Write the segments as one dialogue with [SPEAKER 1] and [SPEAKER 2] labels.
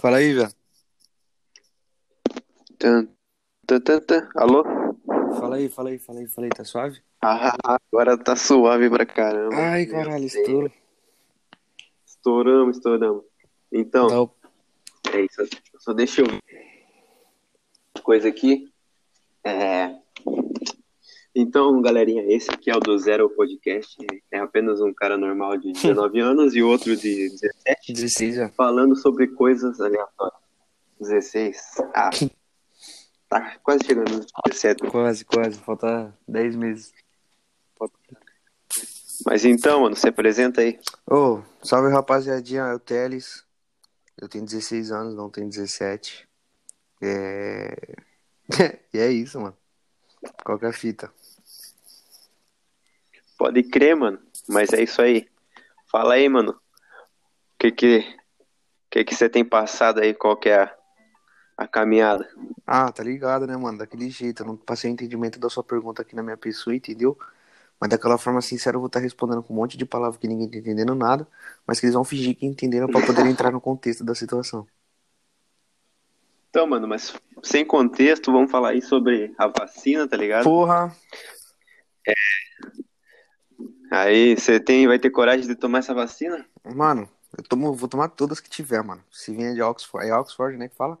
[SPEAKER 1] Fala aí, velho.
[SPEAKER 2] Tan, tan, tan, tan. Alô?
[SPEAKER 1] Fala aí, fala aí, fala aí, fala aí, tá suave?
[SPEAKER 2] Ah, agora tá suave pra caramba.
[SPEAKER 1] Ai,
[SPEAKER 2] Meu
[SPEAKER 1] caralho,
[SPEAKER 2] Deus.
[SPEAKER 1] estouro.
[SPEAKER 2] Estouramos, estouramos. Então,
[SPEAKER 1] Dá Tá o-
[SPEAKER 2] é isso. Só deixa eu ver uma coisa aqui. É... Então, galerinha, esse aqui é o do Zero Podcast. É apenas um cara normal de 19 anos e outro de 17
[SPEAKER 1] 16, ó.
[SPEAKER 2] falando sobre coisas aleatórias. 16. Ah, tá quase chegando nos 17.
[SPEAKER 1] Quase, quase. Falta 10 meses.
[SPEAKER 2] Mas então, mano, se apresenta aí.
[SPEAKER 1] Ô, salve rapaziadinha, eu Teles. Eu tenho 16 anos, não tenho 17. É. e é isso, mano. Qual que é a fita?
[SPEAKER 2] Pode crer, mano. Mas é isso aí. Fala aí, mano. O que que que que você tem passado aí? Qual que é a, a caminhada?
[SPEAKER 1] Ah, tá ligado, né, mano? Daquele jeito. Eu não passei o entendimento da sua pergunta aqui na minha pessoa, entendeu? Mas daquela forma sincera eu vou estar respondendo com um monte de palavra que ninguém tá entendendo nada, mas que eles vão fingir que entenderam pra poder entrar no contexto da situação.
[SPEAKER 2] Então, mano, mas sem contexto, vamos falar aí sobre a vacina, tá ligado?
[SPEAKER 1] Porra!
[SPEAKER 2] Aí você tem, vai ter coragem de tomar essa vacina?
[SPEAKER 1] Mano, eu tomo, vou tomar todas que tiver, mano. Se vier de Oxford, é Oxford, né, que fala?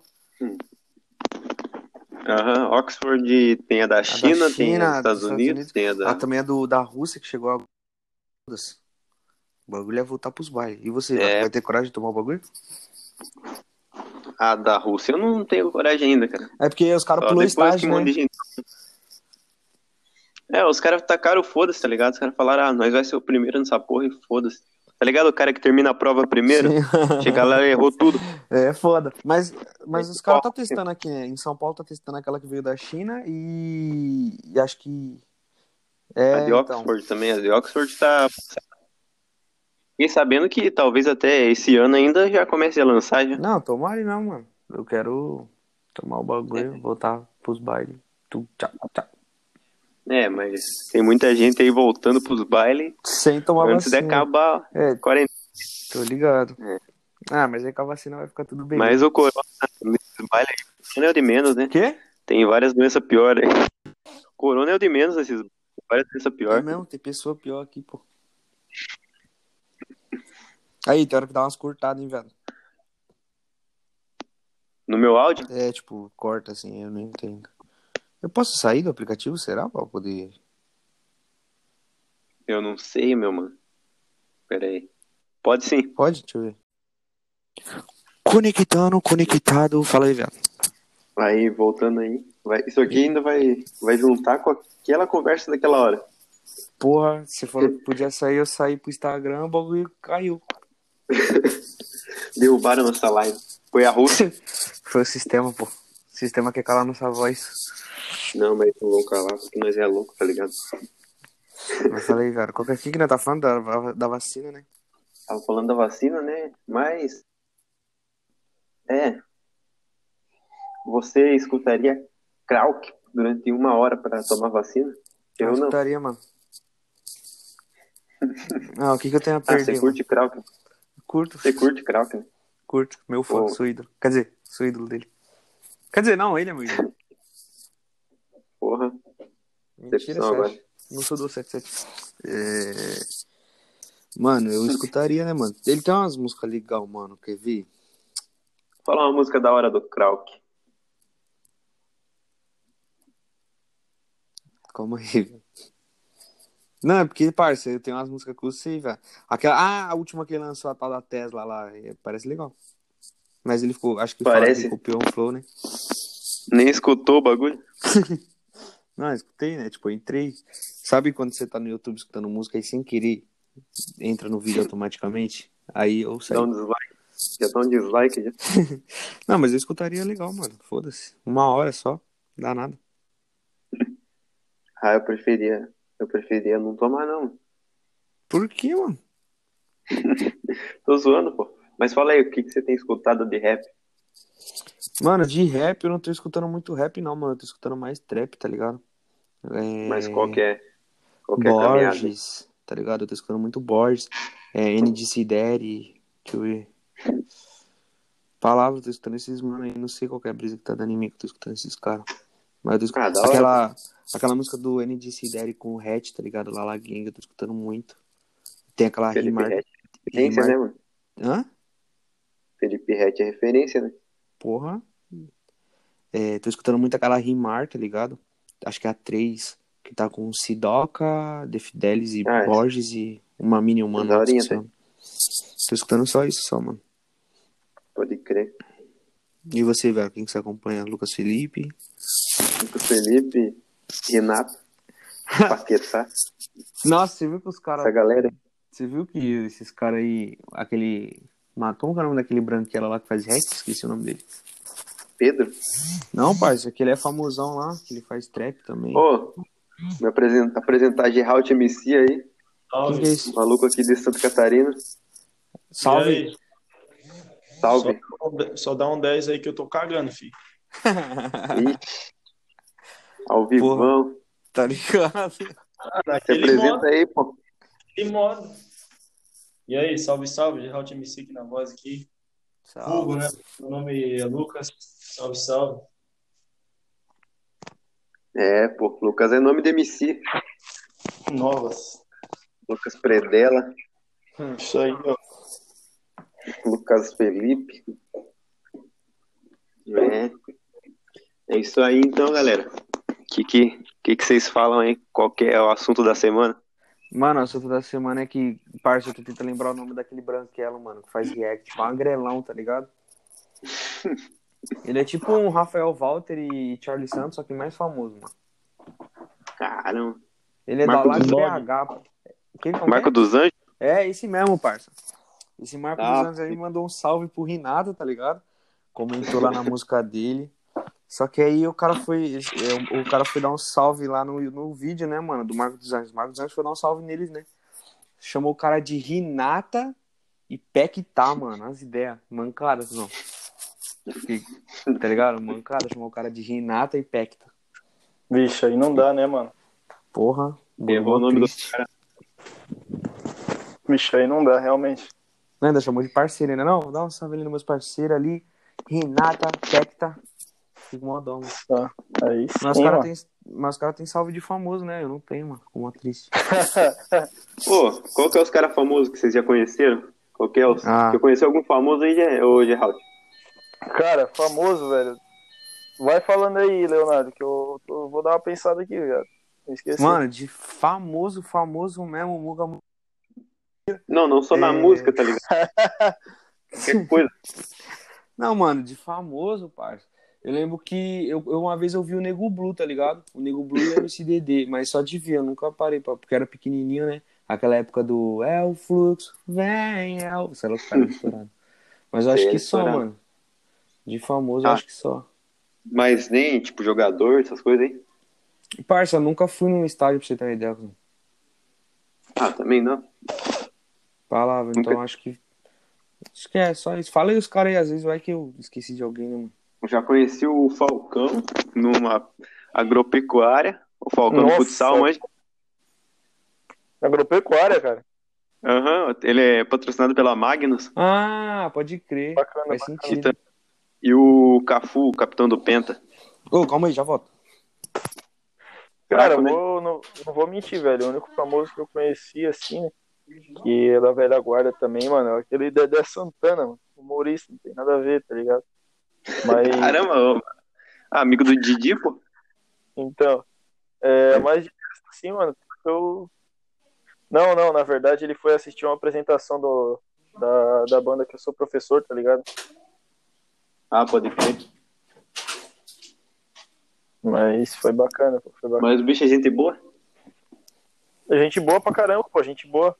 [SPEAKER 2] Aham, Oxford tem a da China, tem a
[SPEAKER 1] China,
[SPEAKER 2] dos Estados
[SPEAKER 1] dos Estados
[SPEAKER 2] Unidos,
[SPEAKER 1] Unidos.
[SPEAKER 2] tem a da.
[SPEAKER 1] Ah, também é do, da Rússia que chegou a... Todas. O bagulho é voltar pros bailes. E você,
[SPEAKER 2] É.
[SPEAKER 1] vai ter coragem de tomar o bagulho?
[SPEAKER 2] a da Rússia. Eu não tenho coragem ainda, cara.
[SPEAKER 1] É porque os caras
[SPEAKER 2] Só
[SPEAKER 1] pulou
[SPEAKER 2] depois
[SPEAKER 1] estágio,
[SPEAKER 2] que um
[SPEAKER 1] né?
[SPEAKER 2] monte de gente- É, os caras tacaram foda-se, tá ligado? Os caras falaram, ah, nós vai ser o primeiro nessa porra e foda-se. Tá ligado? O cara que termina a prova primeiro,
[SPEAKER 1] Sim.
[SPEAKER 2] chega lá e errou tudo.
[SPEAKER 1] É foda. Mas, mas os caras
[SPEAKER 2] é?
[SPEAKER 1] tá testando aqui, né? Em São Paulo tá testando aquela que veio da China e, e acho que.
[SPEAKER 2] a
[SPEAKER 1] É,
[SPEAKER 2] de
[SPEAKER 1] então.
[SPEAKER 2] Oxford também, a de Oxford tá. Fiquei sabendo que talvez até esse ano ainda já comece a lançar já.
[SPEAKER 1] então. Não, tomara não, mano. Eu quero tomar o bagulho, voltar pros bailes. Tu, tchau, tchau.
[SPEAKER 2] É, mas tem muita gente aí voltando pros bailes
[SPEAKER 1] Sem tomar
[SPEAKER 2] antes de
[SPEAKER 1] vacina.
[SPEAKER 2] acabar
[SPEAKER 1] É,
[SPEAKER 2] a quarentena.
[SPEAKER 1] tô ligado.
[SPEAKER 2] É.
[SPEAKER 1] Ah, mas aí com a vacina vai ficar tudo bem.
[SPEAKER 2] Mas o corona, nesse baile aí, é o de menos, né?
[SPEAKER 1] O quê?
[SPEAKER 2] Tem várias doenças piores. Corona é o de menos esses. Várias doenças
[SPEAKER 1] É
[SPEAKER 2] piores.
[SPEAKER 1] mesmo, tem pessoa pior aqui, pô. Aí, tem hora que dá umas cortadas, hein, velho.
[SPEAKER 2] No meu áudio,
[SPEAKER 1] É, tipo, corta assim, eu não entendo. Eu posso sair do aplicativo, será? Pra poder.
[SPEAKER 2] eu não sei, meu mano. Pera aí. Pode sim.
[SPEAKER 1] Pode? Deixa eu ver. Conectando, conectado. Fala aí, velho.
[SPEAKER 2] Aí, voltando aí. Vai- isso aqui ainda vai, vai juntar com aquela conversa daquela hora.
[SPEAKER 1] Porra, você falou que podia sair, eu saí pro Instagram, o bagulho caiu.
[SPEAKER 2] Derrubaram nossa live. Foi a Rússia.
[SPEAKER 1] Foi o sistema, pô. O sistema quer calar nossa voz.
[SPEAKER 2] Não, mas não vão calar, porque nós é louco, tá ligado?
[SPEAKER 1] Eu falei, velho, qualquer que nós tá falando da, da vacina, né?
[SPEAKER 2] Tava falando da vacina, né? Mas. É. Você escutaria Krauk durante uma hora pra tomar vacina? Eu não.
[SPEAKER 1] escutaria, mano. Não, o que, que eu tenho a
[SPEAKER 2] Ah,
[SPEAKER 1] perder?
[SPEAKER 2] você
[SPEAKER 1] mano?
[SPEAKER 2] curte Krauk.
[SPEAKER 1] Curto,
[SPEAKER 2] Você curte Krauk, né?
[SPEAKER 1] curto. Meu fã,
[SPEAKER 2] Ô.
[SPEAKER 1] sou ídolo. Quer dizer, sou ídolo dele. Quer dizer, não, ele é meu ídolo.
[SPEAKER 2] Porra.
[SPEAKER 1] Mentira,
[SPEAKER 2] Decepção
[SPEAKER 1] sério.
[SPEAKER 2] agora.
[SPEAKER 1] Não sou do 77. É... Mano, eu escutaria, né, mano? Ele tem umas músicas legais, mano. Quer ver?
[SPEAKER 2] Fala uma música da hora do Krauk.
[SPEAKER 1] Calma aí. velho. Não, é porque, parça, eu tenho umas músicas que eu sei, velho. Aquela... Ah, a última que ele lançou, a tal da Tesla lá. é, Parece legal. Mas ele ficou, acho que falaram
[SPEAKER 2] Parece.
[SPEAKER 1] que copiou um flow, né?
[SPEAKER 2] Nem escutou o bagulho?
[SPEAKER 1] Não, eu escutei, né? Tipo, eu entrei. Sabe quando você tá no YouTube escutando música e sem querer entra no vídeo automaticamente? Aí eu saí.
[SPEAKER 2] Dá um dislike. Já dá um dislike. Já.
[SPEAKER 1] Não, mas eu escutaria legal, mano. Foda-se. Uma hora só. Dá nada.
[SPEAKER 2] Ah, eu preferia. Eu preferia não tomar, não.
[SPEAKER 1] Por quê, mano?
[SPEAKER 2] Tô zoando, pô. Mas fala aí, o que, que você tem escutado de rap?
[SPEAKER 1] Mano, de rap eu não tô escutando muito rap, não, mano. Eu tô escutando mais trap, tá ligado? É...
[SPEAKER 2] Mas qual que é? Qual que é a caminhada?
[SPEAKER 1] Borges, tá ligado? Eu tô escutando muito Borges. É, NDC Daddy. Deixa eu ver. Palavra, tô escutando esses mano aí, não sei qual que é a brisa que tá dando em mim que eu tô escutando esses caras. Mas eu tô
[SPEAKER 2] Ah,
[SPEAKER 1] escutando
[SPEAKER 2] da hora.
[SPEAKER 1] aquela, aquela música do NDC Daddy com o Hatch, tá ligado? Lala Gang, eu tô escutando muito. Tem aquela
[SPEAKER 2] Felipe
[SPEAKER 1] rimar.
[SPEAKER 2] Rett é referência,
[SPEAKER 1] rimar-
[SPEAKER 2] né, mano?
[SPEAKER 1] Hã?
[SPEAKER 2] Felipe Rett é referência, né?
[SPEAKER 1] Porra. É, tô escutando muito aquela rimar, tá ligado? Acho que é a 3, que tá com Sidoca, Defidelis e
[SPEAKER 2] Ah, é.
[SPEAKER 1] Borges e uma mini humana. lá,
[SPEAKER 2] Daorinha, tá?
[SPEAKER 1] esqueci o nome. Tô escutando só isso, só, mano.
[SPEAKER 2] Pode crer.
[SPEAKER 1] E você, velho, quem que você acompanha? Lucas Felipe?
[SPEAKER 2] Fico Felipe, Renato, Paquetá,
[SPEAKER 1] Nossa, você viu que os
[SPEAKER 2] essa
[SPEAKER 1] caras.
[SPEAKER 2] galera.
[SPEAKER 1] Você viu que esses caras aí. Aquele. Mas Como que é o nome daquele branquela lá que faz rap? Esqueci o nome dele.
[SPEAKER 2] Pedro.
[SPEAKER 1] Não, parça, aquele é famosão lá, que ele faz trap também.
[SPEAKER 2] Ô, me apresentar, apresentar Geralt MC aí,
[SPEAKER 1] Quem que é esse?
[SPEAKER 2] maluco aqui de Santa Catarina.
[SPEAKER 1] Salve!
[SPEAKER 2] Salve.
[SPEAKER 3] Só, só dá um 10 aí que eu tô cagando, filho.
[SPEAKER 2] Ixi. Ao vivão.
[SPEAKER 1] tá ligado?
[SPEAKER 2] Se
[SPEAKER 3] Naquele
[SPEAKER 2] apresenta
[SPEAKER 3] modo,
[SPEAKER 2] aí, pô.
[SPEAKER 3] naquele modo. E aí, salve, salve, Geralt MC aqui na voz aqui. Hugo,
[SPEAKER 1] Salve.
[SPEAKER 3] né? Meu nome é Lucas. Salve, salve.
[SPEAKER 2] É, pô. Lucas é nome de MC.
[SPEAKER 3] Novas.
[SPEAKER 2] Lucas Predela,
[SPEAKER 3] Isso aí, ó.
[SPEAKER 2] Lucas Felipe. É. É isso aí então, galera. O que, que, que, que vocês falam aí? Qual que é o assunto da semana?
[SPEAKER 1] Mano, o assunto da semana é que, parça, eu tô tentando lembrar o nome daquele branquelo, mano, que faz react, magrelão, tá ligado? Ele é tipo um Rafael Walter e Charlie Santos, só que mais famoso, mano.
[SPEAKER 2] Caramba.
[SPEAKER 1] Ele é
[SPEAKER 2] Marco
[SPEAKER 1] da Lago
[SPEAKER 3] dos Nove.
[SPEAKER 1] BH, pô. Quem como
[SPEAKER 2] Marco dos Anjos?
[SPEAKER 1] É, esse mesmo, parça. Esse Marco
[SPEAKER 2] Ah,
[SPEAKER 1] dos Anjos aí mandou um salve pro Renato, tá ligado? Comentou lá na música dele. Só que aí o cara foi. é, O cara foi dar um salve lá no, no vídeo, né, mano? Do Marco dos Anjos. O Marco dos Anjos foi dar um salve neles, né? Chamou o cara de Renata e Pequitá, mano. As ideias. Mancadas, não. Fiquei- Tá ligado? Mancada. Chamou o cara de Renata e Pequita.
[SPEAKER 3] Vixe, aí não dá, né, mano?
[SPEAKER 1] Porra.
[SPEAKER 2] Errou o nome do
[SPEAKER 1] triste.
[SPEAKER 2] cara.
[SPEAKER 3] Vixe, aí não dá, realmente.
[SPEAKER 1] Não, ainda chamou de Né, parceiro, ainda não? Dá um salve ali nos meus parceiros ali. Renata, Tecta. Fico mó dó, mano.
[SPEAKER 3] Aí
[SPEAKER 1] Mas
[SPEAKER 3] sim,
[SPEAKER 1] os caras
[SPEAKER 3] mano.
[SPEAKER 1] tem, mas os cara tem salve de famoso, né? Eu não tenho, mano. Fico mó triste.
[SPEAKER 2] Pô, qual que é os caras famosos que vocês já conheceram? Qual que é os.
[SPEAKER 1] Ah.
[SPEAKER 2] Eu conheci algum famoso aí, é Ge- ô Geraldo?
[SPEAKER 3] Cara, famoso, velho. Vai falando aí, Leonardo, que eu, eu vou dar uma pensada aqui, velho. Esqueci.
[SPEAKER 1] Mano, de famoso, famoso mesmo, Muga.
[SPEAKER 2] Não, não só na
[SPEAKER 1] É.
[SPEAKER 2] música, tá ligado? Qualquer coisa.
[SPEAKER 1] Não, mano, de famoso, parça. Eu lembro que eu, eu uma vez eu vi o Nego Blue, tá ligado? O Nego Blue e o MCDD, mas só de ver, eu nunca parei, pra- porque era pequenininho, né? Aquela época do é o fluxo, vem, é o... Sei lá, o cara estourado. Mas eu acho
[SPEAKER 2] Sei,
[SPEAKER 1] que só,
[SPEAKER 2] estourado.
[SPEAKER 1] mano. De famoso, eu
[SPEAKER 2] Ah.
[SPEAKER 1] acho que só.
[SPEAKER 2] Mas nem, tipo, jogador, essas coisas aí.
[SPEAKER 1] Parça, eu nunca fui num estádio pra você ter uma ideia. Mano.
[SPEAKER 2] Ah, também não.
[SPEAKER 1] Palavra, então
[SPEAKER 2] Nunca-
[SPEAKER 1] acho que. Acho que é só isso. Fala aí os caras aí, às vezes vai que eu esqueci de alguém, né, mano?
[SPEAKER 2] Eu já conheci o Falcão numa agropecuária. O Falcão
[SPEAKER 3] Nossa.
[SPEAKER 2] do futsal, mas.
[SPEAKER 3] Agropecuária, cara.
[SPEAKER 2] Aham, ele é patrocinado pela Magnus.
[SPEAKER 1] Ah, pode crer.
[SPEAKER 3] Bacana,
[SPEAKER 1] Faz
[SPEAKER 3] bacana.
[SPEAKER 1] sentido.
[SPEAKER 2] Então. E o Cafu, o capitão do Penta.
[SPEAKER 1] Ô, calma aí, já volto.
[SPEAKER 3] Cara,
[SPEAKER 2] Craco, né?
[SPEAKER 3] vou, não, não vou mentir, velho. O único famoso que eu conheci, assim, né, que é da velha guarda também, mano, é aquele Dedé Santana, mano. Humorista, não tem nada a ver, tá ligado? Mas,
[SPEAKER 2] Caramba, ô, ah, amigo do Didi, pô.
[SPEAKER 3] então, é, mas de resto, assim, mano, eu... Não, não, na verdade ele foi assistir uma apresentação do, da, da banda que eu sou professor, tá ligado?
[SPEAKER 2] Ah, pode crer.
[SPEAKER 3] Mas foi bacana, pô, foi bacana.
[SPEAKER 2] Mas o bicho é gente boa.
[SPEAKER 3] Gente boa pra caramba, pô, gente boa.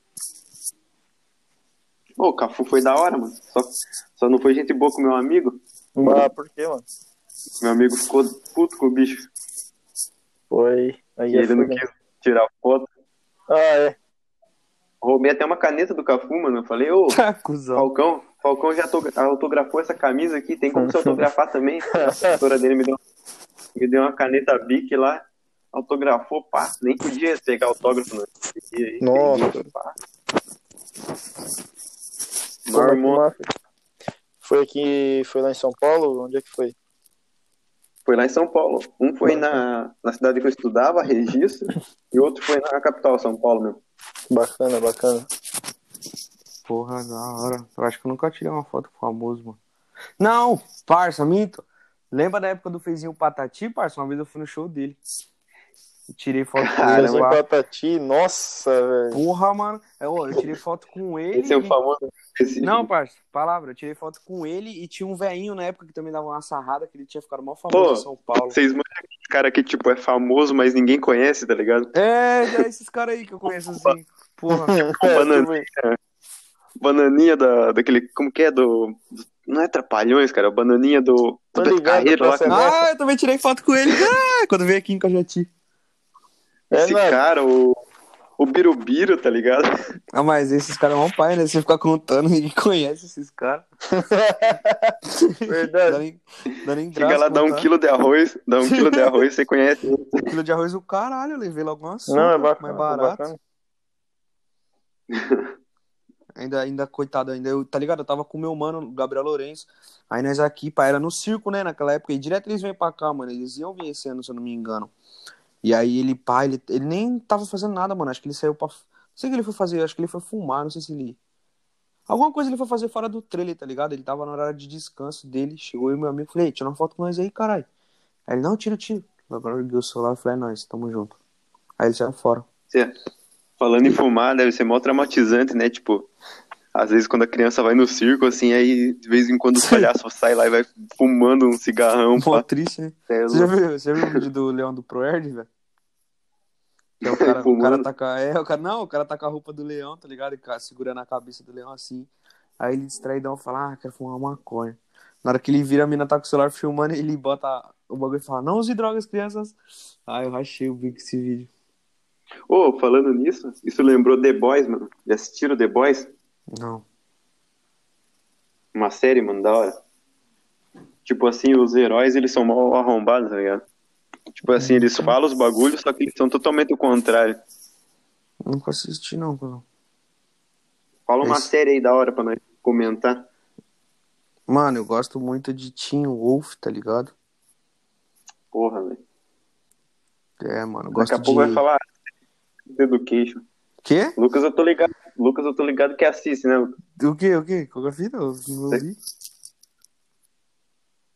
[SPEAKER 2] Pô, o Cafu foi da hora, mano. Só, só não foi gente boa com meu amigo.
[SPEAKER 3] Ah, por quê, mano?
[SPEAKER 2] Meu amigo ficou puto com o bicho.
[SPEAKER 3] Foi... Aí é
[SPEAKER 2] E ele não
[SPEAKER 3] foda.
[SPEAKER 2] quis tirar foto.
[SPEAKER 3] Ah, é.
[SPEAKER 2] Roubei até uma caneta do Cafu, mano. Eu falei, ô,
[SPEAKER 1] Tá, cuzão.
[SPEAKER 2] Falcão, Falcão já autogra- autografou essa camisa aqui. Tem como você autografar também? A assessora dele me deu, me deu uma caneta Bic lá. Autografou, pá. Nem podia pegar autógrafo não. E aí,
[SPEAKER 3] Nossa.
[SPEAKER 2] peguei, pá. Maior
[SPEAKER 3] Pô, mas que
[SPEAKER 2] monstro.
[SPEAKER 3] massa.
[SPEAKER 4] Foi aqui, foi lá em São Paulo? Onde é que foi?
[SPEAKER 2] Foi lá em São Paulo. Um foi na, na cidade que eu estudava, Registro, e outro foi na capital, São Paulo, meu.
[SPEAKER 4] Bacana, bacana.
[SPEAKER 1] Porra, da hora. Eu acho que eu nunca tirei uma foto com famoso, mano. Não, parça, minto. Lembra da época do Fezinho Patati, parça? Uma vez eu fui no show dele. Eu tirei foto com
[SPEAKER 2] Caramba.
[SPEAKER 1] ele
[SPEAKER 4] Brasil
[SPEAKER 1] lá.
[SPEAKER 4] Patati, nossa, velho.
[SPEAKER 1] Porra, mano. Eu, ó, eu tirei foto com ele.
[SPEAKER 2] Esse é o
[SPEAKER 1] e-
[SPEAKER 2] famoso. Esse...
[SPEAKER 1] Não, parça, palavra. Eu tirei foto com ele e tinha um veinho na época que também dava uma sarrada, que ele tinha ficado mal famoso
[SPEAKER 2] Pô,
[SPEAKER 1] em São Paulo.
[SPEAKER 2] Vocês mandam aquele cara que, tipo, é famoso, mas ninguém conhece, tá ligado?
[SPEAKER 1] É, já esses caras aí que eu conheço assim. Porra.
[SPEAKER 2] banana.
[SPEAKER 4] É, tipo,
[SPEAKER 2] Bananinha da, daquele. Como que é? Do. Não é Trapalhões, cara. Bananinha do.
[SPEAKER 4] Tô
[SPEAKER 2] do Beto
[SPEAKER 4] ligado,
[SPEAKER 2] Carreiro lá.
[SPEAKER 4] parceiro.
[SPEAKER 2] com-
[SPEAKER 1] Ah, eu também tirei foto com ele. Ah, quando veio aqui em Cajati.
[SPEAKER 4] é,
[SPEAKER 2] Esse
[SPEAKER 3] né?
[SPEAKER 4] não,
[SPEAKER 2] cara, o. O Birubiru, tá ligado?
[SPEAKER 1] Ah, mas esses caras vão pai, né? Você ficar contando, ninguém conhece esses caras. Dá
[SPEAKER 4] verdade.
[SPEAKER 1] nem, dá nem
[SPEAKER 2] É. Chega
[SPEAKER 1] graça
[SPEAKER 2] lá, dá um
[SPEAKER 1] contar.
[SPEAKER 2] quilo de arroz, dá um quilo de arroz, você conhece.
[SPEAKER 1] Quilo de arroz, o caralho, eu levei logo uma
[SPEAKER 4] Não, é bacana.
[SPEAKER 1] mais
[SPEAKER 4] é
[SPEAKER 1] barato.
[SPEAKER 4] bacana.
[SPEAKER 1] Ainda, ainda, coitado, ainda eu, tá ligado? Eu tava com meu mano, Gabriel Lourenço. Aí nós aqui, pá, era no circo, né, naquela época. E direto eles vêm pra cá, mano. Eles iam vir esse ano, se eu não me engano. E aí ele, pá, ele, ele nem tava fazendo nada, mano. Acho que ele saiu pra. Não sei o que ele foi fazer, acho que ele foi fumar, não sei se ele. Alguma coisa ele foi fazer fora do trailer, tá ligado? Ele tava na hora de descanso dele. Chegou eu e meu amigo, falei, "Ei, tira uma foto com nós aí, caralho. Aí ele, não, tira, tira. Agora eu liguei o celular e falei, é nóis, tamo junto. Aí ele saiu fora.
[SPEAKER 2] Você- Falando em fumar, deve ser mó traumatizante, né? Tipo, às vezes quando a criança vai no circo, assim, aí de vez em quando os palhaços saem lá e vai fumando um cigarrão.
[SPEAKER 1] Pô,
[SPEAKER 2] Pá,
[SPEAKER 1] triste, né?
[SPEAKER 2] Cê é
[SPEAKER 1] Você já
[SPEAKER 2] louco.
[SPEAKER 1] viu, você já viu o vídeo do Leão do Proerd, velho? Que é o cara, o
[SPEAKER 2] Fumando.
[SPEAKER 1] cara tá com a, é, o cara, não, o cara tá com a roupa do leão, tá ligado? E ca- segurando a cabeça do leão assim. Aí ele distraidão fala, ah, quero fumar maconha. Na hora que ele vira, a mina tá com o celular filmando, ele bota o bagulho e fala, não use drogas, crianças. Ah, eu rachei o bico esse vídeo.
[SPEAKER 2] Ô, falando nisso, isso lembrou The Boys, mano. Já assistiram The Boys?
[SPEAKER 1] Não.
[SPEAKER 2] Uma série, mano, da hora. Tipo assim, os heróis, eles são mal arrombados, tá ligado? Tipo assim, eles
[SPEAKER 1] Uhum.
[SPEAKER 2] falam os bagulhos, só que eles são totalmente o contrário.
[SPEAKER 1] Nunca assisti, não, mano.
[SPEAKER 2] Fala uma
[SPEAKER 1] Esse-
[SPEAKER 2] série aí da hora pra nós comentar.
[SPEAKER 1] Mano, eu gosto muito de Teen Wolf, tá ligado?
[SPEAKER 2] Porra, velho.
[SPEAKER 1] É, mano, eu gosto
[SPEAKER 2] Daqui a pouco
[SPEAKER 1] de...
[SPEAKER 2] vai falar ah, Education.
[SPEAKER 1] Quê?
[SPEAKER 2] Lucas, eu tô ligado. Lucas, eu tô ligado que assiste, né? Lucas?
[SPEAKER 1] O quê, o quê? Qual que é a fita? Eu não ouvi.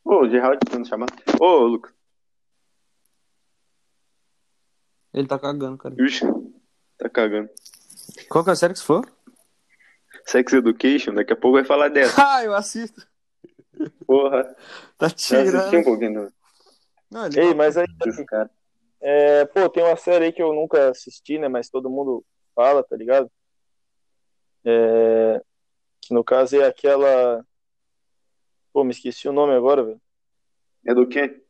[SPEAKER 2] Ô, o Geraldo tá me chamando. Ô, Lucas.
[SPEAKER 1] Ele tá cagando, cara.
[SPEAKER 2] Ixi, tá cagando.
[SPEAKER 1] Qual que é a série que você falou?
[SPEAKER 2] Sex Education, daqui a pouco vai falar dessa.
[SPEAKER 1] Ah, eu assisto.
[SPEAKER 2] Porra.
[SPEAKER 1] Tá
[SPEAKER 2] Já assisti um
[SPEAKER 1] tirando.
[SPEAKER 2] pouquinho
[SPEAKER 1] Não, é ele-
[SPEAKER 4] Ei, mas aí,
[SPEAKER 2] desse cara.
[SPEAKER 4] é, pô, tem uma série aí que eu nunca assisti, né? Mas todo mundo fala, tá ligado? É, que no caso é aquela. Pô, me esqueci o nome agora, velho.
[SPEAKER 2] É do quê?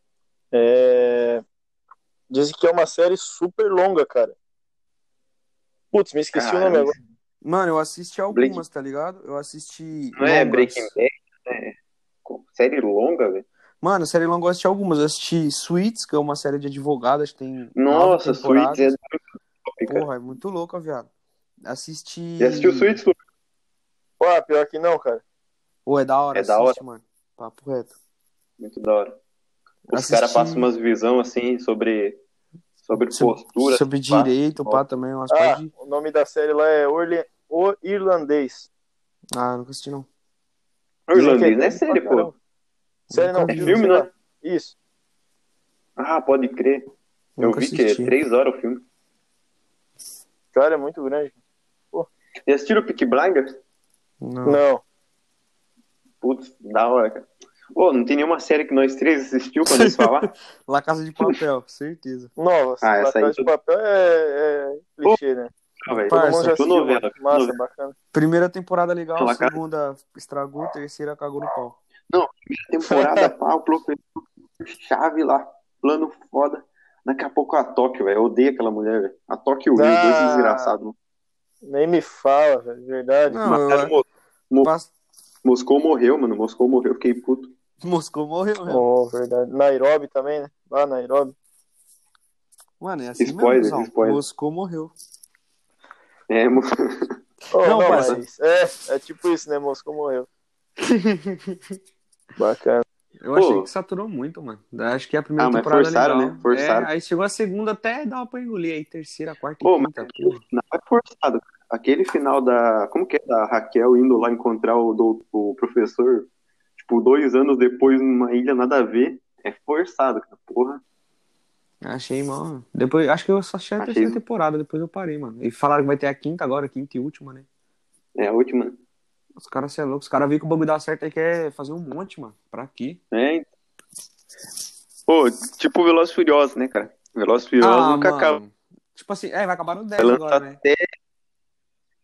[SPEAKER 4] É... Dizem que é uma série super longa, cara. Putz, me esqueci o nome
[SPEAKER 2] Caralho.
[SPEAKER 4] agora.
[SPEAKER 1] Mano, eu assisti algumas, tá ligado? Eu assisti.
[SPEAKER 2] Não é
[SPEAKER 1] longas.
[SPEAKER 2] Breaking Bad? né? Co- Série longa, velho.
[SPEAKER 1] Mano, série longa eu assisti algumas. Eu assisti Suits, que é uma série de advogadas, tem.
[SPEAKER 2] Nossa,
[SPEAKER 1] nove temporadas.
[SPEAKER 2] Suits é muito top, cara.
[SPEAKER 1] Porra, é muito louca, viado. Assisti.
[SPEAKER 2] Já assistiu Suits? Lucas?
[SPEAKER 4] Pô, Ah, pior que não, cara.
[SPEAKER 1] Pô, é da hora,
[SPEAKER 2] É da
[SPEAKER 1] assiste, mano. Papo reto.
[SPEAKER 2] Muito da hora. Os
[SPEAKER 1] Assisti-
[SPEAKER 2] caras passam umas visão assim sobre, sobre
[SPEAKER 1] Sobre,
[SPEAKER 2] postura.
[SPEAKER 1] sobre
[SPEAKER 2] pá.
[SPEAKER 1] direito, pá, também. Umas
[SPEAKER 4] Ah,
[SPEAKER 1] partes de-
[SPEAKER 4] o nome da série lá é Orle... O Irlandês.
[SPEAKER 1] Ah, nunca assisti, não.
[SPEAKER 2] Irlandês,
[SPEAKER 4] Dizem que
[SPEAKER 2] não é
[SPEAKER 4] grande pra
[SPEAKER 2] série, pô.
[SPEAKER 4] caramba. Série não,
[SPEAKER 1] Nunca
[SPEAKER 2] É filme,
[SPEAKER 4] sei lá.
[SPEAKER 2] né?
[SPEAKER 4] Isso.
[SPEAKER 2] Ah, pode crer. Eu
[SPEAKER 1] Nunca
[SPEAKER 2] vi que é
[SPEAKER 1] assisti.
[SPEAKER 2] três horas o filme.
[SPEAKER 4] Cara, é muito grande.
[SPEAKER 2] Já assistiram Peak Blinders?
[SPEAKER 1] Não.
[SPEAKER 4] Não.
[SPEAKER 2] Putz, da hora, cara. Ô, não tem nenhuma série que nós três assistiu pra nós falar?
[SPEAKER 1] La Casa de Papel, certeza.
[SPEAKER 4] Nova.
[SPEAKER 2] Ah,
[SPEAKER 4] Ah,
[SPEAKER 2] essa aí
[SPEAKER 4] de papel é, é clichê, né?
[SPEAKER 2] Não, velho.
[SPEAKER 1] Parça,
[SPEAKER 4] Todo mundo já
[SPEAKER 2] tô
[SPEAKER 4] assistiu.
[SPEAKER 2] novela,
[SPEAKER 4] mano.
[SPEAKER 2] tô
[SPEAKER 4] Massa,
[SPEAKER 2] novela.
[SPEAKER 4] bacana.
[SPEAKER 1] Primeira temporada legal,
[SPEAKER 2] La Casa-
[SPEAKER 1] segunda estragou, terceira cagou no pau.
[SPEAKER 2] Temporada, pá, o professor chave lá, plano foda. Daqui a pouco a Tóquio, velho. Eu odeio aquela mulher, velho. A Tóquio Rio,
[SPEAKER 4] Ah.
[SPEAKER 2] dois desgraçados.
[SPEAKER 4] Nem me fala, velho. Verdade.
[SPEAKER 1] Não, é.
[SPEAKER 2] Mataram
[SPEAKER 1] eu,
[SPEAKER 2] Mo-
[SPEAKER 1] Pas-
[SPEAKER 2] Moscou morreu, mano. Moscou morreu, fiquei puto.
[SPEAKER 1] Moscou morreu, né?
[SPEAKER 4] Oh, verdade. Nairobi também, né? Lá, Nairobi.
[SPEAKER 1] Mano, é assim
[SPEAKER 2] Spoiler,
[SPEAKER 1] mesmo, Zão.
[SPEAKER 2] spoiler.
[SPEAKER 1] Moscou morreu.
[SPEAKER 2] É, mo-
[SPEAKER 4] Oh,
[SPEAKER 1] Não,
[SPEAKER 4] não,
[SPEAKER 1] parça.
[SPEAKER 4] mas é, é tipo isso, né? Moscou morreu. Bacana.
[SPEAKER 1] Eu
[SPEAKER 2] Pô.
[SPEAKER 1] achei que saturou muito, mano. Acho que a primeira
[SPEAKER 2] Ah, mas
[SPEAKER 1] temporada
[SPEAKER 2] forçaram,
[SPEAKER 1] legal.
[SPEAKER 2] né? Forçaram.
[SPEAKER 1] É, aí chegou a segunda até dava pra engolir. Aí terceira, quarta
[SPEAKER 2] Pô,
[SPEAKER 1] e
[SPEAKER 2] mas
[SPEAKER 1] quinta.
[SPEAKER 2] aquele final é forçado. Aquele final da. Como que é? Da Raquel indo lá encontrar o, dou- o professor, tipo, dois anos depois numa ilha nada a ver. É forçado, cara. Porra.
[SPEAKER 1] Achei mal. Depois, acho que eu só achei a
[SPEAKER 2] Achei-
[SPEAKER 1] terceira temporada, depois eu parei, mano. E falaram que vai ter a quinta agora, quinta e última, né?
[SPEAKER 2] É a última.
[SPEAKER 1] Os caras, cê é louco. Os caras viram que o bagulho dá certo aí quer fazer um monte, mano. Pra quê?
[SPEAKER 2] É. Pô, tipo Veloz e Furiosos, né, cara? Veloz e Furiosos
[SPEAKER 1] Ah,
[SPEAKER 2] nunca acaba.
[SPEAKER 1] mano. Tipo assim, é, vai acabar no 10
[SPEAKER 2] Vai lançar
[SPEAKER 1] agora, né?
[SPEAKER 2] até.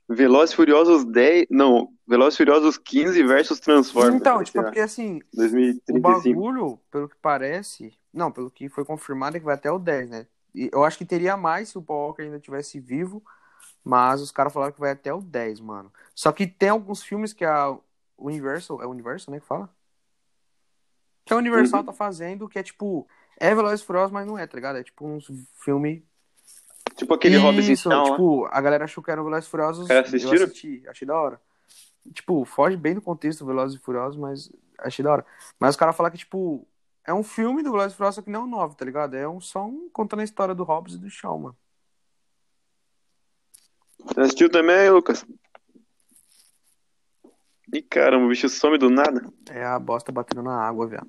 [SPEAKER 2] Veloz e Furiosos 10. Não, Veloz e Furiosos 15 versus Transformers.
[SPEAKER 1] Então,
[SPEAKER 2] vai
[SPEAKER 1] tipo, é
[SPEAKER 2] ser,
[SPEAKER 1] porque assim,
[SPEAKER 2] ó, 2035.
[SPEAKER 1] O bagulho, pelo que parece, não, pelo que foi confirmado, é que vai até o 10, né? E eu acho que teria mais se o Paul Walker ainda tivesse vivo, mas os caras falaram que vai até o 10, mano. Só que tem alguns filmes que a Universal, é Universal, né, que fala? Que a Universal
[SPEAKER 2] Uhum.
[SPEAKER 1] tá fazendo, que é tipo, é Velozes e Furiosos, mas não é, tá ligado? É tipo um filme...
[SPEAKER 2] Tipo aquele
[SPEAKER 1] Isso,
[SPEAKER 2] Hobbes e Shaw, lá.
[SPEAKER 1] tipo, a galera achou que era o Velozes e Furiosos,
[SPEAKER 2] Cara, assistiram?
[SPEAKER 1] eu assisti, achei da hora. Tipo, foge bem do contexto do Velozes e Furiosos, mas achei da hora. Mas os caras falam que, tipo, é um filme do Velozes e Furiosos, só que não é um novo, tá ligado? É um, só um contando a história do Hobbs e do Shaw, mano.
[SPEAKER 2] Você Assistiu também, Lucas? Ih, caramba, o bicho some do nada.
[SPEAKER 1] É a bosta batendo na água, velho.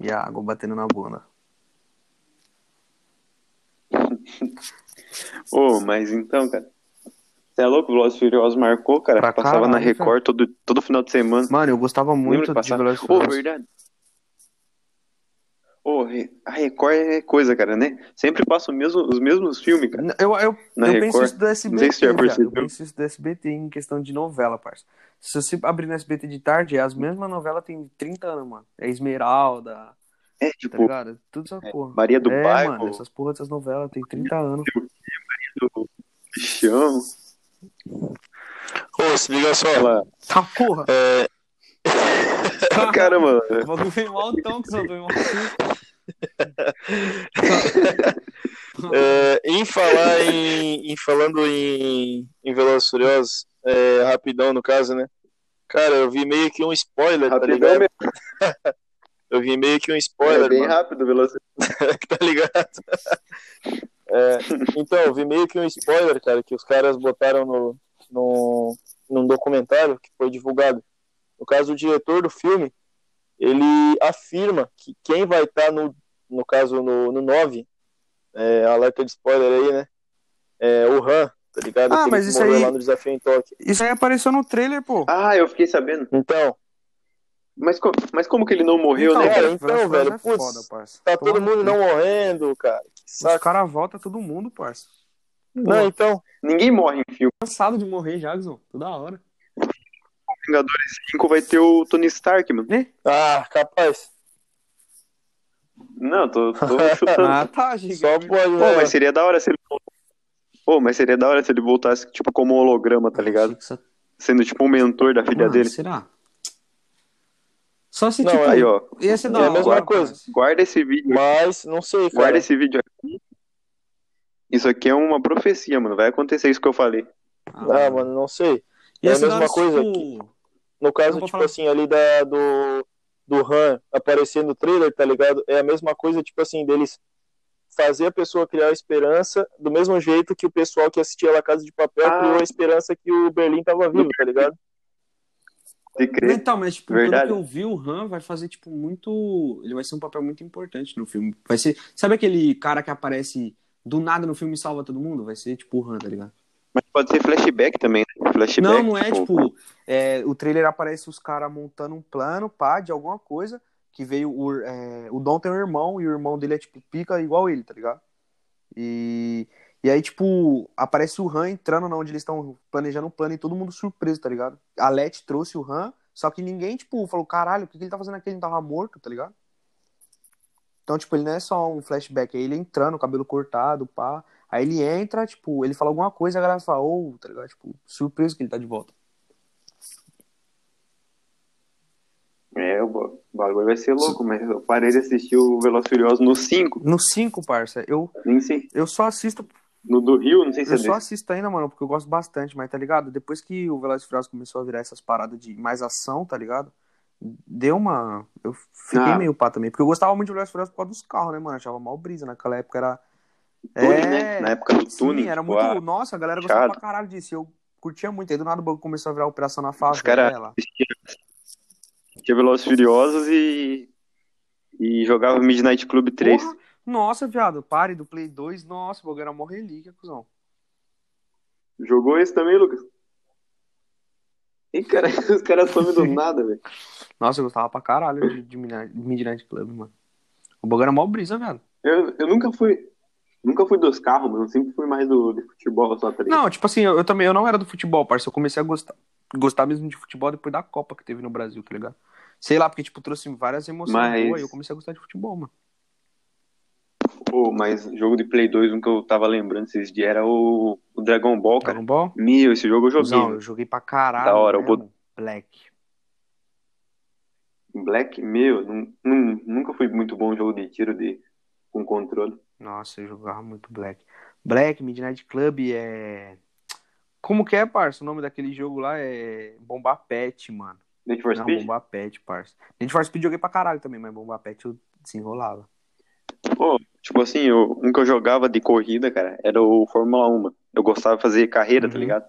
[SPEAKER 1] E a água batendo na bunda.
[SPEAKER 2] Ô, mas então, cara. Você é louco? Velozes e Furiosos marcou, cara.
[SPEAKER 1] Pra
[SPEAKER 2] Passava na
[SPEAKER 1] caralho,
[SPEAKER 2] Record todo, todo final de semana.
[SPEAKER 1] Mano, eu gostava
[SPEAKER 2] Lembra
[SPEAKER 1] muito
[SPEAKER 2] de
[SPEAKER 1] de
[SPEAKER 2] passar?
[SPEAKER 1] Velozes e
[SPEAKER 2] Ô,
[SPEAKER 1] Furiosos.
[SPEAKER 2] verdade. Ô, Re- a Record é coisa, cara, né? Sempre passa o mesmo, os mesmos filmes, cara.
[SPEAKER 1] Eu, eu,
[SPEAKER 2] Na
[SPEAKER 1] eu penso
[SPEAKER 2] Record.
[SPEAKER 1] isso do SBT,
[SPEAKER 2] sei se você já
[SPEAKER 1] viado.
[SPEAKER 2] percebeu.
[SPEAKER 1] né, Eu penso isso do SBT em questão de novela, parça. Se você abrir no SBT de tarde, as mesmas novelas tem 30 anos, mano. É Esmeralda,
[SPEAKER 2] É,
[SPEAKER 1] tá
[SPEAKER 2] tipo,
[SPEAKER 1] ligado? Tudo essa porra.
[SPEAKER 2] Maria do
[SPEAKER 1] é,
[SPEAKER 2] Bairro,
[SPEAKER 1] mano, essas porra dessas novelas tem 30 anos.
[SPEAKER 2] do Bichão,
[SPEAKER 3] Ô, se liga só.
[SPEAKER 2] ela...
[SPEAKER 1] Tá porra!
[SPEAKER 3] É,
[SPEAKER 2] Cara, mano,
[SPEAKER 1] O bagulho veio mal tão que só veio mal.
[SPEAKER 3] é, em falar em, em falando em, em Velozes e Furiosos, é, rapidão no caso, né? Cara, eu vi meio que um spoiler, tá
[SPEAKER 2] rapidão
[SPEAKER 3] ligado?
[SPEAKER 2] mesmo.
[SPEAKER 3] Eu vi meio que um
[SPEAKER 2] É
[SPEAKER 3] spoiler,
[SPEAKER 2] bem
[SPEAKER 3] mano.
[SPEAKER 2] rápido, velocidade.
[SPEAKER 3] tá ligado? É, então, eu vi meio que um spoiler, cara, que os caras botaram no, no, num documentário que foi divulgado. No caso, o diretor do filme, ele afirma que quem vai estar no, no caso, no, no 9, é, alerta de spoiler aí, né? É o Han, tá ligado?
[SPEAKER 1] Ah,
[SPEAKER 3] Aquele
[SPEAKER 1] mas
[SPEAKER 3] que
[SPEAKER 1] isso
[SPEAKER 3] morreu
[SPEAKER 1] aí-
[SPEAKER 3] lá no desafio em Tóquio.
[SPEAKER 1] Isso aí apareceu no trailer, pô.
[SPEAKER 2] Ah, eu fiquei sabendo.
[SPEAKER 3] Então,
[SPEAKER 2] Mas, co- mas como que ele não morreu,
[SPEAKER 1] Então,
[SPEAKER 2] né, cara?
[SPEAKER 3] cara, então,
[SPEAKER 1] Velozes e Furiosos
[SPEAKER 3] velho,
[SPEAKER 1] é
[SPEAKER 3] putz,
[SPEAKER 1] foda, parça.
[SPEAKER 3] tá
[SPEAKER 1] Toma
[SPEAKER 3] todo
[SPEAKER 1] no
[SPEAKER 3] mundo
[SPEAKER 1] cu.
[SPEAKER 3] não morrendo, cara. Que
[SPEAKER 1] Os
[SPEAKER 3] saco.
[SPEAKER 1] caras voltam todo mundo, parça.
[SPEAKER 3] Não, então,
[SPEAKER 2] Ninguém morre em filme.
[SPEAKER 1] Cansado de morrer, Jackson. Toda hora.
[SPEAKER 2] Vingadores 5 vai ter o Tony Stark, mano.
[SPEAKER 3] ah, capaz.
[SPEAKER 2] Não, tô, tô chutando.
[SPEAKER 1] Ah, tá, gente.
[SPEAKER 3] Só pode,
[SPEAKER 2] Pô,
[SPEAKER 3] né?
[SPEAKER 1] É.
[SPEAKER 2] mas seria da hora se ele voltasse. Pô, mas seria da hora se ele voltasse, tipo, como holograma, tá ligado? Sendo, tipo, um mentor da filha
[SPEAKER 1] Mano,
[SPEAKER 2] dele.
[SPEAKER 1] Será? Só se
[SPEAKER 3] Não,
[SPEAKER 1] tipo.
[SPEAKER 2] Aí, ó.
[SPEAKER 1] Ia ser da
[SPEAKER 3] É a
[SPEAKER 1] hora,
[SPEAKER 3] mesma
[SPEAKER 1] cara.
[SPEAKER 3] coisa.
[SPEAKER 2] Guarda esse vídeo.
[SPEAKER 3] Mas não sei, cara.
[SPEAKER 2] Guarda esse vídeo aqui. Isso aqui é uma profecia, mano. Vai acontecer isso que eu falei.
[SPEAKER 3] Ah, mano, não sei.
[SPEAKER 1] Ia
[SPEAKER 3] é a
[SPEAKER 1] ser da
[SPEAKER 3] mesma
[SPEAKER 1] hora,
[SPEAKER 3] coisa
[SPEAKER 1] tipo,
[SPEAKER 3] No caso,
[SPEAKER 1] Não vou
[SPEAKER 3] tipo
[SPEAKER 1] falar.
[SPEAKER 3] assim, ali da, do, do Han aparecendo no trailer, tá ligado? É a mesma coisa, tipo assim, deles fazer a pessoa criar esperança do mesmo jeito que o pessoal que assistia La Casa de Papel
[SPEAKER 2] Ah.
[SPEAKER 3] criou a esperança que o Berlim tava vivo, tá ligado?
[SPEAKER 2] Se crer.
[SPEAKER 1] Então, mas tipo,
[SPEAKER 2] Verdade.
[SPEAKER 1] pelo que eu vi, o Han vai fazer, tipo, muito. Ele vai ser um papel muito importante no filme. Vai ser. Sabe aquele cara que aparece do nada no filme e salva todo mundo? Vai ser tipo o Han, tá ligado?
[SPEAKER 2] Mas pode ser flashback também, né? Flashback.
[SPEAKER 1] não, não é tipo. é, o trailer aparece os caras montando um plano, pá, de alguma coisa. Que veio. O, é, o Dom tem um irmão e o irmão dele é tipo pica igual ele, tá ligado? E. E aí, tipo, aparece o Han entrando na onde eles estão planejando o plano e todo mundo surpreso, tá ligado? A Let trouxe o Han, só que ninguém, tipo, falou, caralho, o que, que ele tá fazendo aqui? Ele não tava morto, tá ligado? Então, tipo, ele não é só um flashback, é ele entrando, cabelo cortado, pá. Aí ele entra, tipo, ele fala alguma coisa, a galera fala, ô, tá ligado? Tipo, surpreso que ele tá de volta.
[SPEAKER 2] É, o ba- o bagulho vai ser louco, mas eu parei de assistir o Veloz e Furioso no 5.
[SPEAKER 1] No 5, parça, eu,
[SPEAKER 2] Nem sei.
[SPEAKER 1] eu só assisto,
[SPEAKER 2] No do Rio, não sei se é
[SPEAKER 1] eu
[SPEAKER 2] desse.
[SPEAKER 1] só assisto ainda, mano, porque eu gosto bastante, mas tá ligado? Depois que o Velozes e Furiosos começou a virar essas paradas de mais ação, tá ligado? deu uma. Eu fiquei
[SPEAKER 2] Ah.
[SPEAKER 1] meio pá também. Porque eu gostava muito de Velozes e Furiosos por causa dos carros, né, mano? Achava mal brisa. Naquela época era. É,
[SPEAKER 2] Tuning, né? Na época do
[SPEAKER 1] Sim,
[SPEAKER 2] tuning.
[SPEAKER 1] era
[SPEAKER 2] tipo,
[SPEAKER 1] muito.
[SPEAKER 2] ah,
[SPEAKER 1] Nossa, a galera gostava
[SPEAKER 2] chato.
[SPEAKER 1] pra caralho disso. e Eu curtia muito. Aí do nada o banco começou a virar operação na
[SPEAKER 2] Os caras
[SPEAKER 1] favela.
[SPEAKER 2] tinha Velozes e Furiosos e, e jogava Midnight Club 3.
[SPEAKER 1] Porra, nossa, viado, pare do Play 2. Nossa, o bagulho era mó relíquia, cuzão.
[SPEAKER 2] Jogou esse também, Lucas? Ih, cara, os caras somem do nada, velho.
[SPEAKER 1] Nossa, eu gostava pra caralho de, de Midnight- Midnight Club, mano. O bagulho era mó brisa, viado.
[SPEAKER 2] Eu, eu nunca fui. Nunca fui dos carros, mano. Eu sempre fui mais do, de futebol só, tá ligado?
[SPEAKER 1] Não, tipo assim, eu, eu também eu não era do futebol, parça. Eu comecei a gostar, gostar mesmo de futebol depois da Copa que teve no Brasil, tá ligado? Sei lá, porque, tipo, trouxe várias emoções
[SPEAKER 2] Mas-
[SPEAKER 1] boas e eu comecei a gostar de futebol, mano.
[SPEAKER 2] Pô, mas jogo de Play 2, um que eu tava lembrando esses dias era o, o Dragon Ball, cara.
[SPEAKER 1] Dragon Ball?
[SPEAKER 2] Meu, esse jogo eu joguei.
[SPEAKER 1] um Não, eu joguei pra caralho.
[SPEAKER 2] Da hora,
[SPEAKER 1] né,
[SPEAKER 2] eu bot-
[SPEAKER 1] mano? Black.
[SPEAKER 2] Black, meu, nun- nun- nunca fui muito bom em jogo de tiro de, com controle.
[SPEAKER 1] Nossa, eu jogava muito Black. Black, Midnight Club é. Como que é, parça? O nome daquele jogo lá é Bomba Pet, mano.
[SPEAKER 2] Need for
[SPEAKER 1] Não,
[SPEAKER 2] Speed?
[SPEAKER 1] Bomba Pet, parça. Need for Speed eu joguei pra caralho também, mas Bomba Pet eu desenrolava.
[SPEAKER 2] Pô, tipo assim, eu, um que eu jogava de corrida, cara, era o Fórmula 1. mano. Eu gostava de fazer carreira, tá
[SPEAKER 1] Uhum.
[SPEAKER 2] ligado?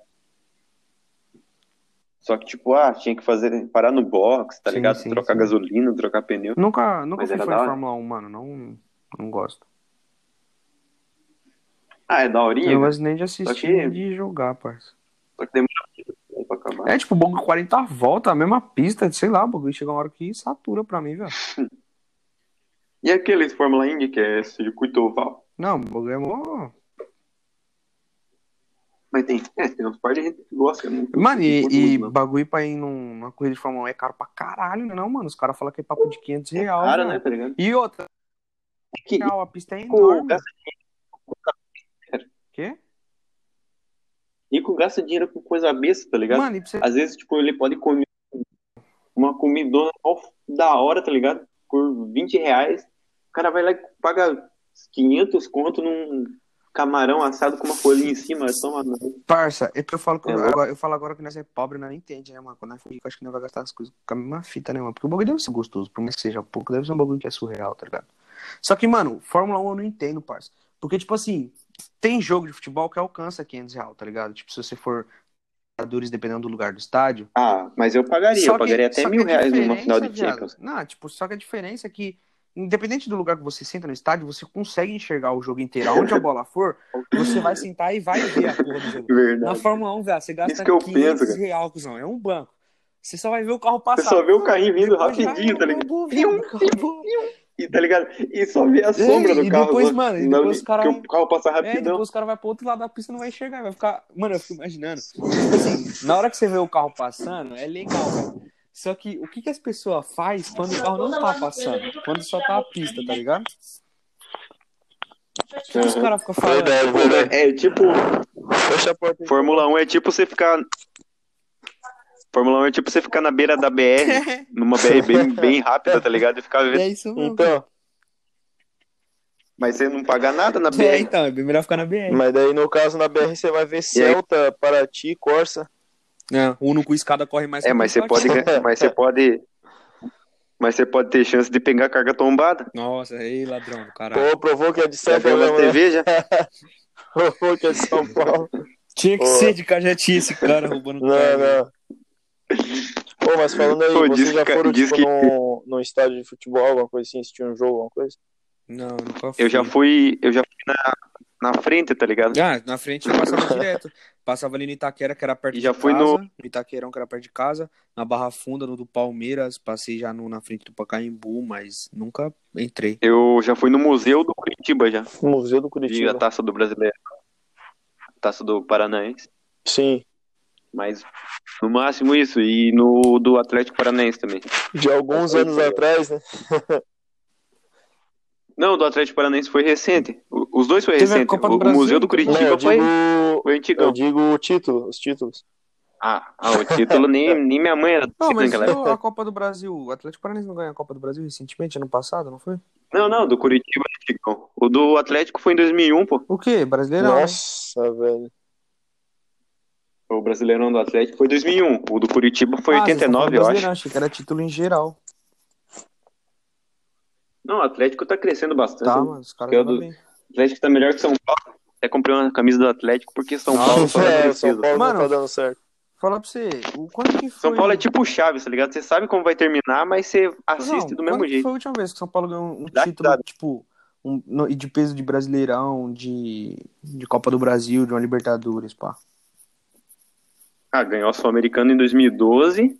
[SPEAKER 2] Só que, tipo, ah, tinha que fazer, parar no box, tá
[SPEAKER 1] Sim,
[SPEAKER 2] ligado?
[SPEAKER 1] sim,
[SPEAKER 2] trocar
[SPEAKER 1] sim.
[SPEAKER 2] gasolina, trocar pneu.
[SPEAKER 1] Nunca, nunca
[SPEAKER 2] Mas
[SPEAKER 1] fui
[SPEAKER 2] era
[SPEAKER 1] fã
[SPEAKER 2] da
[SPEAKER 1] de
[SPEAKER 2] hora.
[SPEAKER 1] Fórmula 1, mano. Não, não gosto.
[SPEAKER 2] Ah, é
[SPEAKER 1] Eu
[SPEAKER 2] daorinha,
[SPEAKER 1] não
[SPEAKER 2] cara.
[SPEAKER 1] gosto nem de assistir,
[SPEAKER 2] que-
[SPEAKER 1] nem de jogar, parça.
[SPEAKER 2] só que demora pra acabar.
[SPEAKER 1] É tipo, o bagulho 40 voltas, a mesma pista, sei lá, o bagulho chega uma hora que satura pra mim, velho.
[SPEAKER 2] E aqueles Fórmula Indy, que é circuito oval?
[SPEAKER 1] Não, o bagulho é mó.
[SPEAKER 2] Mas tem, é, tem uns par de gente que gosta. eu não-
[SPEAKER 1] Mano,
[SPEAKER 2] não curto
[SPEAKER 1] e, e
[SPEAKER 2] muito, né? não.
[SPEAKER 1] bagulho pra ir num- numa corrida de Fórmula 1 é caro pra caralho, né? Não, mano, os caras falam que é papo de 500 reais.
[SPEAKER 2] Cara, né, tá ligado?
[SPEAKER 1] E outra,
[SPEAKER 2] Que,
[SPEAKER 1] real, a pista é
[SPEAKER 2] com,
[SPEAKER 1] enorme.
[SPEAKER 2] gasta,
[SPEAKER 1] Quê?
[SPEAKER 2] e com gasta dinheiro com coisa besta, tá ligado?
[SPEAKER 1] Mano, e pra você.
[SPEAKER 2] Às vezes, tipo, ele pode comer uma comidona mó da hora, tá ligado? Por 20 reais. O cara vai lá e paga 500 conto num camarão assado com uma folhinha em cima. Toma, né? não.
[SPEAKER 1] Parça, é porque eu falo, que
[SPEAKER 2] É,
[SPEAKER 1] eu,
[SPEAKER 2] mano.
[SPEAKER 1] agora- eu falo agora que nós é pobre, nós não entende, né, mano? Quando nós for rico, acho que nós vai gastar as coisas com a mesma fita, né, mano? Porque o bagulho deve ser gostoso, por mais que seja pouco, deve ser um bagulho que é surreal, tá ligado? Só que, mano, Fórmula 1 eu não entendo, parça. Porque, tipo assim, tem jogo de futebol que alcança 500 reais, tá ligado? Tipo, se você for jogadores dependendo do lugar do estádio.
[SPEAKER 2] Ah, mas eu pagaria.
[SPEAKER 1] Só
[SPEAKER 2] eu
[SPEAKER 1] que-
[SPEAKER 2] pagaria
[SPEAKER 1] só
[SPEAKER 2] até
[SPEAKER 1] que
[SPEAKER 2] mil
[SPEAKER 1] a
[SPEAKER 2] reais numa
[SPEAKER 1] diferença,
[SPEAKER 2] final de
[SPEAKER 1] viado,
[SPEAKER 2] Champions.
[SPEAKER 1] Não, tipo, só que a diferença é que, independente do lugar que você senta no estádio, você consegue enxergar o jogo inteiro. Aonde a bola for, você vai sentar e vai ver a porra do jogo. tá Na
[SPEAKER 2] Verdade.
[SPEAKER 1] Fórmula 1, velho, você gasta
[SPEAKER 2] Isso que eu
[SPEAKER 1] 500
[SPEAKER 2] penso, cara.
[SPEAKER 1] real, cuzão. É um banco. Você só vai ver o carro passar.
[SPEAKER 2] Você só vê o carrinho vindo
[SPEAKER 1] Depois já
[SPEAKER 2] rapidinho, tá ligado?
[SPEAKER 1] acabou,
[SPEAKER 2] Pium,
[SPEAKER 1] velho, acabou.
[SPEAKER 2] E, tá ligado? E só vê a sombra
[SPEAKER 1] É,
[SPEAKER 2] do
[SPEAKER 1] e
[SPEAKER 2] carro.
[SPEAKER 1] depois,
[SPEAKER 2] só-
[SPEAKER 1] mano, e
[SPEAKER 2] na-
[SPEAKER 1] depois os cara-
[SPEAKER 2] que o carro passa
[SPEAKER 1] É,
[SPEAKER 2] rapidão.
[SPEAKER 1] depois o cara vai pro outro lado da pista e não vai enxergar. Vai ficar. Mano, eu fico imaginando. Tipo assim, na hora que você vê o carro passando, é legal, velho. Só que o que, que as pessoas faz quando o carro não tá passando? Quando só tá a pista, tá ligado? O que os
[SPEAKER 2] Aham.
[SPEAKER 1] caras ficam falando?
[SPEAKER 3] Verdade, verdade.
[SPEAKER 2] É tipo,
[SPEAKER 3] Fecha a porta. aí.
[SPEAKER 2] Fórmula 1 é tipo você ficar. Fórmula 1 é tipo você ficar na beira da BR, numa BR bem, bem rápida, tá ligado? E ficar vendo.
[SPEAKER 1] É isso mesmo.
[SPEAKER 3] Então,
[SPEAKER 2] Mas você não paga nada na
[SPEAKER 1] É,
[SPEAKER 2] BR.
[SPEAKER 1] então, é bem melhor ficar na BR.
[SPEAKER 3] mas daí no caso na BR você vai ver Celta, Paraty, Corsa.
[SPEAKER 1] É, o Uno com escada corre mais
[SPEAKER 2] É,
[SPEAKER 1] que
[SPEAKER 2] mas
[SPEAKER 1] o
[SPEAKER 2] você
[SPEAKER 1] Totti.
[SPEAKER 2] pode. ganhar- Mas você pode. Mas você pode ter chance de pegar carga tombada.
[SPEAKER 1] Nossa, ei, ladrão do caralho.
[SPEAKER 3] Pô, provou que é de
[SPEAKER 2] Já
[SPEAKER 3] São
[SPEAKER 2] viu
[SPEAKER 3] Paulo.
[SPEAKER 2] na
[SPEAKER 3] né?
[SPEAKER 2] TV já?
[SPEAKER 3] Provou que é de São Paulo.
[SPEAKER 1] Tinha que
[SPEAKER 3] Ô.
[SPEAKER 1] ser de Cajati esse cara roubando
[SPEAKER 3] Não,
[SPEAKER 1] carro.
[SPEAKER 3] não. Pô, mas falando aí,
[SPEAKER 2] né? Pô,
[SPEAKER 3] vocês
[SPEAKER 2] diz
[SPEAKER 3] já
[SPEAKER 2] que-
[SPEAKER 3] foram
[SPEAKER 2] diz
[SPEAKER 3] tipo,
[SPEAKER 2] que-
[SPEAKER 3] num, num estádio de futebol, alguma coisa assim, assistir um jogo, alguma coisa?
[SPEAKER 1] Não, nunca fui.
[SPEAKER 2] Eu já fui. Eu já fui na, na frente, tá ligado?
[SPEAKER 1] Ah, na frente eu passava direto. Passava ali no Itaquera, que era perto
[SPEAKER 2] E já
[SPEAKER 1] de
[SPEAKER 2] fui
[SPEAKER 1] casa.
[SPEAKER 2] no-
[SPEAKER 1] Itaquerão, que era perto de casa. Na Barra Funda, no do Palmeiras. Passei já no, na frente do Pacaembu, mas nunca entrei.
[SPEAKER 2] Eu já fui no Museu do Curitiba já.
[SPEAKER 3] Museu do
[SPEAKER 2] Vi
[SPEAKER 3] Curitiba.
[SPEAKER 2] a taça do brasileiro. a Taça do Paranaense.
[SPEAKER 3] Sim,
[SPEAKER 2] Mas no máximo isso. E no do Atlético Paranaense também.
[SPEAKER 3] de alguns
[SPEAKER 2] Foi,
[SPEAKER 3] anos
[SPEAKER 2] foi.
[SPEAKER 3] atrás, né?
[SPEAKER 2] Não, do Atlético Paranaense foi recente. O- Os dois foi
[SPEAKER 1] Teve a
[SPEAKER 2] recente.
[SPEAKER 1] Copa
[SPEAKER 2] O,
[SPEAKER 1] do
[SPEAKER 2] o
[SPEAKER 1] Brasil,
[SPEAKER 2] Museu do
[SPEAKER 1] então.
[SPEAKER 3] Não,
[SPEAKER 2] Curitiba
[SPEAKER 3] eu
[SPEAKER 2] foi,
[SPEAKER 3] digo,
[SPEAKER 2] foi
[SPEAKER 3] eu
[SPEAKER 2] antigão.
[SPEAKER 3] digo o título, os títulos.
[SPEAKER 2] Ah, ah, o título
[SPEAKER 3] É.
[SPEAKER 2] nem, nem minha mãe era do
[SPEAKER 1] Não,
[SPEAKER 2] título
[SPEAKER 1] mas
[SPEAKER 2] Tipo, naquela época.
[SPEAKER 1] a Copa do Brasil. O Atlético Paranaense não ganhou a Copa do Brasil recentemente, ano passado, não foi?
[SPEAKER 2] Não, não, do Curitiba é antigão. O do Atlético foi em 2001, pô.
[SPEAKER 1] O quê? Brasileirão? né?
[SPEAKER 3] Nossa, velho.
[SPEAKER 2] O Brasileirão do Atlético foi 2001. O do Curitiba foi
[SPEAKER 1] Ah, vocês estão falando
[SPEAKER 2] 89, eu
[SPEAKER 1] brasileirão,
[SPEAKER 2] acho.
[SPEAKER 1] Achei que era título em geral.
[SPEAKER 2] Não, o Atlético tá crescendo bastante.
[SPEAKER 1] Tá,
[SPEAKER 2] né?
[SPEAKER 1] mano, os caras
[SPEAKER 2] que é o
[SPEAKER 1] jogam
[SPEAKER 2] do-
[SPEAKER 1] bem.
[SPEAKER 2] O Atlético tá melhor que São Paulo. Até comprei uma camisa do Atlético porque São
[SPEAKER 1] Nossa,
[SPEAKER 2] Paulo só
[SPEAKER 3] é,
[SPEAKER 2] precisa.
[SPEAKER 3] São Paulo
[SPEAKER 1] Mano,
[SPEAKER 3] não tá dando certo.
[SPEAKER 1] Fala pra você, o quando que foi...
[SPEAKER 2] São Paulo é tipo o Chaves, tá ligado? Você sabe como vai terminar, mas você assiste
[SPEAKER 1] Não,
[SPEAKER 2] do
[SPEAKER 1] quando
[SPEAKER 2] mesmo
[SPEAKER 1] que
[SPEAKER 2] jeito.
[SPEAKER 1] foi a última vez que São Paulo ganhou um
[SPEAKER 2] Dá
[SPEAKER 1] título,
[SPEAKER 2] risada.
[SPEAKER 1] tipo, um, no- e de peso de Brasileirão, de, de Copa do Brasil, de uma Libertadores, pá.
[SPEAKER 2] Ah, ganhou a Sul-Americana em 2012,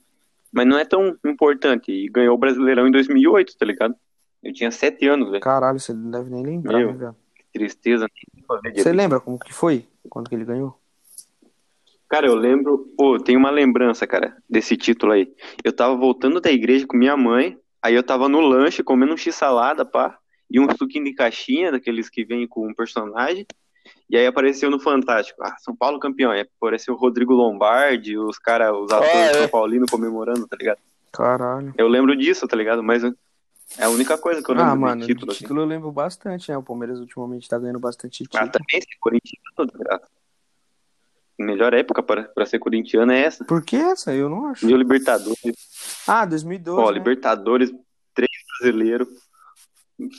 [SPEAKER 2] mas não é tão importante. E ganhou o Brasileirão em 2008, tá ligado? Eu tinha sete anos, velho.
[SPEAKER 1] Caralho, você não deve nem lembrar,
[SPEAKER 2] Meu.
[SPEAKER 1] né, velho?
[SPEAKER 2] Que tristeza. nem pra ver
[SPEAKER 1] Você
[SPEAKER 2] direito.
[SPEAKER 1] lembra como que foi? Quando que ele ganhou?
[SPEAKER 2] Cara, eu lembro, pô, tem uma lembrança, cara, desse título aí. Eu tava voltando da igreja com minha mãe, aí eu tava no lanche comendo um x-salada, pá, e um suquinho de caixinha, daqueles que vem com um personagem, e aí apareceu no Fantástico, ah, São Paulo campeão, aí apareceu o Rodrigo Lombardi, os caras, os atores
[SPEAKER 3] Ah, é.
[SPEAKER 2] São Paulino comemorando, tá ligado?
[SPEAKER 1] Caralho.
[SPEAKER 2] Eu lembro disso, tá ligado? Mas é a única coisa que eu lembro
[SPEAKER 1] Ah,
[SPEAKER 2] de
[SPEAKER 1] mano, de
[SPEAKER 2] título,
[SPEAKER 1] título,
[SPEAKER 2] assim. Ah,
[SPEAKER 1] eu lembro bastante, né? O Palmeiras ultimamente tá ganhando bastante título.
[SPEAKER 2] Mas também ser corintiano, tá ligado? Melhor época para, para ser corintiano é essa.
[SPEAKER 1] Por que essa? Eu não acho.
[SPEAKER 2] Viu Libertadores,
[SPEAKER 1] Ah, 2012,
[SPEAKER 2] Hum. Ó,
[SPEAKER 1] né?
[SPEAKER 2] Libertadores, três brasileiros,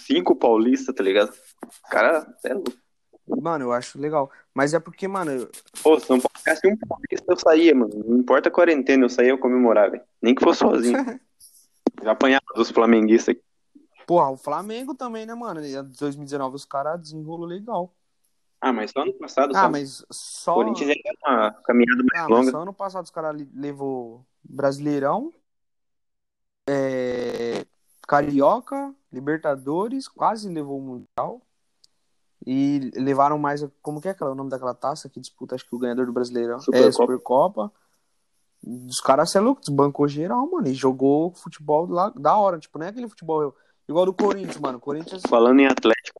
[SPEAKER 2] cinco paulistas, tá ligado? Cara, é louco.
[SPEAKER 1] Mano, eu acho legal. Mas é porque, mano, eu-
[SPEAKER 2] Pô, se não ficasse um paulista, eu saía, mano. Não importa a quarentena, eu saía eu comemorava. velho. Nem que fosse sozinho. Já apanhava dos flamenguistas. aqui.
[SPEAKER 1] porra, o Flamengo também, né, mano? Em 2019 os caras desenrolam legal.
[SPEAKER 2] Ah, mas só ano passado,
[SPEAKER 1] Ah,
[SPEAKER 2] só.
[SPEAKER 1] mas
[SPEAKER 2] O
[SPEAKER 1] só.
[SPEAKER 2] Corinthians já deu uma caminhada mais
[SPEAKER 1] Ah, mas
[SPEAKER 2] longa.
[SPEAKER 1] só ano passado os caras li- levou Brasileirão, é, Carioca, Libertadores, quase levou o Mundial. E levaram mais. a- Como que é aquela- o nome daquela taça que disputa, acho que o ganhador do Brasileirão?
[SPEAKER 2] Supercopa.
[SPEAKER 1] É, Supercopa. Os caras, você é louco, desbancou geral, mano. E jogou futebol lá, da hora. Tipo, não é aquele futebol igual do Corinthians, mano. O Corinthians.
[SPEAKER 2] Falando em Atlético,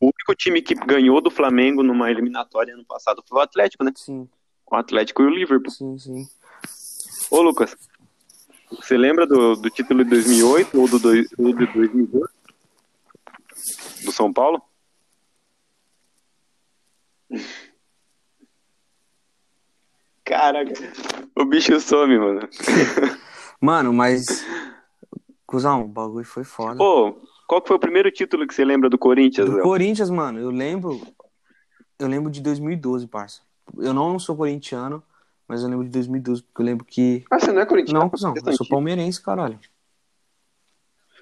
[SPEAKER 2] o único time que ganhou do Flamengo numa eliminatória ano passado foi o Atlético, né?
[SPEAKER 1] Sim,
[SPEAKER 2] O Atlético e o Liverpool.
[SPEAKER 1] sim, sim.
[SPEAKER 2] Ô, Lucas, você lembra do, do título de 2008 ou do, dois- ou de 2012? Do São Paulo? Caraca, o bicho some, mano.
[SPEAKER 1] Mano, mas. Cusão, o bagulho foi foda.
[SPEAKER 2] Pô, qual que foi o primeiro título que você lembra do Corinthians,
[SPEAKER 1] Do
[SPEAKER 2] Léo?
[SPEAKER 1] Corinthians, mano, eu lembro. Eu lembro de 2012, parça. Eu não sou corintiano, mas eu lembro de 2012, porque eu lembro que.
[SPEAKER 2] Ah, você não é corintiano?
[SPEAKER 1] Não, cuzão, eu sou palmeirense, caralho.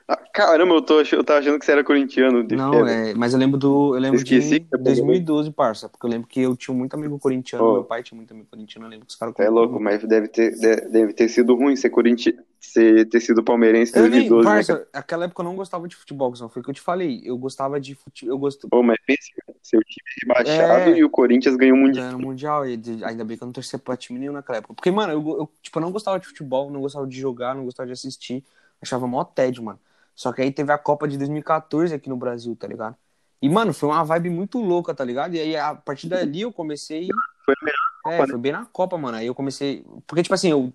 [SPEAKER 2] Ah, Caramba, eu, tô, ach- eu tava achando que você era corintiano. de fé,
[SPEAKER 1] Não,
[SPEAKER 2] velho.
[SPEAKER 1] é, mas eu lembro do. Eu lembro de
[SPEAKER 2] Esqueci que é palmeirense.
[SPEAKER 1] 2012, parça. Porque eu lembro que eu tinha muito amigo corintiano,
[SPEAKER 2] Ô.
[SPEAKER 1] meu pai tinha muito amigo corintiano, eu lembro que os caras.
[SPEAKER 2] Você é louco, mas deve ter, de- deve ter sido ruim ser corintiano, ter sido palmeirense em
[SPEAKER 1] Eu nem,
[SPEAKER 2] 2012, né,
[SPEAKER 1] parça, aquela época eu não gostava de futebol, cuzão. Foi o que eu te falei. Eu gostava de futebol. Eu gosto.
[SPEAKER 2] Pô, mas pensa, cara, seu time é rebaixado
[SPEAKER 1] É.
[SPEAKER 2] e o Corinthians ganhou o Mundial.
[SPEAKER 1] ganhando o Mundial, e de- ainda bem que eu não torcia pra time nenhum naquela época. Porque, mano, eu, go- eu, tipo, eu não gostava de futebol, não gostava de jogar, não gostava de assistir. Achava mó tédio, mano. Só que aí teve a Copa de 2014 aqui no Brasil, tá ligado? E, mano, foi uma vibe muito louca, tá ligado? E aí, a partir dali, eu comecei.
[SPEAKER 2] Foi a melhor
[SPEAKER 1] É,
[SPEAKER 2] Copa, né?
[SPEAKER 1] foi bem na Copa, mano. Aí eu comecei. Porque, tipo assim, eu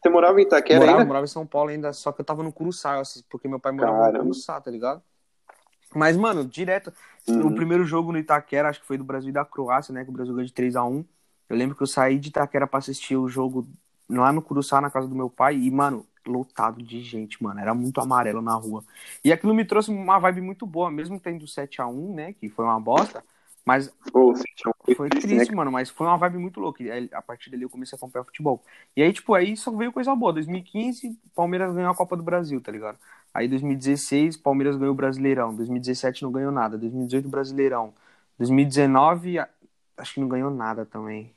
[SPEAKER 2] Você morava em Itaquera
[SPEAKER 1] morava,
[SPEAKER 2] ainda?
[SPEAKER 1] morava em São Paulo ainda, só que eu tava no Curuçá, eu assisti- porque meu pai morava
[SPEAKER 2] Caramba.
[SPEAKER 1] no Curuçá, tá ligado? Mas, mano, direto.
[SPEAKER 2] Uhum.
[SPEAKER 1] O primeiro jogo no Itaquera, acho que foi do Brasil e da Croácia, né? Que o Brasil ganhou de 3x1. Eu lembro que eu saí de Itaquera pra assistir o jogo lá no Curuçá, na casa do meu pai. E, mano, lotado de gente, mano. Era muito amarelo na rua. E aquilo me trouxe uma vibe muito boa, mesmo tendo 7x1, né? Que foi uma bosta. Mas
[SPEAKER 2] Pô, você tinha um
[SPEAKER 1] foi
[SPEAKER 2] triste,
[SPEAKER 1] triste,
[SPEAKER 2] né?
[SPEAKER 1] mano, mas foi uma vibe muito louca. E aí, A partir dali eu comecei a acompanhar futebol. E aí, tipo, aí só veio coisa boa. 2015, Palmeiras ganhou a Copa do Brasil, tá ligado? Aí 2016, Palmeiras ganhou o Brasileirão. 2017 não ganhou nada. 2018, Brasileirão. 2019, a- acho que não ganhou nada também.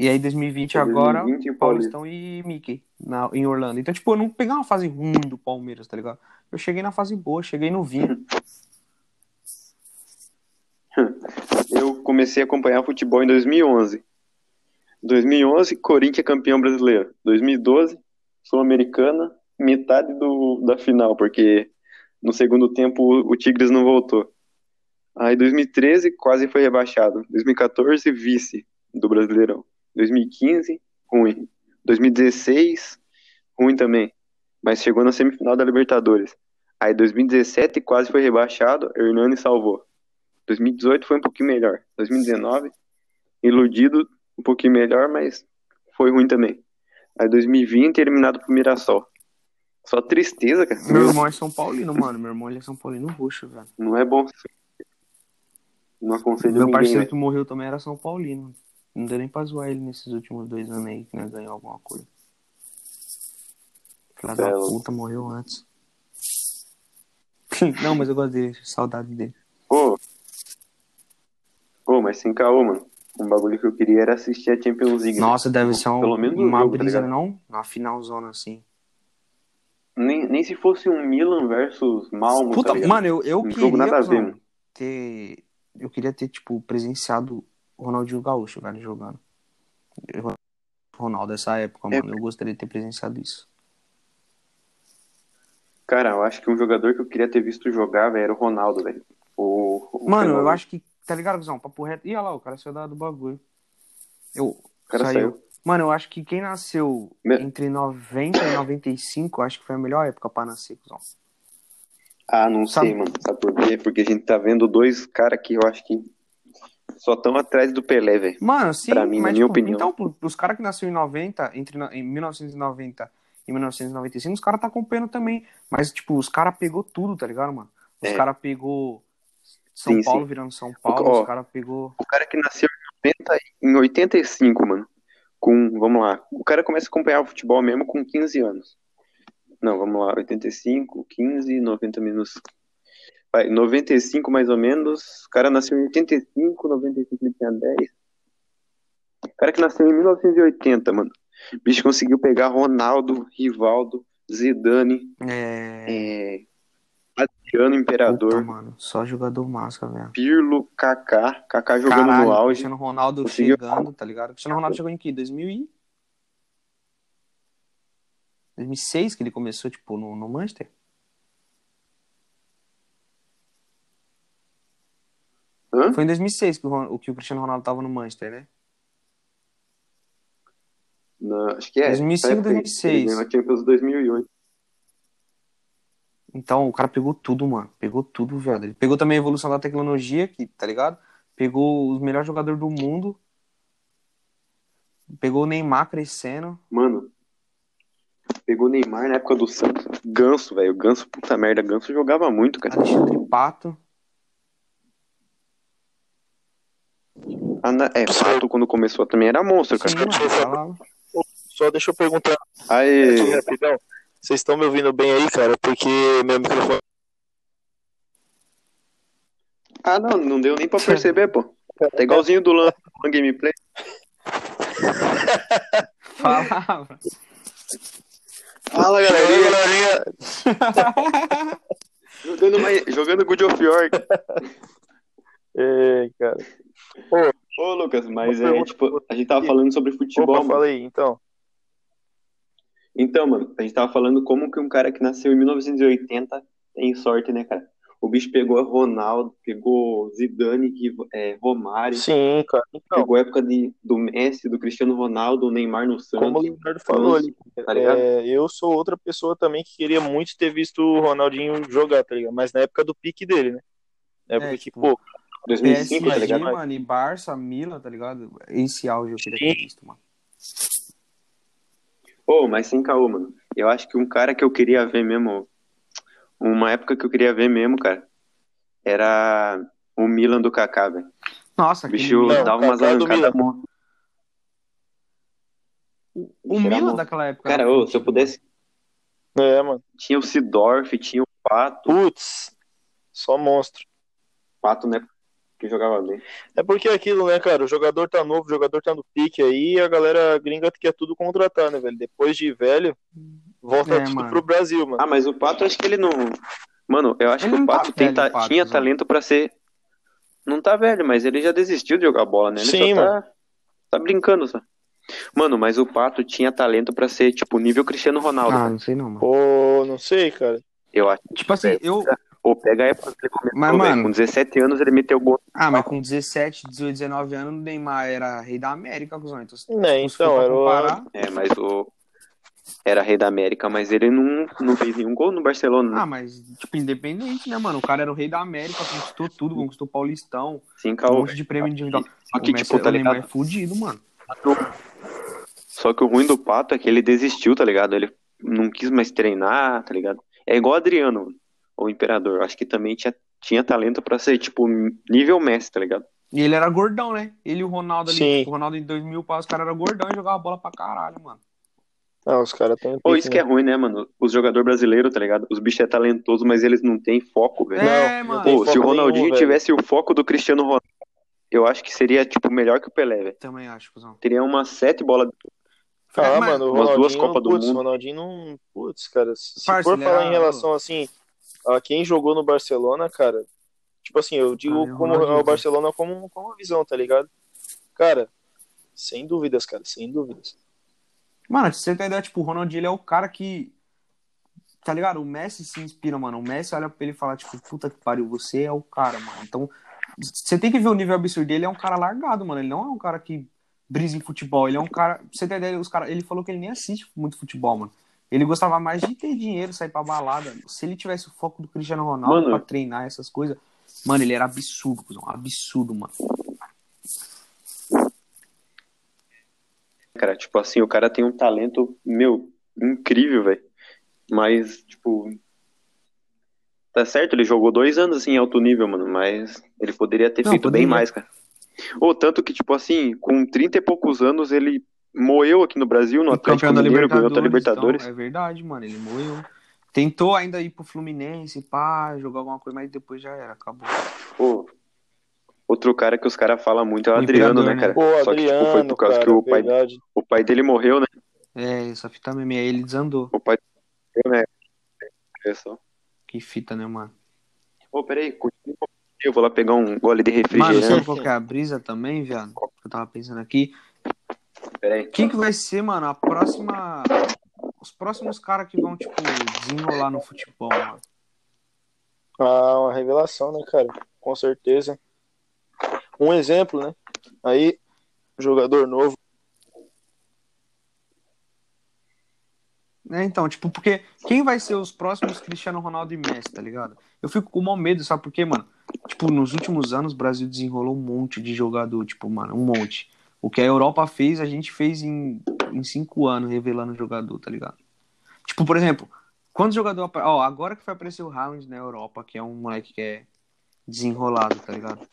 [SPEAKER 1] E aí 2020 agora,
[SPEAKER 2] 2020 Então, e Paulista.
[SPEAKER 1] Paulistão e Mickey na- em Orlando. Então, tipo, eu não peguei uma fase ruim do Palmeiras, tá ligado? Eu cheguei na fase boa, cheguei no vinho.
[SPEAKER 2] Eu comecei a acompanhar futebol em 2011. 2011, Corinthians é campeão brasileiro. 2012, Sul-Americana, metade do, da final, porque no segundo tempo o, o Tigres não voltou. Aí 2013, quase foi rebaixado. 2014, vice do Brasileirão. 2015, ruim. 2016, ruim também. Mas chegou na semifinal da Libertadores. Aí 2017, quase foi rebaixado, Hernani salvou. 2018 foi um pouquinho melhor. 2019, iludido, um pouquinho melhor, mas foi ruim também. Aí 2020, eliminado pro Mirassol. Só tristeza, cara.
[SPEAKER 1] Meu irmão é São Paulino, mano. Meu irmão ele é São Paulino roxo, velho.
[SPEAKER 2] Não é bom. Não aconselho
[SPEAKER 1] Meu
[SPEAKER 2] ninguém. né?
[SPEAKER 1] parceiro
[SPEAKER 2] velho.
[SPEAKER 1] que morreu também era São Paulino. Não deu nem pra zoar ele nesses últimos dois anos aí que nós ganhamos alguma coisa. Filha da
[SPEAKER 2] É, eu-
[SPEAKER 1] puta morreu antes. Não, mas eu gosto dele, saudade dele.
[SPEAKER 2] Pô. Pô, mas sem caô, mano. Um bagulho que eu queria era assistir a Champions League.
[SPEAKER 1] Nossa, deve ser um-
[SPEAKER 2] Pelo menos o
[SPEAKER 1] uma
[SPEAKER 2] jogo, tá
[SPEAKER 1] brisa,
[SPEAKER 2] ligado?
[SPEAKER 1] não? Uma finalzona assim.
[SPEAKER 2] Nem, nem se fosse um Milan versus Malmo,
[SPEAKER 1] Puta,
[SPEAKER 2] tá ligado?
[SPEAKER 1] mano, eu, eu
[SPEAKER 2] Um
[SPEAKER 1] queria
[SPEAKER 2] jogo nada a ver,
[SPEAKER 1] cuzão,
[SPEAKER 2] mano.
[SPEAKER 1] ter. Eu queria ter, tipo, presenciado o Ronaldinho Gaúcho, velho, jogando. Eu- Ronaldo dessa época,
[SPEAKER 2] É.
[SPEAKER 1] mano. Eu gostaria de ter presenciado isso.
[SPEAKER 2] Cara, eu acho que um jogador que eu queria ter visto jogar, velho, era o Ronaldo, velho. O, o
[SPEAKER 1] Mano, eu
[SPEAKER 2] fenômeno.
[SPEAKER 1] acho que. Tá ligado, Cusão? Papo reto. Ih, olha lá, o cara saiu da- do bagulho. Eu.
[SPEAKER 2] O cara saiu.
[SPEAKER 1] Mano, eu acho que quem nasceu
[SPEAKER 2] Me-
[SPEAKER 1] entre 90 e 95, eu acho que foi a melhor época pra nascer, Cusão.
[SPEAKER 2] Ah, não
[SPEAKER 1] Sabe-
[SPEAKER 2] sei, mano. Sabe por quê? Porque a gente tá vendo dois caras que eu acho que só estão atrás do Pelé, velho.
[SPEAKER 1] Mano, sim,
[SPEAKER 2] Pra mim, na
[SPEAKER 1] mas
[SPEAKER 2] minha
[SPEAKER 1] tipo,
[SPEAKER 2] opinião.
[SPEAKER 1] então, pro- pros caras que nasceram em 90, entre no- em 1990 e 1995, os caras tá acompanhando também. Mas, tipo, os caras pegou tudo, tá ligado, mano? Os
[SPEAKER 2] É.
[SPEAKER 1] caras pegou São
[SPEAKER 2] Sim,
[SPEAKER 1] Paulo
[SPEAKER 2] sim.
[SPEAKER 1] virando São Paulo,
[SPEAKER 2] ó,
[SPEAKER 1] os caras pegou.
[SPEAKER 2] O cara que nasceu em 80 em 85, mano. Com, vamos lá. O cara começa a acompanhar o futebol mesmo com 15 anos. Não, vamos lá. 85, 15, 90 menos. Vai, 95 mais ou menos. O cara nasceu em 85, 95 ele tinha 10. O cara que nasceu em 1980, mano. O bicho conseguiu pegar Ronaldo, Rivaldo, Zidane,
[SPEAKER 1] É.
[SPEAKER 2] é, Adriano Imperador,
[SPEAKER 1] Puta, mano, só jogador massa, velho.
[SPEAKER 2] Pirlo, Kaká. Kaká jogando
[SPEAKER 1] Caralho,
[SPEAKER 2] no auge.
[SPEAKER 1] Cristiano Ronaldo
[SPEAKER 2] Conseguiu.
[SPEAKER 1] chegando, tá ligado? Cristiano Ronaldo chegou em que? 2000 e... 2006 que ele começou, tipo, no, no Manchester?
[SPEAKER 2] Hã?
[SPEAKER 1] Foi em 2006 que o, Ron- o que o Cristiano Ronaldo tava no Manchester, né?
[SPEAKER 2] Não, acho que é.
[SPEAKER 1] 2005,
[SPEAKER 2] Essa época aí.
[SPEAKER 1] 2006.
[SPEAKER 2] Ele ganhou a Champions 2008.
[SPEAKER 1] Então, o cara pegou tudo, mano. Pegou tudo, velho. Ele pegou também a evolução da tecnologia, que, tá ligado? Pegou os melhores jogadores do mundo. Pegou o Neymar crescendo.
[SPEAKER 2] Mano, pegou o Neymar na época do Santos. Ganso, velho. Ganso, puta merda. Ganso jogava muito, cara.
[SPEAKER 1] Alexandre Pato.
[SPEAKER 2] Ah, na- É, Pato, quando começou também era monstro,
[SPEAKER 1] Sim,
[SPEAKER 2] cara.
[SPEAKER 1] mano, falava.
[SPEAKER 3] Só deixa eu perguntar aqui
[SPEAKER 2] Aí,
[SPEAKER 3] rapidão. Vocês estão me ouvindo bem aí, cara? Porque meu microfone. tá
[SPEAKER 2] ah, não, não deu nem pra perceber, pô. Tá igualzinho do Lan, Lan Gameplay.
[SPEAKER 1] Falava.
[SPEAKER 2] Fala,
[SPEAKER 3] Aí,
[SPEAKER 2] galera.
[SPEAKER 3] galerinha,
[SPEAKER 2] Jogando, uma... Jogando God of War.
[SPEAKER 3] É, cara.
[SPEAKER 2] Ô, Lucas, mas
[SPEAKER 3] Uma
[SPEAKER 2] é,
[SPEAKER 3] pergunta
[SPEAKER 2] tipo, a gente tava falando sobre futebol,
[SPEAKER 3] Opa,
[SPEAKER 2] mano.
[SPEAKER 3] fala aí, então.
[SPEAKER 2] Então, mano, a gente tava falando como que um cara que nasceu em 1980 tem sorte, né, cara? O bicho pegou Ronaldo, pegou Zidane, Riv- é, Romário,
[SPEAKER 3] Sim, cara. Então,
[SPEAKER 2] pegou a época de, do Messi, do Cristiano Ronaldo, o Neymar no Santos.
[SPEAKER 3] como o Leonardo falou ali,
[SPEAKER 2] tá ligado?
[SPEAKER 3] é, eu sou outra pessoa também que queria muito ter visto o Ronaldinho jogar, tá ligado? Mas na época do pique dele, né? Na época que,
[SPEAKER 1] tipo,
[SPEAKER 3] pô,
[SPEAKER 2] 2005, tá
[SPEAKER 1] PSG,
[SPEAKER 2] ligado?
[SPEAKER 1] mano, e Barça, Milan, tá ligado? Esse auge eu queria ter visto, mano.
[SPEAKER 2] Ô, mas sem caô, mano. Eu acho que um cara que eu queria ver mesmo, uma época que eu queria ver mesmo, cara, era o Milan do Kaká, velho.
[SPEAKER 1] Nossa,
[SPEAKER 2] O
[SPEAKER 1] aquele
[SPEAKER 2] bicho tá
[SPEAKER 1] Milan.
[SPEAKER 2] dava umas
[SPEAKER 3] Kaká é do
[SPEAKER 2] arrancadas.
[SPEAKER 1] O
[SPEAKER 2] Era
[SPEAKER 1] Milan
[SPEAKER 2] bom.
[SPEAKER 1] daquela época.
[SPEAKER 2] Cara,
[SPEAKER 1] era
[SPEAKER 2] ô,
[SPEAKER 1] muito
[SPEAKER 2] se eu
[SPEAKER 1] bom.
[SPEAKER 2] pudesse,
[SPEAKER 3] é, mano.
[SPEAKER 2] tinha o Sidorf, tinha o Pato.
[SPEAKER 3] Putz, só monstro.
[SPEAKER 2] Pato, né? Que jogava bem.
[SPEAKER 3] É porque é aquilo, né, cara? O jogador tá novo, o jogador tá no pique aí, e a galera gringa quer tudo contratar, né, velho? Depois de velho, volta
[SPEAKER 1] É,
[SPEAKER 3] tudo
[SPEAKER 1] mano.
[SPEAKER 3] pro Brasil, mano.
[SPEAKER 2] Ah, mas o Pato, acho que ele não. Mano, eu acho
[SPEAKER 1] Ele
[SPEAKER 2] que
[SPEAKER 1] não
[SPEAKER 2] o
[SPEAKER 1] tá
[SPEAKER 2] Pato, tem
[SPEAKER 1] velho,
[SPEAKER 2] ta-
[SPEAKER 1] o Pato,
[SPEAKER 2] tinha
[SPEAKER 1] né?
[SPEAKER 2] talento pra ser. Não tá velho, mas ele já desistiu de jogar bola, né? Ele
[SPEAKER 3] Sim,
[SPEAKER 2] só tá... tá brincando só. Mano, mas o Pato tinha talento pra ser, tipo, nível Cristiano Ronaldo. né?
[SPEAKER 1] Ah,
[SPEAKER 2] cara.
[SPEAKER 1] não sei não, mano.
[SPEAKER 3] Pô, não sei, cara.
[SPEAKER 2] Eu acho.
[SPEAKER 1] Tipo assim, eu.
[SPEAKER 2] Ou pega a época que ele começou,
[SPEAKER 1] Mas,
[SPEAKER 2] velho.
[SPEAKER 1] mano-
[SPEAKER 2] Com 17 anos ele meteu gol.
[SPEAKER 1] Ah, mas com 17, 18, 19 anos, o Neymar era rei da América, cuzão. Então, se
[SPEAKER 3] Né,
[SPEAKER 1] se for
[SPEAKER 3] então,
[SPEAKER 1] pra
[SPEAKER 3] era o.
[SPEAKER 1] comparar...
[SPEAKER 2] É, mas o. Era rei da América, mas ele não, não fez nenhum gol no Barcelona. né?
[SPEAKER 1] Ah, mas, tipo, independente, né, mano? O cara era o rei da América, conquistou tudo, conquistou o Paulistão,
[SPEAKER 2] Sim,
[SPEAKER 1] um
[SPEAKER 2] caô.
[SPEAKER 1] monte de prêmio individual.
[SPEAKER 2] Só que,
[SPEAKER 1] o Messi-
[SPEAKER 2] tipo, tá
[SPEAKER 1] o Neymar é
[SPEAKER 2] ligado?
[SPEAKER 1] fudido, mano.
[SPEAKER 2] Só que o ruim do Pato é que ele desistiu, tá ligado? Ele não quis mais treinar, tá ligado? É igual o Adriano, o Imperador. Acho que também tinha, tinha talento pra ser, tipo, nível Messi, tá ligado?
[SPEAKER 1] E ele era gordão, né? Ele e o Ronaldo ali.
[SPEAKER 3] Sim.
[SPEAKER 1] O Ronaldo em 2000, pá, os caras eram gordão e jogavam bola pra caralho, mano.
[SPEAKER 3] Ah, os caras têm.
[SPEAKER 2] Pô, isso que é ruim, né, mano? Os jogadores brasileiros, tá ligado? Os bichos é talentoso, mas eles não têm foco, velho.
[SPEAKER 1] É,
[SPEAKER 3] não
[SPEAKER 1] mano.
[SPEAKER 3] tem
[SPEAKER 2] Pô, se
[SPEAKER 3] foco
[SPEAKER 2] o Ronaldinho
[SPEAKER 3] nenhum, um, velho.
[SPEAKER 2] tivesse o foco do Cristiano Ronaldo, eu acho que seria, tipo, melhor que o Pelé, velho.
[SPEAKER 1] Também acho, cuzão.
[SPEAKER 2] Teria umas sete bolas.
[SPEAKER 3] Ah,
[SPEAKER 1] É, mas-
[SPEAKER 3] mano, o
[SPEAKER 2] umas
[SPEAKER 3] Ronaldinho,
[SPEAKER 2] duas Copas do
[SPEAKER 3] putz,
[SPEAKER 2] Mundo.
[SPEAKER 3] o Ronaldinho não. Putz, cara, se
[SPEAKER 1] Parça,
[SPEAKER 3] for
[SPEAKER 1] ele
[SPEAKER 3] falar
[SPEAKER 1] era-
[SPEAKER 3] em relação assim a quem jogou no Barcelona, cara, tipo assim, eu digo
[SPEAKER 1] Ah, e o
[SPEAKER 3] como
[SPEAKER 1] Ronaldinho,
[SPEAKER 3] o Barcelona como, como uma visão, tá ligado? Cara, sem dúvidas, cara, sem dúvidas.
[SPEAKER 1] Mano, se você tem ideia, tipo, o Ronaldinho, ele é o cara que. Tá ligado? O Messi se inspira, mano. O Messi olha pra ele e fala, tipo, puta que pariu, você é o cara, mano. Então, você tem que ver o nível absurdo dele. Ele é um cara largado, mano. Ele não é um cara que brisa em futebol. Ele é um cara. Pra você ter ideia, os cara... ele falou que ele nem assiste muito futebol, mano. Ele gostava mais de ter dinheiro, sair pra balada. Se ele tivesse o foco do Cristiano Ronaldo
[SPEAKER 2] Mano.
[SPEAKER 1] pra treinar essas coisas. Mano, ele era absurdo, cuzão. Absurdo, mano.
[SPEAKER 2] Cara, tipo assim, o cara tem um talento, meu, incrível, velho. Mas, tipo. Tá certo, ele jogou dois anos assim, em alto nível, mano. Mas ele poderia ter
[SPEAKER 1] Não,
[SPEAKER 2] feito
[SPEAKER 1] poderia.
[SPEAKER 2] bem mais, cara. Ou tanto que, tipo assim, com 30 e poucos anos, ele moeu aqui no Brasil, no Atlético Mineiro, ganhou da Libertadores.
[SPEAKER 1] então, é verdade, mano. Ele morreu. Tentou ainda ir pro Fluminense, pá, jogar alguma coisa, mas depois já era, acabou.
[SPEAKER 2] Pô, outro cara que os caras falam muito é o
[SPEAKER 1] O
[SPEAKER 2] Adriano,
[SPEAKER 1] Imperador,
[SPEAKER 2] né, cara?
[SPEAKER 3] Pô,
[SPEAKER 2] Só que, tipo,
[SPEAKER 3] Adriano,
[SPEAKER 2] foi por causa
[SPEAKER 3] cara,
[SPEAKER 2] que o pai,
[SPEAKER 3] verdade.
[SPEAKER 2] o pai dele morreu, né?
[SPEAKER 1] É, essa fita mesmo. E aí ele desandou.
[SPEAKER 2] O pai dele morreu, né? É só.
[SPEAKER 1] Que fita, né, mano?
[SPEAKER 2] Ô, peraí, continua. Eu vou lá pegar um gole de
[SPEAKER 1] Mano,
[SPEAKER 2] refrigerante.
[SPEAKER 1] sabe qual que é a brisa também, viado? Eu tava pensando aqui.
[SPEAKER 2] Peraí.
[SPEAKER 1] Quem que vai ser, mano, a próxima. Os próximos caras que vão, tipo, desenrolar no futebol, mano.
[SPEAKER 3] Ah, uma revelação, né, cara? Com certeza. Um exemplo, né? Aí, jogador novo.
[SPEAKER 1] Né, então, tipo, porque quem vai ser os próximos Cristiano Ronaldo e Messi, tá ligado? Eu fico com o maior medo, sabe por quê, mano? Tipo, nos últimos anos o Brasil desenrolou um monte de jogador, tipo, mano, um monte. O que a Europa fez, a gente fez em, em cinco anos, revelando jogador, tá ligado? Tipo, por exemplo, quantos jogadores. Ó, agora que foi aparecer o Haaland na Europa, que é um moleque que é desenrolado, tá ligado?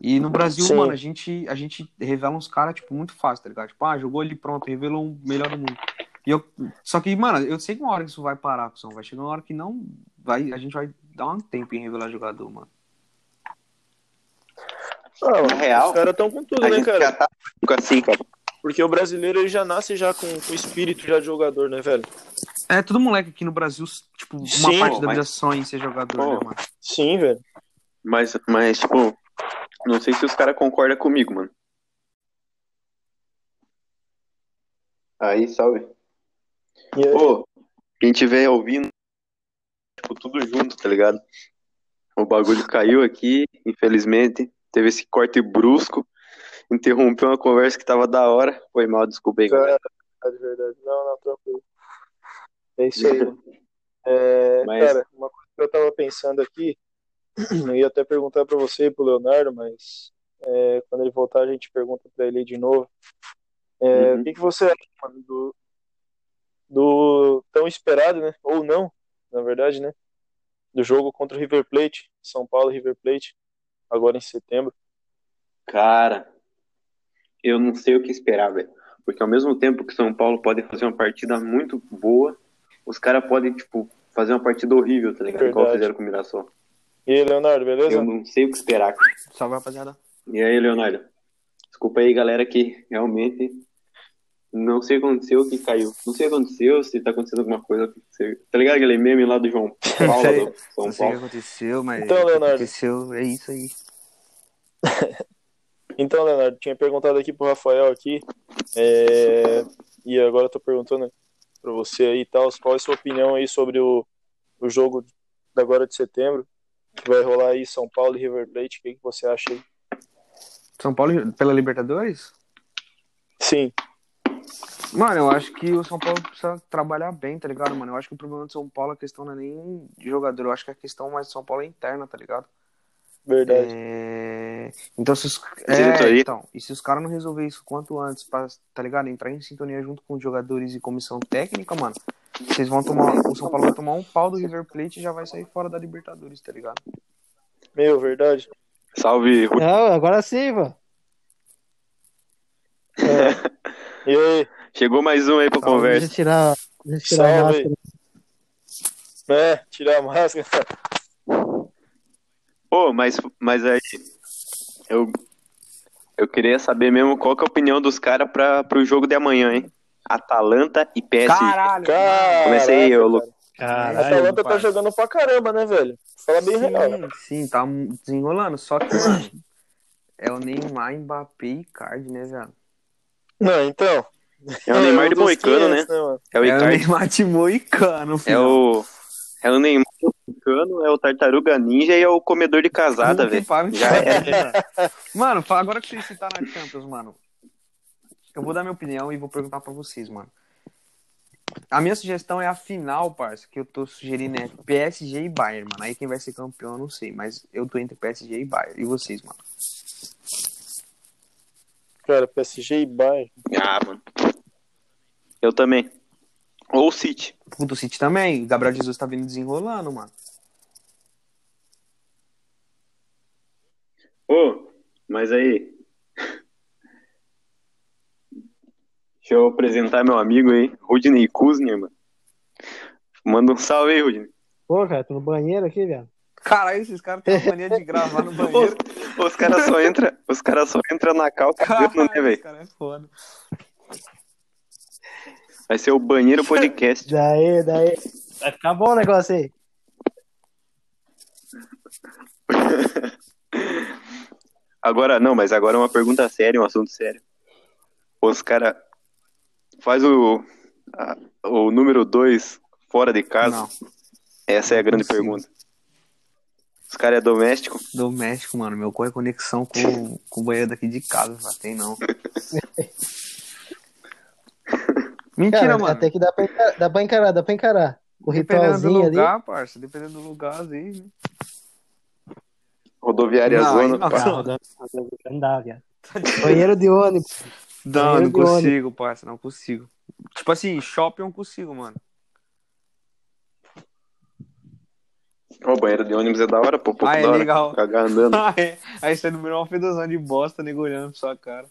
[SPEAKER 1] E no Brasil,
[SPEAKER 3] Sim.
[SPEAKER 1] mano, a gente, a gente revela uns caras, tipo, muito fácil, tá ligado? Tipo, ah, jogou ali, pronto, revelou um melhor do mundo. E eu, só que, mano, eu sei que uma hora que isso vai parar, cuzão. Vai chegar uma hora que não. Vai, a gente vai dar um tempo em revelar jogador, mano.
[SPEAKER 3] Ah, mano,
[SPEAKER 2] real,
[SPEAKER 3] os caras estão com tudo,
[SPEAKER 2] A
[SPEAKER 3] né,
[SPEAKER 2] gente
[SPEAKER 3] cara?
[SPEAKER 2] já tá assim, cara.
[SPEAKER 3] Porque o brasileiro ele já nasce já com, com o espírito já de jogador, né, velho?
[SPEAKER 1] É, todo moleque aqui no Brasil, tipo, uma
[SPEAKER 3] Sim,
[SPEAKER 1] parte da
[SPEAKER 2] mas-
[SPEAKER 1] vida sonha em ser jogador,
[SPEAKER 2] Pô,
[SPEAKER 1] né, mano?
[SPEAKER 3] Sim, velho.
[SPEAKER 2] Mas, mas, tipo, não sei se os caras concordam comigo, mano. Aí, salve.
[SPEAKER 3] E aí,
[SPEAKER 2] Pô, quem tiver ouvindo, tipo, tudo junto, tá ligado? O bagulho caiu aqui, infelizmente. Teve esse corte brusco. Interrompeu uma conversa que tava da hora. Foi mal, desculpa aí, galera.
[SPEAKER 3] cara, é de verdade. Não, não, tranquilo. É isso aí. mano. É,
[SPEAKER 2] Mas-
[SPEAKER 3] Cara, uma coisa que eu tava pensando aqui, eu ia até perguntar pra você e pro Leonardo, mas é, quando ele voltar a gente pergunta pra ele de novo. É,
[SPEAKER 2] Uhum.
[SPEAKER 3] O que, que você acha, mano, do, do tão esperado, né? Ou não, na verdade, né? Do jogo contra o River Plate, São Paulo e River Plate, agora em setembro.
[SPEAKER 2] Cara, eu não sei o que esperar, velho. Porque ao mesmo tempo que São Paulo pode fazer uma partida muito boa, os caras podem, tipo, fazer uma partida horrível, tá ligado? Igual
[SPEAKER 3] Verdade. é.
[SPEAKER 2] fizeram com o Mirassol.
[SPEAKER 3] E aí, Leonardo, beleza?
[SPEAKER 2] Eu não sei o que esperar. cara.
[SPEAKER 1] Salve, rapaziada.
[SPEAKER 2] E aí, Leonardo? Desculpa aí, galera, que realmente não sei o que aconteceu, o que caiu. Não sei o que aconteceu, se tá acontecendo alguma coisa. que você- Tá ligado aquele meme lá do João Paulo, do São
[SPEAKER 1] Não sei o que
[SPEAKER 2] Paulo?
[SPEAKER 1] aconteceu, mas
[SPEAKER 3] Então,
[SPEAKER 1] o que
[SPEAKER 3] Leonardo.
[SPEAKER 1] aconteceu, é isso aí.
[SPEAKER 3] Então, Leonardo, tinha perguntado aqui pro Rafael aqui, é, e agora eu tô perguntando pra você aí e tal, qual é a sua opinião aí sobre o, o jogo da agora de setembro, que vai rolar aí São Paulo e River Plate, o que, que você acha aí?
[SPEAKER 1] São Paulo pela Libertadores?
[SPEAKER 3] Sim,
[SPEAKER 1] Mano, eu acho que o São Paulo precisa trabalhar bem, tá ligado, mano? Eu acho que o problema do São Paulo, a questão não é nem de jogador, eu acho que a questão mais do São Paulo é interna, tá é ligado?
[SPEAKER 3] Verdade.
[SPEAKER 1] É, Então, se os...
[SPEAKER 2] Diretoria.
[SPEAKER 1] é, então, e se os caras não resolver isso quanto antes, pra, tá ligado? Entrar em sintonia junto com os jogadores e comissão técnica, mano, vocês vão tomar. O São Paulo vai tomar um pau do River Plate e já vai sair fora da Libertadores, tá ligado?
[SPEAKER 2] É.
[SPEAKER 3] Meu, verdade.
[SPEAKER 2] Salve, Rui.
[SPEAKER 5] Não, agora sim, mano.
[SPEAKER 3] E aí?
[SPEAKER 2] Chegou mais um aí pra
[SPEAKER 5] Deixa eu
[SPEAKER 2] conversa.
[SPEAKER 5] tirar, deixa eu tirar a
[SPEAKER 3] Salve.
[SPEAKER 5] máscara.
[SPEAKER 3] É, tirar a máscara.
[SPEAKER 2] Pô, mas, mas aí. Eu, eu queria saber mesmo qual que é a opinião dos caras pra- pro jogo de amanhã, hein? Atalanta e PSG.
[SPEAKER 1] Caralho!
[SPEAKER 3] Cara,
[SPEAKER 2] Comecei aí, ô, Lu.
[SPEAKER 5] Caralho.
[SPEAKER 3] A Atalanta tá
[SPEAKER 1] rapaz.
[SPEAKER 3] jogando pra caramba, né, velho? Fala bem real.
[SPEAKER 1] Sim, sim, tá desenrolando. Só que, mano, é o Neymar, Mbappé e Card, né, velho?
[SPEAKER 3] Não, então.
[SPEAKER 2] É o Neymar de
[SPEAKER 3] dos
[SPEAKER 2] Moicano, né?
[SPEAKER 3] 500, mano?
[SPEAKER 2] É
[SPEAKER 1] É
[SPEAKER 2] o
[SPEAKER 1] o
[SPEAKER 2] Icardi.
[SPEAKER 1] Neymar de Moicano,
[SPEAKER 2] É o, é o Neymar de Moicano, é o Tartaruga Ninja e é o comedor de casada, velho. Já
[SPEAKER 1] Mano, fala- agora que vocês citaram a Champions, mano, eu vou dar minha opinião e vou perguntar pra vocês, mano. A minha sugestão é a final, parça, que eu tô sugerindo é PSG e Bayern, mano. Aí quem vai ser campeão eu não sei, mas eu tô entre PSG e Bayern. E vocês, mano?
[SPEAKER 3] Cara, PSG e Bayern.
[SPEAKER 2] Ah, mano. Eu também. Ou o City.
[SPEAKER 1] Puto City também. Gabriel Jesus tá vindo desenrolando, mano.
[SPEAKER 2] Ô, mas aí. Deixa eu apresentar meu amigo aí, Rudney Kuzner, mano. Manda um salve aí, Rudney.
[SPEAKER 5] Pô, cara, tô no banheiro aqui, velho.
[SPEAKER 1] Caralho, esses caras têm a mania de gravar no
[SPEAKER 2] né,
[SPEAKER 1] banheiro.
[SPEAKER 2] Os, os caras só entram entra só entra na cal cagando, né,
[SPEAKER 1] Caralho, esse
[SPEAKER 2] velho?
[SPEAKER 1] cara é foda.
[SPEAKER 2] Vai ser o banheiro podcast.
[SPEAKER 5] Daí, daí. Vai ficar bom o negócio aí.
[SPEAKER 2] Agora, não, mas agora é uma pergunta séria, um assunto sério. Os caras. Faz o. a- o número 2 fora de casa.
[SPEAKER 1] Não,
[SPEAKER 2] Essa é a grande
[SPEAKER 1] Não consigo.
[SPEAKER 2] pergunta. Os caras é doméstico?
[SPEAKER 1] do México, mano. Meu cu é conexão com, com o banheiro daqui de casa, já tem não. Mentira,
[SPEAKER 5] Cara,
[SPEAKER 1] mano.
[SPEAKER 5] Até que dá pra encarar, dá pra encarar, dá pra encarar. O
[SPEAKER 1] Dependendo do
[SPEAKER 5] ritualzinho ali.
[SPEAKER 1] lugar, parça. Dependendo do lugar, às vezes, né?
[SPEAKER 2] Rodoviária é
[SPEAKER 1] Não, aí não.
[SPEAKER 2] Zona. pá.
[SPEAKER 5] Carro, dá- não dá, velho. Banheiro de ônibus.
[SPEAKER 1] Não,
[SPEAKER 5] Banheiro
[SPEAKER 1] não
[SPEAKER 5] de ônibus.
[SPEAKER 1] consigo, parça. Não consigo. Tipo assim, shopping eu não consigo, mano.
[SPEAKER 2] Ó, O banheiro de ônibus é da hora, pô. Pouco
[SPEAKER 1] Ah, é
[SPEAKER 2] da hora.
[SPEAKER 1] legal.
[SPEAKER 2] Cagar andando.
[SPEAKER 5] Ah, é?
[SPEAKER 1] Aí você é número um, uma fedozão de bosta, nego olhando pra sua cara.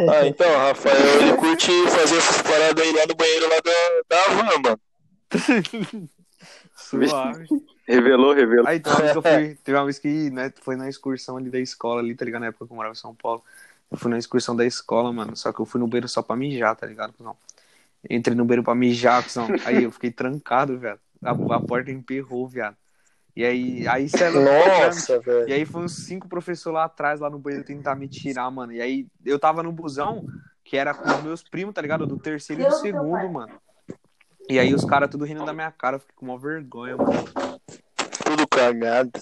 [SPEAKER 3] Ah, então, Rafael, ele curte fazer essas paradas aí lá no banheiro lá da, da Havan, mano.
[SPEAKER 1] Suave.
[SPEAKER 2] Revelou, revelou.
[SPEAKER 1] Aí teve uma vez que eu fui, teve uma vez que né, foi na excursão ali da escola, ali, tá ligado? Na época que eu morava em São Paulo. Eu fui na excursão da escola, mano. Só que eu fui no banheiro só pra mijar, tá ligado, cuzão? Eu Entrei no banheiro pra mijar, cuzão. Aí eu fiquei trancado, velho. A, a porta emperrou, viado. E aí, aí cê é louco,
[SPEAKER 3] Nossa, velho.
[SPEAKER 1] e aí foi uns cinco professores lá atrás, lá no banheiro, tentar me tirar, mano. E aí eu tava no busão, que era com os meus primos, tá ligado? Do terceiro e do segundo, mano. E aí os caras tudo rindo da minha cara, eu fiquei com uma vergonha, mano.
[SPEAKER 3] Tudo cagado.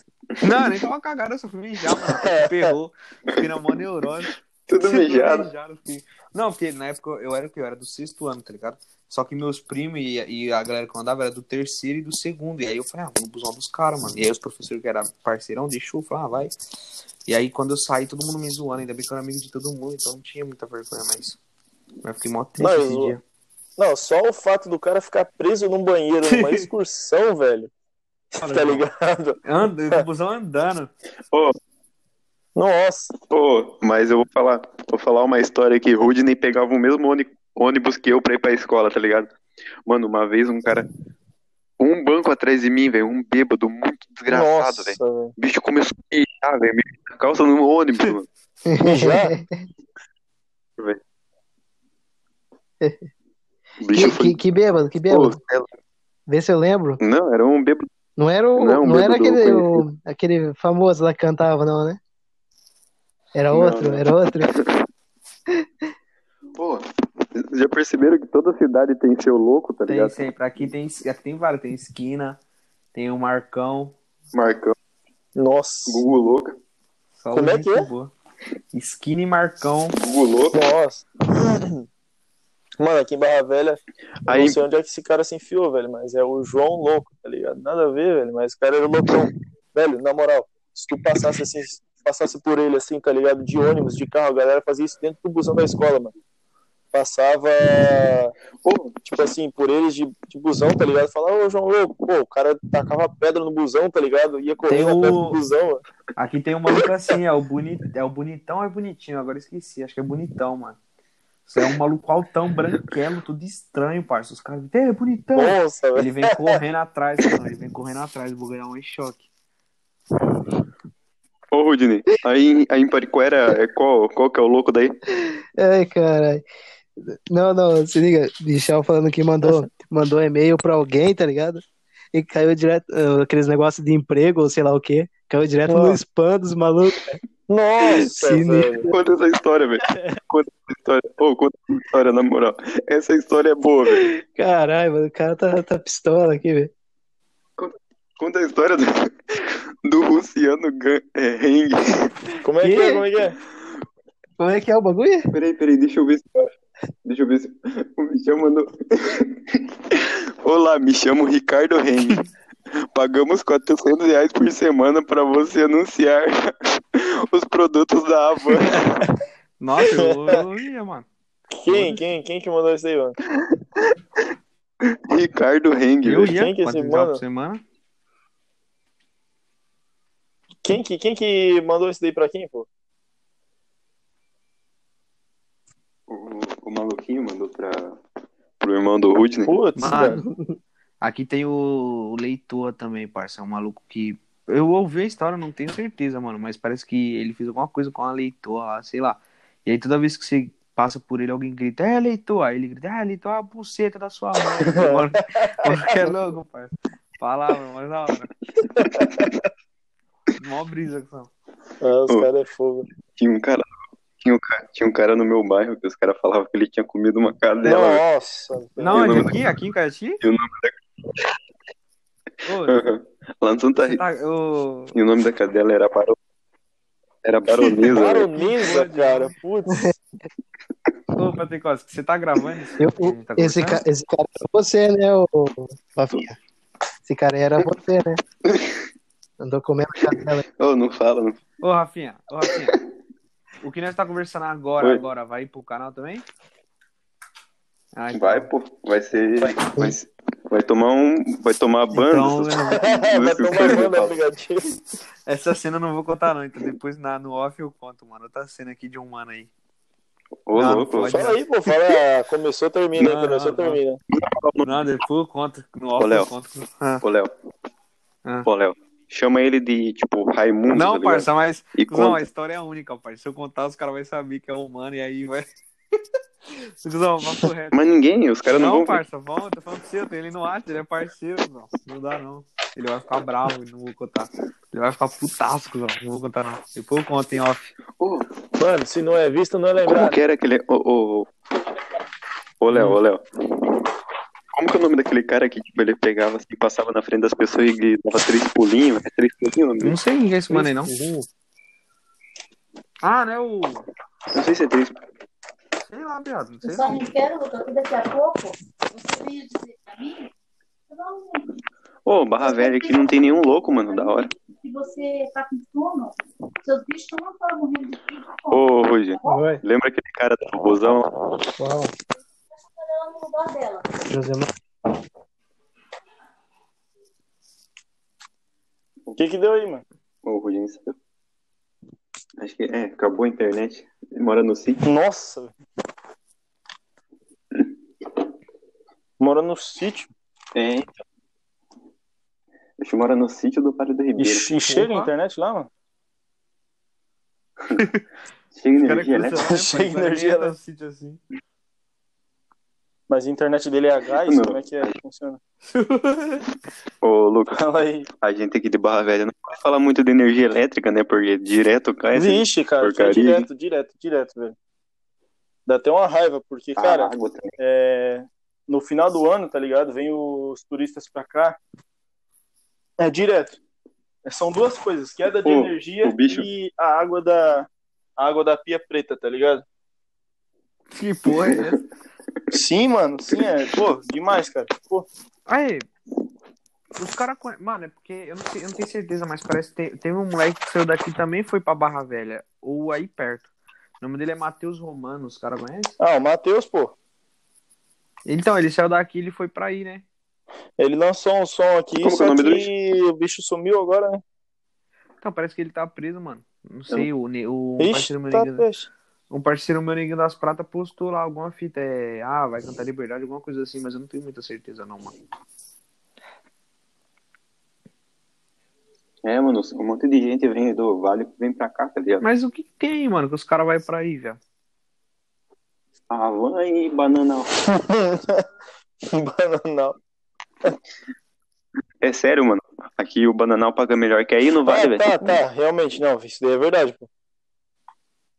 [SPEAKER 1] Não, eu nem tava cagado, eu só fui mijar, mano. Ferrou. Fiquei na mó neurose.
[SPEAKER 2] É. Tudo mijado.
[SPEAKER 1] eu fiquei- Não, porque na época eu era o que? Eu era do sexto ano, tá ligado? Só que meus primos e, e a galera que eu andava era do terceiro e do segundo. E aí eu falei, ah, vou busão dos caras, mano. E aí os professores que eram parceirão, deixou, eu falei, ah, vai. E aí quando eu saí, todo mundo me zoando, ainda bem que eu era amigo de todo mundo, então não tinha muita vergonha, mas. Mas eu fiquei mó triste
[SPEAKER 3] Mas
[SPEAKER 1] esse
[SPEAKER 3] o-
[SPEAKER 1] dia.
[SPEAKER 3] Não, só o fato do cara ficar preso num banheiro numa excursão, velho. Tá ligado?
[SPEAKER 1] Ando, o busão andando.
[SPEAKER 3] Nossa.
[SPEAKER 2] Pô, mas eu vou falar, vou falar uma história que Rudney pegava o mesmo ôni- ônibus que eu pra ir pra escola, tá ligado? Mano, uma vez um cara. Um banco atrás de mim, velho. Um bêbado muito desgraçado,
[SPEAKER 3] Nossa,
[SPEAKER 2] velho.
[SPEAKER 3] velho.
[SPEAKER 2] O bicho começou a mijar, velho. Mijar calça no ônibus, mano.
[SPEAKER 3] Já?
[SPEAKER 2] O bicho
[SPEAKER 5] Que,
[SPEAKER 2] foi.
[SPEAKER 5] que, que bêbado, que
[SPEAKER 2] Pô, é
[SPEAKER 5] bêbado. Vê se eu lembro.
[SPEAKER 2] não, era um bêbado.
[SPEAKER 5] Não era, o,
[SPEAKER 2] Não,
[SPEAKER 5] não, era
[SPEAKER 2] bêbado
[SPEAKER 5] aquele, o- aquele famoso lá que cantava, não, né? Era
[SPEAKER 2] Não,
[SPEAKER 5] outro,
[SPEAKER 2] não.
[SPEAKER 5] era outro.
[SPEAKER 2] Pô, vocês já perceberam que toda cidade tem seu louco, tá
[SPEAKER 1] Tem
[SPEAKER 2] ligado?
[SPEAKER 1] sempre. Aqui tem, aqui tem vários. Tem esquina, tem o Marcão.
[SPEAKER 2] Marcão,
[SPEAKER 3] Nossa.
[SPEAKER 2] Gugu louca.
[SPEAKER 1] Só
[SPEAKER 3] Como é
[SPEAKER 1] gente
[SPEAKER 3] que é?
[SPEAKER 1] boa. Skinny Marcão.
[SPEAKER 2] Gugu louca.
[SPEAKER 3] Nossa. Mano, aqui em Barra Velha, eu
[SPEAKER 2] Aí-
[SPEAKER 3] não sei onde é que esse cara se enfiou, velho, mas é o João Louco, tá ligado? Nada a ver, velho, mas o cara era loucão. velho, na moral, se tu passasse assim, se tu passasse por ele assim, tá ligado? De ônibus, de carro, a galera fazia isso dentro do busão da escola, mano. Passava, pô, tipo assim, por eles de, de busão, tá ligado? Falava, ô João Louco, pô, o cara tacava pedra no busão, tá ligado? Ia correndo
[SPEAKER 1] Tem o-
[SPEAKER 3] atrás do busão, mano.
[SPEAKER 1] Aqui tem um maluco assim, é o, boni... é o bonitão ou é bonitinho? Agora eu esqueci, acho que é bonitão, mano. Isso é um maluco altão, branquelo, tudo estranho, parça. Os caras, é bonitão.
[SPEAKER 3] Nossa, velho.
[SPEAKER 1] Ele vem correndo atrás, mano. Ele vem correndo atrás, vou ganhar um em choque.
[SPEAKER 2] Ô, Rudney, aí, aí em Pariquera, é qual, qual que é o louco daí?
[SPEAKER 5] Ai, caralho. Não, não, se liga. Michel falando que mandou, mandou e-mail pra alguém, tá ligado? E caiu direto, ah, aqueles negócios de emprego ou sei lá o quê. Caiu direto no
[SPEAKER 3] Ó.
[SPEAKER 5] spam dos malucos.
[SPEAKER 3] Nossa,
[SPEAKER 5] Sinistro.
[SPEAKER 3] velho.
[SPEAKER 2] Conta essa história, velho. Conta essa história. Ô, conta essa história, na moral. Essa história é boa, velho.
[SPEAKER 5] Caralho, mano, o cara tá, tá pistola aqui, velho.
[SPEAKER 2] Conta a história do, do Luciano Gan- é, Heng.
[SPEAKER 3] Como é que, é? Como é que é?
[SPEAKER 5] Como é que é o bagulho?
[SPEAKER 2] Peraí, peraí, deixa eu ver se eu acho. Deixa eu ver se. O Michel mandou. Olá, me chamo Ricardo Heng. Pagamos 400 reais por semana para você anunciar os produtos da Avan.
[SPEAKER 1] Nossa, eu, eu ia, mano.
[SPEAKER 3] Quem, quem, quem que mandou isso aí, mano?
[SPEAKER 2] Ricardo Heng,
[SPEAKER 1] Eu
[SPEAKER 2] velho.
[SPEAKER 1] ia,
[SPEAKER 3] Quem que é
[SPEAKER 1] quatro
[SPEAKER 3] esse
[SPEAKER 1] vezes por
[SPEAKER 3] mano?
[SPEAKER 1] semana.
[SPEAKER 3] Quem que, quem que mandou isso daí pra quem, pô?
[SPEAKER 2] O, o maluquinho mandou pra, pro irmão do né? Rudney.
[SPEAKER 3] Putz,
[SPEAKER 1] Mano,
[SPEAKER 3] velho.
[SPEAKER 1] Aqui tem o o Leitor também, parça. É um maluco que. Eu ouvi a história, não tenho certeza, mano. Mas parece que ele fez alguma coisa com a Leitor lá, sei lá. E aí toda vez que você passa por ele, alguém grita, é Leitor. Aí ele grita, é Leitor, é a buceta da sua mãe. mano, mano, que é louco, parça. Palavra, mas da hora. Mó brisa que são.
[SPEAKER 3] Ah, os caras é fogo.
[SPEAKER 2] Tinha um cara. Tinha um, ca- tinha um cara no meu bairro que os caras falavam que ele tinha comido uma cadela. velho.
[SPEAKER 3] Nossa,
[SPEAKER 1] Não,
[SPEAKER 2] Eu
[SPEAKER 1] é
[SPEAKER 2] não-
[SPEAKER 1] aqui, aqui em Caxi?
[SPEAKER 2] Eu
[SPEAKER 1] Ô,
[SPEAKER 2] Lá no Santa Rita.
[SPEAKER 1] tá, ô,
[SPEAKER 2] E o nome da cadela era Barão. Era Baronesa. velho.
[SPEAKER 3] Baronesa, cara. Putz.
[SPEAKER 1] ô, Pentecostes, você tá gravando isso?
[SPEAKER 5] Eu-
[SPEAKER 1] que a gente tá
[SPEAKER 5] esse,
[SPEAKER 1] conversando?
[SPEAKER 5] ca- esse cara era você, né, ô ô, Rafinha? Esse cara era você, né? Andou comendo a cadela.
[SPEAKER 2] Ô, não fala, não.
[SPEAKER 1] Ô, Rafinha, ô, Rafinha. o que nós tá conversando agora,
[SPEAKER 2] Oi.
[SPEAKER 1] agora, vai pro canal também? Ah, então.
[SPEAKER 2] Vai, pô. Vai ser. Vai, ser- vai tomar um. Vai tomar a banda.
[SPEAKER 1] Então,
[SPEAKER 2] essas-
[SPEAKER 1] eu-
[SPEAKER 3] Vai
[SPEAKER 2] isso que eu
[SPEAKER 3] tomar
[SPEAKER 2] quero
[SPEAKER 3] banda,
[SPEAKER 2] falar.
[SPEAKER 3] aplicativo.
[SPEAKER 1] essa cena eu não vou contar, não. Então depois na, no off eu conto, mano. Outra cena aqui de um mano aí.
[SPEAKER 2] Ô,
[SPEAKER 1] Não, não
[SPEAKER 2] louco.
[SPEAKER 1] pode.
[SPEAKER 3] Fala aí, pô. Fala. Começou, termina.
[SPEAKER 1] Não,
[SPEAKER 3] começou,
[SPEAKER 1] não, não.
[SPEAKER 3] termina.
[SPEAKER 1] Não, depois eu conto. No
[SPEAKER 2] Ô,
[SPEAKER 1] off
[SPEAKER 2] Léo.
[SPEAKER 1] eu conto. Ah.
[SPEAKER 2] Ô, Léo.
[SPEAKER 1] Ah.
[SPEAKER 2] Ô, Léo. Chama ele de, tipo, Raimundo. tá
[SPEAKER 1] Não,
[SPEAKER 2] ligado?
[SPEAKER 1] parça, mas.
[SPEAKER 2] E
[SPEAKER 1] Não, a
[SPEAKER 2] conta.
[SPEAKER 1] história é única, parça. Se eu contar, os caras vão saber que é humano e aí vai. Não, papo reto.
[SPEAKER 2] Mas ninguém, os caras não,
[SPEAKER 1] Não,
[SPEAKER 2] vão.
[SPEAKER 1] parça, vão, tô falando pra você, ele não acha, ele é parceiro, não. Não dá, não. Ele vai ficar bravo, não vou contar. Ele vai ficar putasco, não. Não vou contar, não. Depois eu conto em off.
[SPEAKER 2] Ô,
[SPEAKER 3] Mano, se não é visto, não é
[SPEAKER 2] como
[SPEAKER 3] lembrado.
[SPEAKER 2] que era aquele. Ô, ô, ô. Ô, Léo, ô, Léo. Como que é o nome daquele cara que, tipo, ele pegava assim, passava na frente das pessoas e dava três pulinhos? É três pulinhos, amigo?
[SPEAKER 1] Não sei quem é esse mano aí, não. Ah, né, o...
[SPEAKER 2] Não sei se é três.
[SPEAKER 1] Sei lá, viado, não
[SPEAKER 6] Eu
[SPEAKER 1] sei.
[SPEAKER 6] só não quero, eu tô aqui daqui a pouco. Você veio dizer pra mim não,
[SPEAKER 2] Ô, Barra Velha aqui não tem nenhum louco, mano, da hora.
[SPEAKER 6] que você tá com sono. Seus bichos estão lá fora morrendo de frio. de fome.
[SPEAKER 2] Ô, Rudy,
[SPEAKER 5] Oi,
[SPEAKER 2] lembra aquele cara do busão lá?
[SPEAKER 5] uau,
[SPEAKER 6] Ela no lugar dela.
[SPEAKER 5] Josemar.
[SPEAKER 3] O que que deu aí, mano?
[SPEAKER 2] Ô, Rudy, não sei. Acho que é, acabou a internet. Ele mora no sítio.
[SPEAKER 3] Nossa. velho. Mora no sítio.
[SPEAKER 2] É, então. Acho que mora no sítio do Palio do
[SPEAKER 3] E,
[SPEAKER 2] Ribeiro.
[SPEAKER 3] e chega a
[SPEAKER 1] Opa.
[SPEAKER 3] internet lá, mano?
[SPEAKER 2] Chega
[SPEAKER 1] Cara, é né,
[SPEAKER 2] energia elétrica.
[SPEAKER 3] Cheio de né? energia, né?
[SPEAKER 1] energia sítio assim.
[SPEAKER 3] Mas a internet dele é a gás?
[SPEAKER 2] Não.
[SPEAKER 3] Como é que é que funciona?
[SPEAKER 2] Ô, Lucas,
[SPEAKER 3] Fala aí.
[SPEAKER 2] a gente aqui de Barra Velha não pode falar muito de energia elétrica, né? Porque direto cai essa
[SPEAKER 3] Vixe, cara.
[SPEAKER 2] porcaria.
[SPEAKER 3] Direto, direto, direto, velho. Dá até uma raiva, porque, cara...
[SPEAKER 2] água também.
[SPEAKER 3] é, no final do ano, tá ligado? Vem os turistas pra cá. É direto. É, São duas coisas: queda de
[SPEAKER 2] Ô,
[SPEAKER 3] energia
[SPEAKER 2] ô, bicho.
[SPEAKER 3] e a água da a água da pia preta, tá ligado?
[SPEAKER 1] Que porra é essa?
[SPEAKER 3] Sim, mano, sim, é. Pô, demais, cara. Pô,
[SPEAKER 1] Aí, Os caras. conhe- Mano, é porque eu não, sei- eu não tenho certeza, mas parece que te- teve um moleque que saiu daqui também foi pra Barra Velha. Ou aí perto. O nome dele é Matheus Romano, os caras conhecem?
[SPEAKER 3] Ah, o Matheus, pô.
[SPEAKER 1] Então, ele saiu daqui e foi pra aí, né?
[SPEAKER 3] Ele lançou um som aqui,
[SPEAKER 2] Como que
[SPEAKER 3] só
[SPEAKER 2] é o
[SPEAKER 3] que,
[SPEAKER 2] nome do
[SPEAKER 3] o bicho sumiu agora, né?
[SPEAKER 1] Então, parece que ele tá preso, mano. Não sei, o, ne- o um
[SPEAKER 3] Ixi,
[SPEAKER 1] parceiro meu
[SPEAKER 3] tá
[SPEAKER 1] Neguinho-
[SPEAKER 3] peixe.
[SPEAKER 1] um parceiro meu Neguinho das Pratas postou lá alguma fita. É, ah, vai cantar liberdade, alguma coisa assim, mas eu não tenho muita certeza, não, mano.
[SPEAKER 2] É, mano, um monte de gente vem do Vale, vem pra cá, tá ligado?
[SPEAKER 1] Mas o que que tem aí, mano, que os caras vai pra aí, velho?
[SPEAKER 2] Havana e Banana.
[SPEAKER 3] Bananal.
[SPEAKER 2] É sério, mano. Aqui o Bananal paga melhor que aí no Vale,
[SPEAKER 3] Ah,
[SPEAKER 2] velho.
[SPEAKER 3] tá, tá, realmente, não, isso daí é verdade, pô.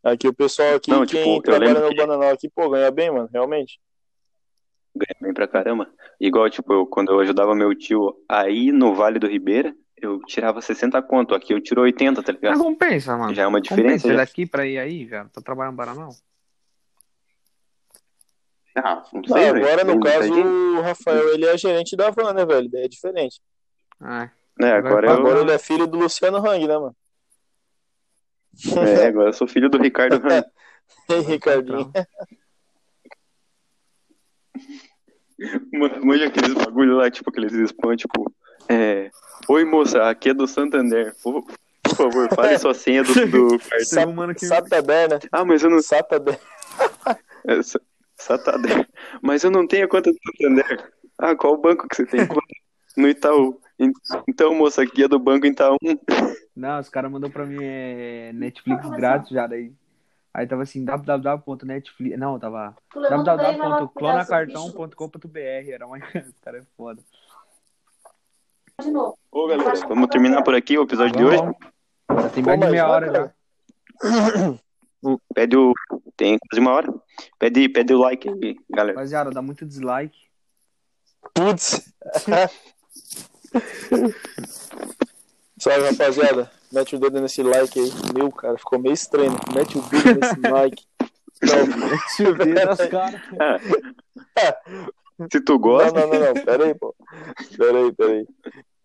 [SPEAKER 3] Aqui o pessoal aqui,
[SPEAKER 2] Não,
[SPEAKER 3] quem
[SPEAKER 2] tipo, eu
[SPEAKER 3] trabalha
[SPEAKER 2] lembro
[SPEAKER 3] no
[SPEAKER 2] que-
[SPEAKER 3] Bananal aqui, pô, ganha bem, mano, realmente.
[SPEAKER 2] Ganha bem pra caramba. Igual, tipo, eu, quando eu ajudava meu tio aí no Vale do Ribeira, eu tirava 60 conto. Aqui eu tiro 80, tá
[SPEAKER 1] Mas
[SPEAKER 2] ligado?
[SPEAKER 1] compensa,
[SPEAKER 3] Ah,
[SPEAKER 1] mano.
[SPEAKER 2] Já é uma diferença.
[SPEAKER 1] compensa
[SPEAKER 3] né?
[SPEAKER 2] Já.
[SPEAKER 1] daqui pra ir aí, velho. Tá trabalhando para não?
[SPEAKER 2] Ah, não
[SPEAKER 3] Ah,
[SPEAKER 2] sei, velho.
[SPEAKER 3] agora, no
[SPEAKER 2] Tem muita
[SPEAKER 3] caso,
[SPEAKER 2] gente.
[SPEAKER 3] o Rafael, ele é gerente da van, né, velho? Daí é diferente.
[SPEAKER 1] Ah,
[SPEAKER 2] É, agora eu,
[SPEAKER 3] Agora
[SPEAKER 1] Não.
[SPEAKER 3] ele é filho do Luciano Hang, né, mano?
[SPEAKER 2] é, agora eu sou filho do Ricardo Ramos.
[SPEAKER 3] Ei,
[SPEAKER 1] vai
[SPEAKER 3] Ricardinho.
[SPEAKER 2] Então,
[SPEAKER 1] entrar.
[SPEAKER 2] Mano, manja aqueles bagulho lá, tipo, aqueles spam, tipo, é... Oi, moça, aqui é do Santander. Por, por favor,
[SPEAKER 3] É.
[SPEAKER 2] fale sua senha do, do cartão.
[SPEAKER 1] Teve um mano que
[SPEAKER 3] Satadé, né?
[SPEAKER 2] Ah, mas eu não...
[SPEAKER 3] Satadé.
[SPEAKER 2] é, Sa- Santander. Mas eu não tenho conta do Santander. Ah, qual banco que você tem conta? No Itaú. En- Então, moça, aqui é do banco Itaú.
[SPEAKER 1] Não, os caras mandou pra mim é, Netflix grátis já daí. Aí tava assim, www.netflix. Não, tava
[SPEAKER 6] Tu levanta o Grêmio, ela cuidar do bicho.
[SPEAKER 1] www.clonacartão.com.br. Era uma. Os caras é foda.
[SPEAKER 6] De novo.
[SPEAKER 2] Ô, galera, vamos terminar por aqui o episódio de hoje.
[SPEAKER 1] Vamos. Já tem mais
[SPEAKER 3] Pô,
[SPEAKER 1] de
[SPEAKER 3] mas
[SPEAKER 1] meia
[SPEAKER 3] já,
[SPEAKER 1] hora
[SPEAKER 3] cara.
[SPEAKER 1] já.
[SPEAKER 2] Pede o... Tem quase uma hora. Pede, pede o like aí, galera.
[SPEAKER 1] Rapaziada, dá muito dislike.
[SPEAKER 3] Putz. Salve, rapaziada. Mete o dedo nesse like aí. Meu, cara, ficou meio estranho. Mete o dedo nesse like. Não, é
[SPEAKER 1] Tio Deus, cara.
[SPEAKER 2] Se tu
[SPEAKER 3] não,
[SPEAKER 2] gosta,
[SPEAKER 3] não, não, não. Pera aí, pô. Pera aí, pera aí.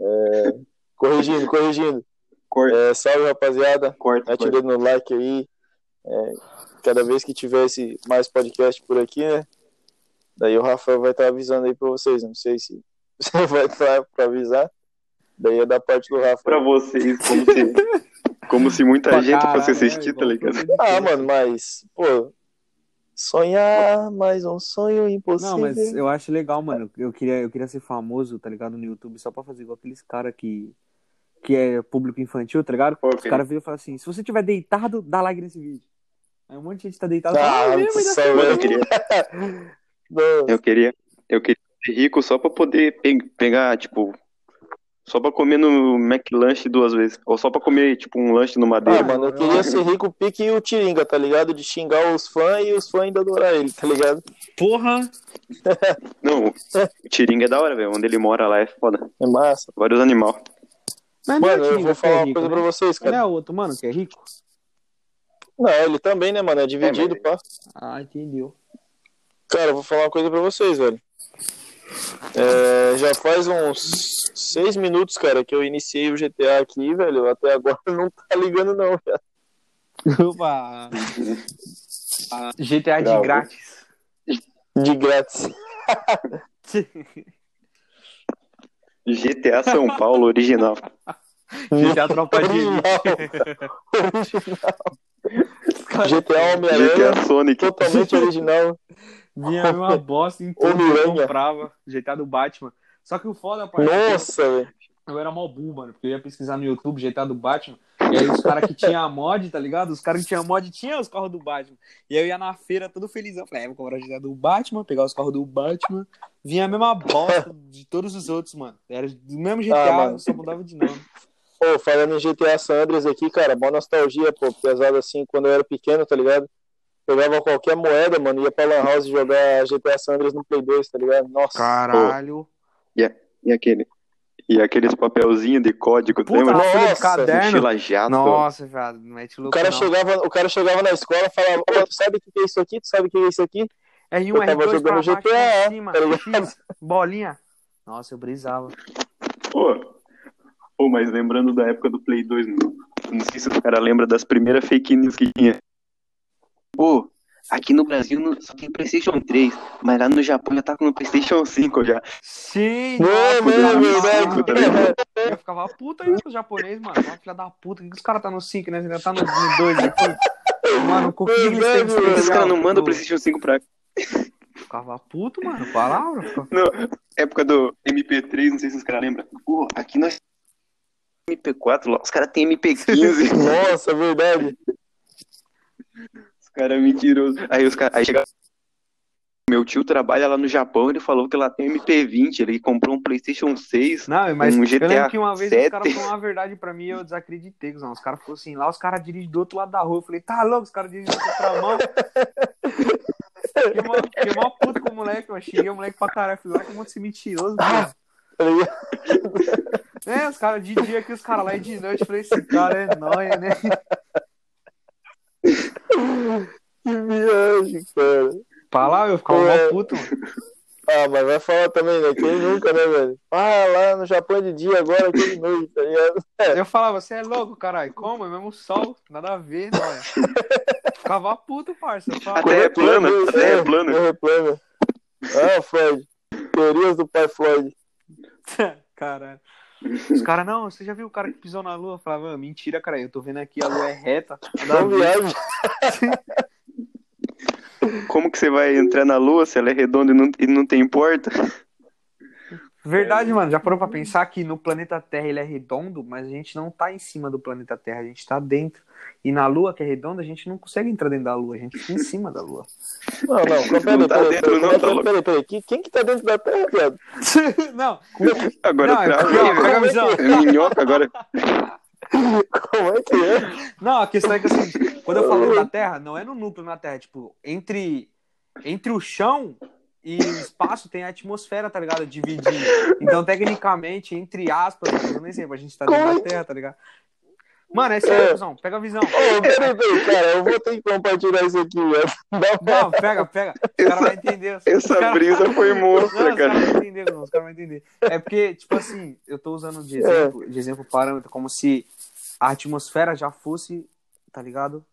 [SPEAKER 3] É, Corrigindo, corrigindo.
[SPEAKER 2] corta.
[SPEAKER 3] É, salve, rapaziada.
[SPEAKER 2] corta,
[SPEAKER 3] Mete o dedo no like aí. É, cada vez que tiver esse, mais podcast por aqui, né? Daí o Rafael vai estar avisando aí pra vocês. Não sei se você vai estar pra avisar. Daí é da parte do
[SPEAKER 2] pra
[SPEAKER 3] Rafael.
[SPEAKER 2] vocês, como se, como se muita
[SPEAKER 1] Pra
[SPEAKER 2] gente
[SPEAKER 1] caralho,
[SPEAKER 2] fosse
[SPEAKER 1] é,
[SPEAKER 2] assistir, tá
[SPEAKER 1] igual
[SPEAKER 2] ligado?
[SPEAKER 1] o
[SPEAKER 3] Ah,
[SPEAKER 1] professor.
[SPEAKER 3] mano, mas, pô, sonhar mais um sonho impossível.
[SPEAKER 1] Não,
[SPEAKER 3] né?
[SPEAKER 1] mas eu acho legal, mano. Eu queria, eu queria ser famoso, tá ligado? No YouTube, só pra fazer igual aqueles caras que, que é público infantil, tá ligado?
[SPEAKER 2] Ok.
[SPEAKER 1] Os caras viram e falam assim: se você tiver deitado, dá like nesse vídeo. Aí um monte de gente tá deitado.
[SPEAKER 3] Ah,
[SPEAKER 1] fala, "Ah, eu vi, mas
[SPEAKER 3] só
[SPEAKER 1] dá certo."
[SPEAKER 2] Mano, eu
[SPEAKER 3] velho.
[SPEAKER 2] queria,
[SPEAKER 3] Não,
[SPEAKER 2] eu queria, eu queria ser rico só pra poder pe- pegar, tipo, só pra comer no McLanche duas vezes. Ou só pra comer, tipo, um lanche no
[SPEAKER 3] Ah,
[SPEAKER 2] Madeira.
[SPEAKER 3] mano, eu queria ser rico pique e o Tiringa, tá ligado? De xingar os fãs e os fãs ainda adorar ele, tá ligado?
[SPEAKER 1] Porra!
[SPEAKER 2] Não, o Tiringa é da hora, velho. Onde ele mora lá é foda.
[SPEAKER 3] É massa.
[SPEAKER 2] Vários animais.
[SPEAKER 1] Mas não é
[SPEAKER 3] Mano,
[SPEAKER 1] o
[SPEAKER 3] eu
[SPEAKER 1] Tinga
[SPEAKER 3] vou
[SPEAKER 1] que é
[SPEAKER 3] falar uma
[SPEAKER 1] rico,
[SPEAKER 3] coisa
[SPEAKER 1] né?
[SPEAKER 3] pra vocês,
[SPEAKER 1] Não
[SPEAKER 3] cara.
[SPEAKER 1] é o outro, mano, que é rico?
[SPEAKER 3] Não, ele também, né, mano? É dividido,
[SPEAKER 2] É,
[SPEAKER 3] pá.
[SPEAKER 1] Ah, entendeu.
[SPEAKER 3] Cara, eu vou falar uma coisa pra vocês, velho. É, já faz uns seis minutos, cara, que eu iniciei o GTA aqui, velho. Até agora não tá ligando, não. velho.
[SPEAKER 1] Opa! GTA de
[SPEAKER 2] Gravou.
[SPEAKER 1] grátis.
[SPEAKER 3] De grátis.
[SPEAKER 2] GTA São Paulo original.
[SPEAKER 1] GTA
[SPEAKER 3] tá
[SPEAKER 1] Tropa tá de Elite.
[SPEAKER 3] GTA
[SPEAKER 1] É
[SPEAKER 3] Homem-Aranha,
[SPEAKER 2] GTA Sonic.
[SPEAKER 3] totalmente original.
[SPEAKER 1] Vinha a mesma bosta em tudo que eu
[SPEAKER 3] Homem-Aranha.
[SPEAKER 1] comprava. GTA do Batman. Só que o foda, parceiro.
[SPEAKER 3] Nossa, velho.
[SPEAKER 1] Eu era mó burro, mano, porque eu ia pesquisar no YouTube GTA do Batman, e aí os caras que tinham a mod, tá ligado? Os caras que tinham a mod tinham os carros do Batman. E aí eu ia na feira todo felizão, falei, "É, vou comprar o GTA do Batman, pegar os carros do Batman. Vinha a mesma bosta de todos os outros, mano. Era do mesmo
[SPEAKER 3] Ah,
[SPEAKER 1] GTA,
[SPEAKER 3] mano.
[SPEAKER 1] só mudava de nome.
[SPEAKER 3] Pô, falando em GTA San Andreas aqui, cara, mó nostalgia, pô, pesado assim, quando eu era pequeno, tá ligado? Pegava qualquer moeda, mano, ia pra Lan House jogar GTA San Andreas no Play 2, tá ligado? Nossa.
[SPEAKER 1] Caralho.
[SPEAKER 2] E aquele. E aqueles papelzinhos de código,
[SPEAKER 1] Puta,
[SPEAKER 2] lembra?
[SPEAKER 1] a folha do
[SPEAKER 3] Nossa,
[SPEAKER 1] caderno.
[SPEAKER 2] Mochila jato.
[SPEAKER 1] Nossa, viado, não mete
[SPEAKER 3] O
[SPEAKER 1] louco
[SPEAKER 3] cara,
[SPEAKER 1] não.
[SPEAKER 3] chegava, o cara chegava na escola e falava, ô, tu sabe o que que é isso aqui? Tu sabe o que é isso aqui?
[SPEAKER 1] R1,
[SPEAKER 3] Eu
[SPEAKER 1] R2
[SPEAKER 3] tava
[SPEAKER 1] um, pra
[SPEAKER 3] jogando
[SPEAKER 1] baixo, pra
[SPEAKER 3] GTA,
[SPEAKER 1] cima,
[SPEAKER 3] tá ligado?
[SPEAKER 1] X, bolinha. Nossa, eu brisava.
[SPEAKER 2] Pô, pô, mas lembrando da época do Play 2, não, não sei se o cara lembra das primeiras fake news que tinha. Pô, aqui no Brasil não- só tem PlayStation 3, mas lá no Japão já tá com o PlayStation 5 já.
[SPEAKER 1] Sim!
[SPEAKER 3] Não,
[SPEAKER 1] nossa,
[SPEAKER 3] não,
[SPEAKER 1] cara,
[SPEAKER 3] meu,
[SPEAKER 1] nossa,
[SPEAKER 3] não,
[SPEAKER 1] mano.
[SPEAKER 2] tá ligado?
[SPEAKER 1] Eu ficava puta aí com os japoneses, mano. Ó, Filha da puta, por que os caras tá no 5, né? Ainda tá no 2 aqui. Mano, por que eles têm
[SPEAKER 3] Verdade,
[SPEAKER 1] que
[SPEAKER 3] mano.
[SPEAKER 2] Por que os caras não
[SPEAKER 1] Eu
[SPEAKER 2] mandam o PlayStation 5 pra cá?
[SPEAKER 1] Ficava puto, mano. Palavra. Ficava...
[SPEAKER 2] Não, época do MP3, não sei se os caras lembram. Pô, aqui nós MP4, lá os caras têm MP15.
[SPEAKER 3] Nossa, é verdade.
[SPEAKER 2] Os caras mentirosos. Aí os caras. Aí chega. Meu tio trabalha lá no Japão, ele falou que lá tem MP20, ele comprou um PlayStation 6.
[SPEAKER 1] Não, mas
[SPEAKER 2] Um
[SPEAKER 1] eu
[SPEAKER 2] GTA
[SPEAKER 1] lembro que uma vez os caras
[SPEAKER 2] sete.
[SPEAKER 1] falaram a verdade pra mim e eu desacreditei. Cuzão. Os caras falaram assim, lá os caras dirigem do outro lado da rua. Eu falei, tá louco, os caras dirigem na contramão. Fiquei mó- Fiquei mó puto com o moleque, eu xinguei o moleque pra caralho. Falei, lá que um monte de mentiroso,
[SPEAKER 2] Ah.
[SPEAKER 1] cara.
[SPEAKER 3] Tá ligado?
[SPEAKER 1] É, os caras de dia aqui, os caras lá e de noite. Eu Falei, esse cara é nóia, né?
[SPEAKER 3] Que viagem, cara.
[SPEAKER 1] Palavra, eu ficava mó
[SPEAKER 3] É.
[SPEAKER 1] puto, mano.
[SPEAKER 3] Ah, mas vai falar também, né? Quem nunca, né, velho? Ah, lá no Japão é de dia, agora aqui de noite, tá ligado?
[SPEAKER 1] Eu falava, você é louco, caralho. Como? É mesmo sol, nada a ver, nóia. Ficava puto, parça. Eu falava,
[SPEAKER 2] A Terra é plana,
[SPEAKER 3] Meu Deus,
[SPEAKER 2] a Terra é plana.
[SPEAKER 3] Terra é plana. Ah, Floyd. Teorias do pai Floyd.
[SPEAKER 1] Caralho. Os caras, não, você já viu o cara que pisou na lua? Eu Falava, "Ah, mentira, cara, eu tô vendo aqui, a lua é reta. nada a
[SPEAKER 3] Não
[SPEAKER 1] ver."
[SPEAKER 3] viagem.
[SPEAKER 2] Como que você vai entrar na lua se ela é redonda e não, e não tem porta?
[SPEAKER 1] Verdade, mano, já parou pra pensar que no planeta Terra ele é redondo, mas a gente não tá em cima do planeta Terra, a gente tá dentro. E na lua, que é redonda, a gente não consegue entrar dentro da lua, a gente fica em cima da lua.
[SPEAKER 3] Não, não, peraí, peraí,
[SPEAKER 2] Não tá
[SPEAKER 3] peraí,
[SPEAKER 2] dentro,
[SPEAKER 3] peraí,
[SPEAKER 2] não, tá
[SPEAKER 3] como é que-
[SPEAKER 2] louco.
[SPEAKER 3] peraí, peraí, que- quem que tá dentro da terra, viado?
[SPEAKER 1] não,
[SPEAKER 2] Agora
[SPEAKER 1] não, é
[SPEAKER 2] pra-
[SPEAKER 1] porque, ó, pega a visão.
[SPEAKER 2] É minhoca agora.
[SPEAKER 3] Como é que é?
[SPEAKER 1] Não, a questão é que assim, quando eu falo da Terra, não é no núcleo na Terra, é, tipo, entre, entre o chão e o espaço tem a atmosfera, tá ligado? Dividindo. Então, tecnicamente, entre aspas, eu nem sei, a gente tá dentro da Terra, tá ligado? Mano, é sério, cuzão, pega a visão.
[SPEAKER 3] Ô, peraí, peraí, cara, eu vou ter que compartilhar isso aqui, velho. Dá pra...
[SPEAKER 1] Não, pega, pega. O cara vai entender. os- os
[SPEAKER 2] Essa
[SPEAKER 1] cara-
[SPEAKER 2] brisa foi
[SPEAKER 1] Não,
[SPEAKER 2] monstra,
[SPEAKER 1] os caras
[SPEAKER 2] cara.
[SPEAKER 1] vão entender, irmão, os caras vão entender. É porque, tipo assim, eu tô usando
[SPEAKER 2] É.
[SPEAKER 1] de exemplo, de exemplo parâmetro, como se a atmosfera já fosse, tá ligado?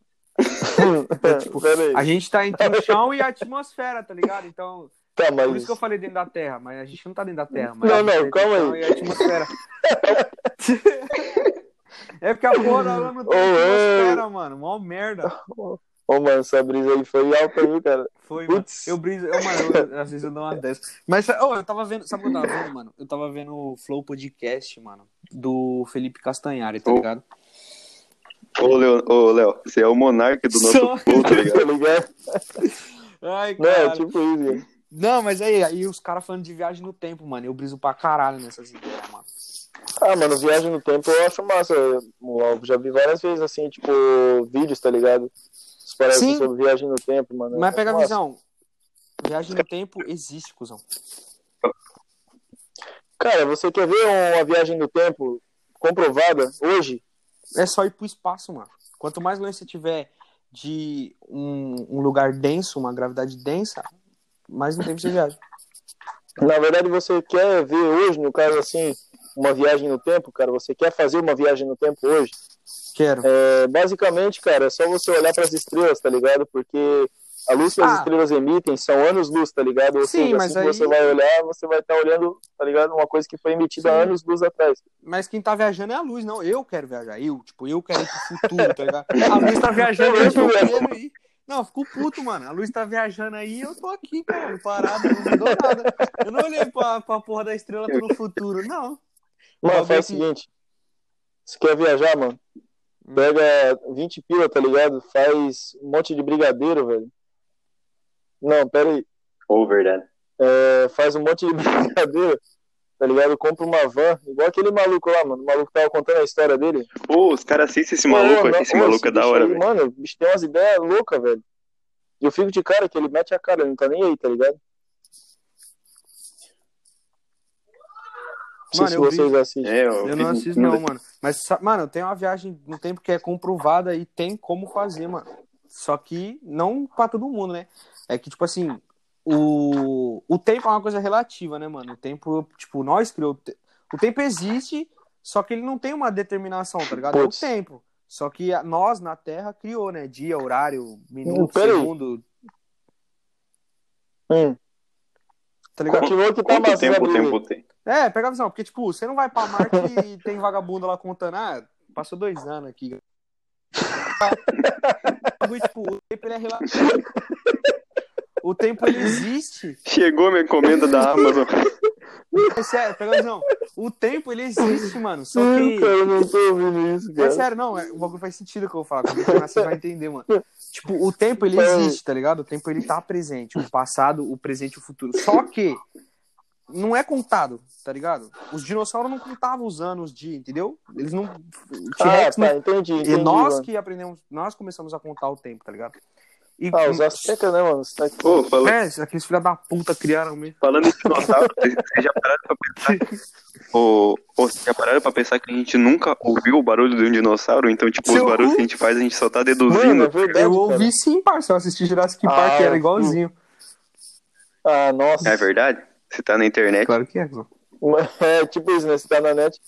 [SPEAKER 1] tipo,
[SPEAKER 3] peraí.
[SPEAKER 1] A gente tá entre o chão e a atmosfera, tá ligado? Então,
[SPEAKER 3] Tá,
[SPEAKER 1] por isso
[SPEAKER 3] mas...
[SPEAKER 1] que eu falei dentro da Terra, mas a gente não tá dentro da Terra. Mas
[SPEAKER 3] Não,
[SPEAKER 1] a gente
[SPEAKER 3] não,
[SPEAKER 1] tá entre
[SPEAKER 3] calma
[SPEAKER 1] o chão
[SPEAKER 3] aí.
[SPEAKER 1] E a atmosfera. é porque a porra da lua não tem
[SPEAKER 3] Ô, é.
[SPEAKER 1] atmosfera, mano. Mó merda.
[SPEAKER 3] Ô, mano, essa brisa aí foi alta, viu, cara?
[SPEAKER 1] Foi, mano.
[SPEAKER 3] Putz.
[SPEAKER 1] Eu briso, eu, mano, eu- às vezes eu dou uma dessa. Mas, ô, eu tava vendo, sabe o que eu tava vendo, mano? Eu tava vendo o Flow Podcast, mano, do Felipe Castanhari, tá
[SPEAKER 2] Ô,
[SPEAKER 1] ligado?
[SPEAKER 2] Ô, Léo, ô, Léo, você é o monarca do nosso
[SPEAKER 1] Só-
[SPEAKER 2] povo, tá ligado?
[SPEAKER 3] Tá ligado?
[SPEAKER 1] Ai,
[SPEAKER 3] Não,
[SPEAKER 1] cara.
[SPEAKER 3] é tipo isso, cara.
[SPEAKER 1] Não, mas aí, aí os caras falando de viagem no tempo, mano. Eu briso pra caralho nessas ideias, mano.
[SPEAKER 3] Ah, mano, viagem no tempo eu acho massa. Eu já vi várias vezes, assim, tipo, vídeos, tá ligado? Os caras
[SPEAKER 1] Sim.
[SPEAKER 3] sobre viagem no tempo, mano.
[SPEAKER 1] Mas
[SPEAKER 3] Eu
[SPEAKER 1] pega a
[SPEAKER 3] acho massa.
[SPEAKER 1] visão. Viagem no tempo existe, cuzão.
[SPEAKER 3] Cara, você quer ver uma viagem no tempo comprovada hoje?
[SPEAKER 1] É só ir pro espaço, mano. Quanto mais longe você tiver de um, um lugar denso, uma gravidade densa, mais no tempo você viaja.
[SPEAKER 3] Na verdade, você quer ver hoje, no caso, assim, uma viagem no tempo, cara? Você quer fazer uma viagem no tempo hoje?
[SPEAKER 1] Quero.
[SPEAKER 3] É, basicamente, cara, é só você olhar para as estrelas, tá ligado? Porque a luz que as
[SPEAKER 1] Ah.
[SPEAKER 3] estrelas emitem são anos-luz, tá ligado? Ou
[SPEAKER 1] Sim,
[SPEAKER 3] seja,
[SPEAKER 1] mas
[SPEAKER 3] assim
[SPEAKER 1] aí-
[SPEAKER 3] que você vai olhar, você vai estar olhando, tá ligado? Uma coisa que foi emitida
[SPEAKER 1] Sim.
[SPEAKER 3] há anos-luz atrás.
[SPEAKER 1] Mas quem tá viajando é a luz, não. Eu quero viajar. Eu, tipo, eu quero ir pro futuro, tá ligado? A luz tá viajando eu tô querendo ir. Não, eu fico puto, mano. A luz tá viajando aí e eu tô aqui, cara, parado, não mudou nada. Eu não olhei pra, pra porra da estrela, tô no futuro, não.
[SPEAKER 3] Mano,
[SPEAKER 1] Alguém
[SPEAKER 3] faz o
[SPEAKER 1] que-
[SPEAKER 3] seguinte. Se quer viajar, mano,
[SPEAKER 1] Hum.
[SPEAKER 3] pega 20 pila, tá ligado? Faz um monte de brigadeiro, velho. Não, pera aí.
[SPEAKER 2] Ô, verdade.
[SPEAKER 3] É, faz um monte de brigadeiro, tá ligado? Compra uma van, igual aquele maluco lá, mano. O maluco tava contando a história dele.
[SPEAKER 2] Ô, os caras assistem esse
[SPEAKER 3] Não,
[SPEAKER 2] maluco
[SPEAKER 3] não,
[SPEAKER 2] aqui, esse
[SPEAKER 3] ô,
[SPEAKER 2] maluco é da
[SPEAKER 3] bicho
[SPEAKER 2] hora,
[SPEAKER 3] aí,
[SPEAKER 2] velho.
[SPEAKER 3] Mano, o bicho tem umas ideias loucas, velho. E eu fico de cara que ele mete a cara, ele não tá nem aí, tá ligado? Não sei
[SPEAKER 1] Mano,
[SPEAKER 3] se
[SPEAKER 1] eu
[SPEAKER 3] vocês assistem.
[SPEAKER 2] É, eu,
[SPEAKER 1] Eu
[SPEAKER 2] fiz-
[SPEAKER 1] não assisto, não, mano. Mas, sa- mano, tem uma viagem no tempo que é comprovada e tem como fazer, mano. Só que não pra todo mundo, né? É que, tipo assim, o, o tempo é uma coisa relativa, né, mano? O tempo, tipo, nós criou. o te- O tempo existe, só que ele não tem uma determinação, tá ligado? É o
[SPEAKER 3] Putz.
[SPEAKER 1] tempo. Só que a- nós, na Terra, criou, né? Dia, horário, minuto,
[SPEAKER 3] peraí.
[SPEAKER 1] segundo,
[SPEAKER 3] Hum.
[SPEAKER 1] tá ligado?
[SPEAKER 3] Continua que tá
[SPEAKER 2] Quanto
[SPEAKER 3] massa,
[SPEAKER 2] tempo o
[SPEAKER 3] né, Bruno?
[SPEAKER 2] tempo tem?
[SPEAKER 1] É, pega a visão, porque, tipo, você não vai pra Marte e tem vagabundo lá contando, ah, passou dois anos aqui. O bagulho, tipo, o tempo ele é relativo. O tempo ele existe.
[SPEAKER 2] Chegou minha encomenda da Amazon.
[SPEAKER 1] É sério, pega a visão. O tempo ele existe, mano. Só
[SPEAKER 3] Sim,
[SPEAKER 1] que.
[SPEAKER 3] cara, eu não tô ouvindo isso,
[SPEAKER 1] É
[SPEAKER 3] cara.
[SPEAKER 1] sério, não, é- o bagulho faz sentido o que eu vou falar. Quando você nasce, você vai entender, mano. Tipo, o tempo ele existe, tá ligado? O tempo ele tá presente. O passado, o presente e o futuro. Só que não é contado, tá ligado? Os dinossauros não contavam os anos de, entendeu? Eles não. O
[SPEAKER 3] Ah,
[SPEAKER 1] T-Rex não.
[SPEAKER 3] tá, entendi,
[SPEAKER 1] E
[SPEAKER 3] entendi.
[SPEAKER 1] nós
[SPEAKER 3] mano.
[SPEAKER 1] que aprendemos, nós começamos a contar o tempo, tá ligado? E,
[SPEAKER 3] Ah, os aztecas, né, mano? Os aztecas.
[SPEAKER 2] Pô, falando,
[SPEAKER 1] é, aqueles filha da puta criaram mesmo.
[SPEAKER 2] falando em dinossauro, vocês vocês já pararam pra pensar? Ou, ou vocês já pararam pra pensar que a gente nunca ouviu o barulho de um dinossauro? Então, tipo,
[SPEAKER 1] Seu
[SPEAKER 2] os barulhos
[SPEAKER 1] cu.
[SPEAKER 2] que a gente faz, a gente só tá
[SPEAKER 3] Mano, é
[SPEAKER 2] deduzindo.
[SPEAKER 3] verdade,
[SPEAKER 1] Eu
[SPEAKER 3] cara.
[SPEAKER 1] ouvi sim, parça. Eu assisti Jurassic
[SPEAKER 3] Ah,
[SPEAKER 1] Park, era
[SPEAKER 3] eu-
[SPEAKER 1] igualzinho.
[SPEAKER 3] Ah, nossa.
[SPEAKER 2] É verdade? Você tá na internet?
[SPEAKER 1] Claro que é, Zó.
[SPEAKER 3] É tipo isso, né? Você tá na net.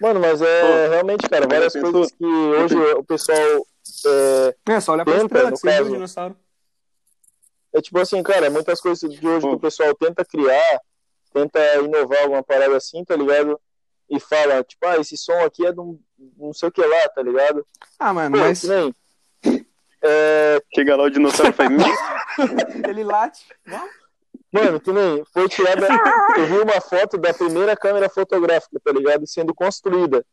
[SPEAKER 3] Mano, mas é
[SPEAKER 2] Pô,
[SPEAKER 3] realmente, cara, várias
[SPEAKER 2] pensou?
[SPEAKER 3] coisas que hoje o pessoal. É,
[SPEAKER 1] É, só olha pra
[SPEAKER 3] Tenta,
[SPEAKER 1] estrela
[SPEAKER 3] no
[SPEAKER 1] que você viu o
[SPEAKER 3] caso.
[SPEAKER 1] dinossauro.
[SPEAKER 3] é tipo assim, cara, muitas coisas de hoje que
[SPEAKER 2] Pô.
[SPEAKER 3] o pessoal tenta criar, tenta inovar alguma parada assim, tá ligado? E fala, tipo, ah, esse som aqui é de um não sei o que lá, tá ligado?
[SPEAKER 1] Ah, mano,
[SPEAKER 3] Pô, né?
[SPEAKER 1] mas
[SPEAKER 3] que nem. É,
[SPEAKER 2] Chega lá o dinossauro e faz. "Miau".
[SPEAKER 1] ele late.
[SPEAKER 3] Mano, que nem foi tirada. Eu vi uma foto da primeira câmera fotográfica, tá ligado? Sendo construída.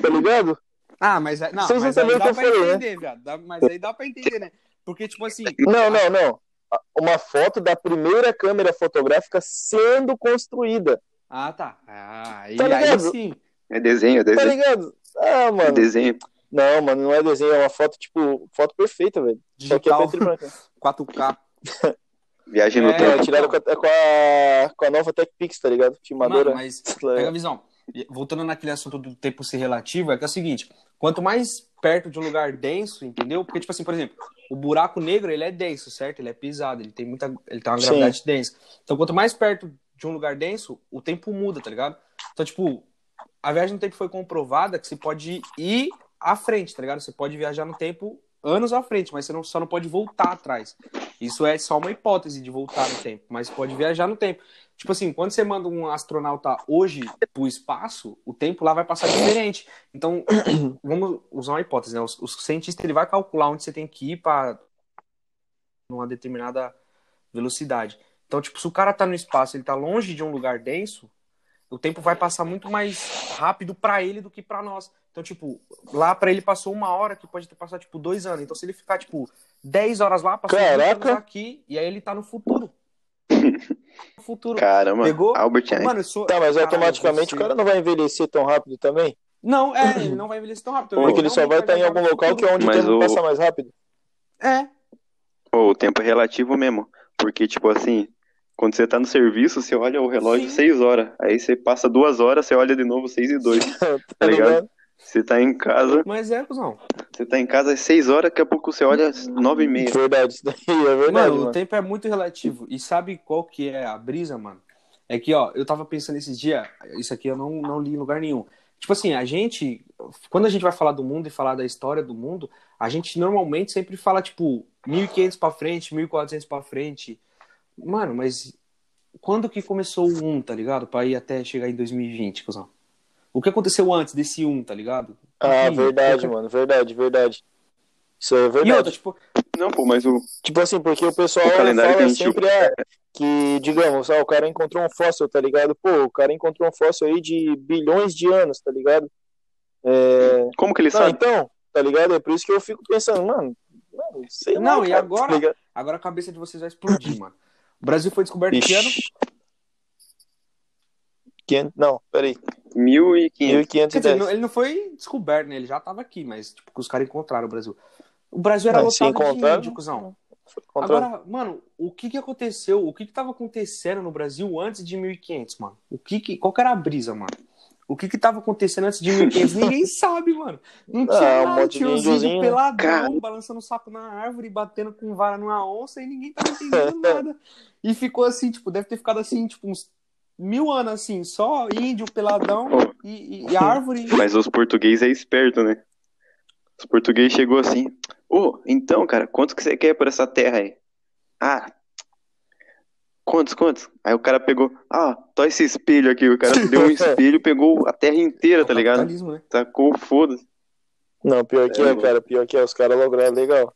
[SPEAKER 3] Tá ligado?
[SPEAKER 1] Ah, mas, aí- não,
[SPEAKER 3] Vocês
[SPEAKER 1] mas aí
[SPEAKER 3] entenderam o
[SPEAKER 1] dá
[SPEAKER 3] que eu
[SPEAKER 1] pra
[SPEAKER 3] falei, né?
[SPEAKER 1] entender, viado. Dá- Mas aí dá pra entender, né? Porque, tipo assim,
[SPEAKER 3] Não, não, não. A- Uma foto da primeira câmera fotográfica sendo construída.
[SPEAKER 1] ah, tá. Ah, aí,
[SPEAKER 3] Tá
[SPEAKER 1] aí
[SPEAKER 3] ligado?
[SPEAKER 1] sim.
[SPEAKER 2] É desenho, é
[SPEAKER 3] Tá
[SPEAKER 2] desenho.
[SPEAKER 3] ligado? Ah,
[SPEAKER 2] É
[SPEAKER 3] mano.
[SPEAKER 2] desenho.
[SPEAKER 3] Não, mano, não é desenho, é uma foto, tipo, foto perfeita, velho. Só que é
[SPEAKER 1] Digital
[SPEAKER 3] preto e branco.
[SPEAKER 1] 4K.
[SPEAKER 2] Viagem no
[SPEAKER 1] É,
[SPEAKER 2] tempo.
[SPEAKER 3] Não, tiraram com a, com a, com a nova Tech Pix, tá ligado?
[SPEAKER 1] Mano,
[SPEAKER 3] Tá Filmadora.
[SPEAKER 1] mas Pega a visão. E Voltando naquele assunto do tempo ser relativo, é que é o seguinte: quanto mais perto de um lugar denso, entendeu? Porque, tipo assim, por exemplo, o buraco negro ele é denso, certo? Ele é pisado, ele tem muita. Ele tem uma
[SPEAKER 3] Sim.
[SPEAKER 1] gravidade densa. Então, quanto mais perto de um lugar denso, o tempo muda, tá ligado? Então, tipo, a viagem no tempo foi comprovada que você pode ir à frente, tá ligado? Você pode viajar no tempo anos à frente, mas você não, só não pode voltar atrás. Isso é só uma hipótese de voltar no tempo, mas pode viajar no tempo. Tipo assim, quando você manda um astronauta hoje pro espaço, o tempo lá vai passar diferente. Então, vamos usar uma hipótese, né? O, o cientista ele vai calcular onde você tem que ir para numa determinada velocidade. Então, tipo, se o cara tá no espaço, ele tá longe de um lugar denso, o tempo vai passar muito mais rápido pra ele do que pra nós. Então, tipo, lá pra ele passou uma hora, que pode ter passado, tipo, dois anos. Então, se ele ficar, tipo, 10 horas lá, passou 20 anos
[SPEAKER 3] Caraca.
[SPEAKER 1] aqui, e aí ele tá no futuro. No futuro.
[SPEAKER 2] Caramba,
[SPEAKER 1] Pegou?
[SPEAKER 2] Albert Einstein.
[SPEAKER 1] Mano, eu sou.
[SPEAKER 3] Tá, mas
[SPEAKER 1] Caralho,
[SPEAKER 3] automaticamente o
[SPEAKER 1] você-
[SPEAKER 3] cara não vai envelhecer tão rápido também.
[SPEAKER 1] Não, é, ele não vai envelhecer tão rápido.
[SPEAKER 3] Uhum. Porque ele só vai estar em algum local que é onde o
[SPEAKER 2] Mas
[SPEAKER 3] tempo
[SPEAKER 2] o- tá
[SPEAKER 3] passa mais rápido.
[SPEAKER 1] É.
[SPEAKER 2] Pô, o tempo é relativo mesmo. Porque, tipo assim, quando você tá no serviço, você olha o relógio
[SPEAKER 1] Sim.
[SPEAKER 2] 6 horas. Aí você passa duas horas, você olha de novo 6 e 2.
[SPEAKER 3] Tá ligado?
[SPEAKER 2] ligado? Você tá em casa,
[SPEAKER 1] Mas é, cuzão.
[SPEAKER 2] você tá em casa às 6 horas, daqui a pouco você olha às 9 e meia.
[SPEAKER 3] Verdade, isso daí é verdade,
[SPEAKER 1] Mano,
[SPEAKER 3] mano.
[SPEAKER 1] o tempo é muito relativo. E sabe qual que é a brisa, mano? É que, ó, eu tava pensando esses dias, isso aqui eu não, não li em lugar nenhum. Tipo assim, a gente, quando a gente vai falar do mundo e falar da história do mundo, a gente normalmente sempre fala, tipo, 1500 pra frente, 1400 pra frente. Mano, mas quando que começou o 1, tá ligado? Pra ir até chegar em 2020, cuzão. O que aconteceu antes desse 1, tá ligado?
[SPEAKER 3] Ah,
[SPEAKER 1] Ih,
[SPEAKER 3] verdade,
[SPEAKER 1] qualquer-
[SPEAKER 3] mano. Verdade, verdade. Isso é
[SPEAKER 1] E
[SPEAKER 3] verdade.
[SPEAKER 1] outra, tipo,
[SPEAKER 2] Não, pô, mas o.
[SPEAKER 3] Tipo assim, porque o pessoal
[SPEAKER 2] O calendário que a
[SPEAKER 3] fala
[SPEAKER 2] gente-
[SPEAKER 3] sempre ah, que, digamos, ah, o cara encontrou um fóssil, tá ligado? Pô, o cara encontrou um fóssil aí de bilhões de anos, tá ligado? É...
[SPEAKER 2] Como que ele
[SPEAKER 3] Não,
[SPEAKER 2] sabe?
[SPEAKER 3] então, tá ligado? É por isso que eu fico pensando, mano, mano sei lá,
[SPEAKER 1] Não, e
[SPEAKER 3] cara,
[SPEAKER 1] agora?
[SPEAKER 3] Tá ligado?
[SPEAKER 1] agora a cabeça de vocês vai explodir, mano. O Brasil foi descoberto que ano?
[SPEAKER 3] Ixi. 500 Não, peraí.
[SPEAKER 2] 1500.
[SPEAKER 3] 1510.
[SPEAKER 1] Quer dizer, não- ele não foi descoberto, né? Ele já tava aqui, mas tipo, que os caras encontraram o Brasil. O Brasil era
[SPEAKER 3] Não, se
[SPEAKER 1] lotado de
[SPEAKER 3] encontraram-
[SPEAKER 1] índio, cuzão.
[SPEAKER 3] Foi contra-
[SPEAKER 1] Agora, mano, o que que aconteceu? O que que tava acontecendo no Brasil antes de 1500, mano? O que que... Qual que era a brisa, mano? O que que tava acontecendo antes de 1500? Ninguém sabe, mano. Não
[SPEAKER 3] Ah,
[SPEAKER 1] tinha
[SPEAKER 3] um
[SPEAKER 1] nada,
[SPEAKER 3] monte de
[SPEAKER 1] tinha uns índios
[SPEAKER 3] índiozinho, né?
[SPEAKER 1] peladão,
[SPEAKER 2] Cara.
[SPEAKER 1] balançando o saco na árvore, batendo com vara numa onça e ninguém tava entendendo nada. E ficou assim, tipo, deve ter ficado assim, tipo, uns mil anos assim, só índio, peladão
[SPEAKER 2] Ô.
[SPEAKER 1] e, e- e árvore.
[SPEAKER 2] Mas os portugueses é esperto, né? Os portugueses chegou assim, ô, então, cara, quanto que você quer por essa terra aí? Ah, quantos, quantos? Aí o cara pegou, ah, tó esse espelho aqui. O cara deu um espelho, pegou a terra inteira, tá ligado?
[SPEAKER 1] Capitalismo, né?
[SPEAKER 2] Tacou, foda-se.
[SPEAKER 3] Não, pior que
[SPEAKER 2] É,
[SPEAKER 3] é,
[SPEAKER 2] mano.
[SPEAKER 3] cara. Pior que é. Os caras lograram legal.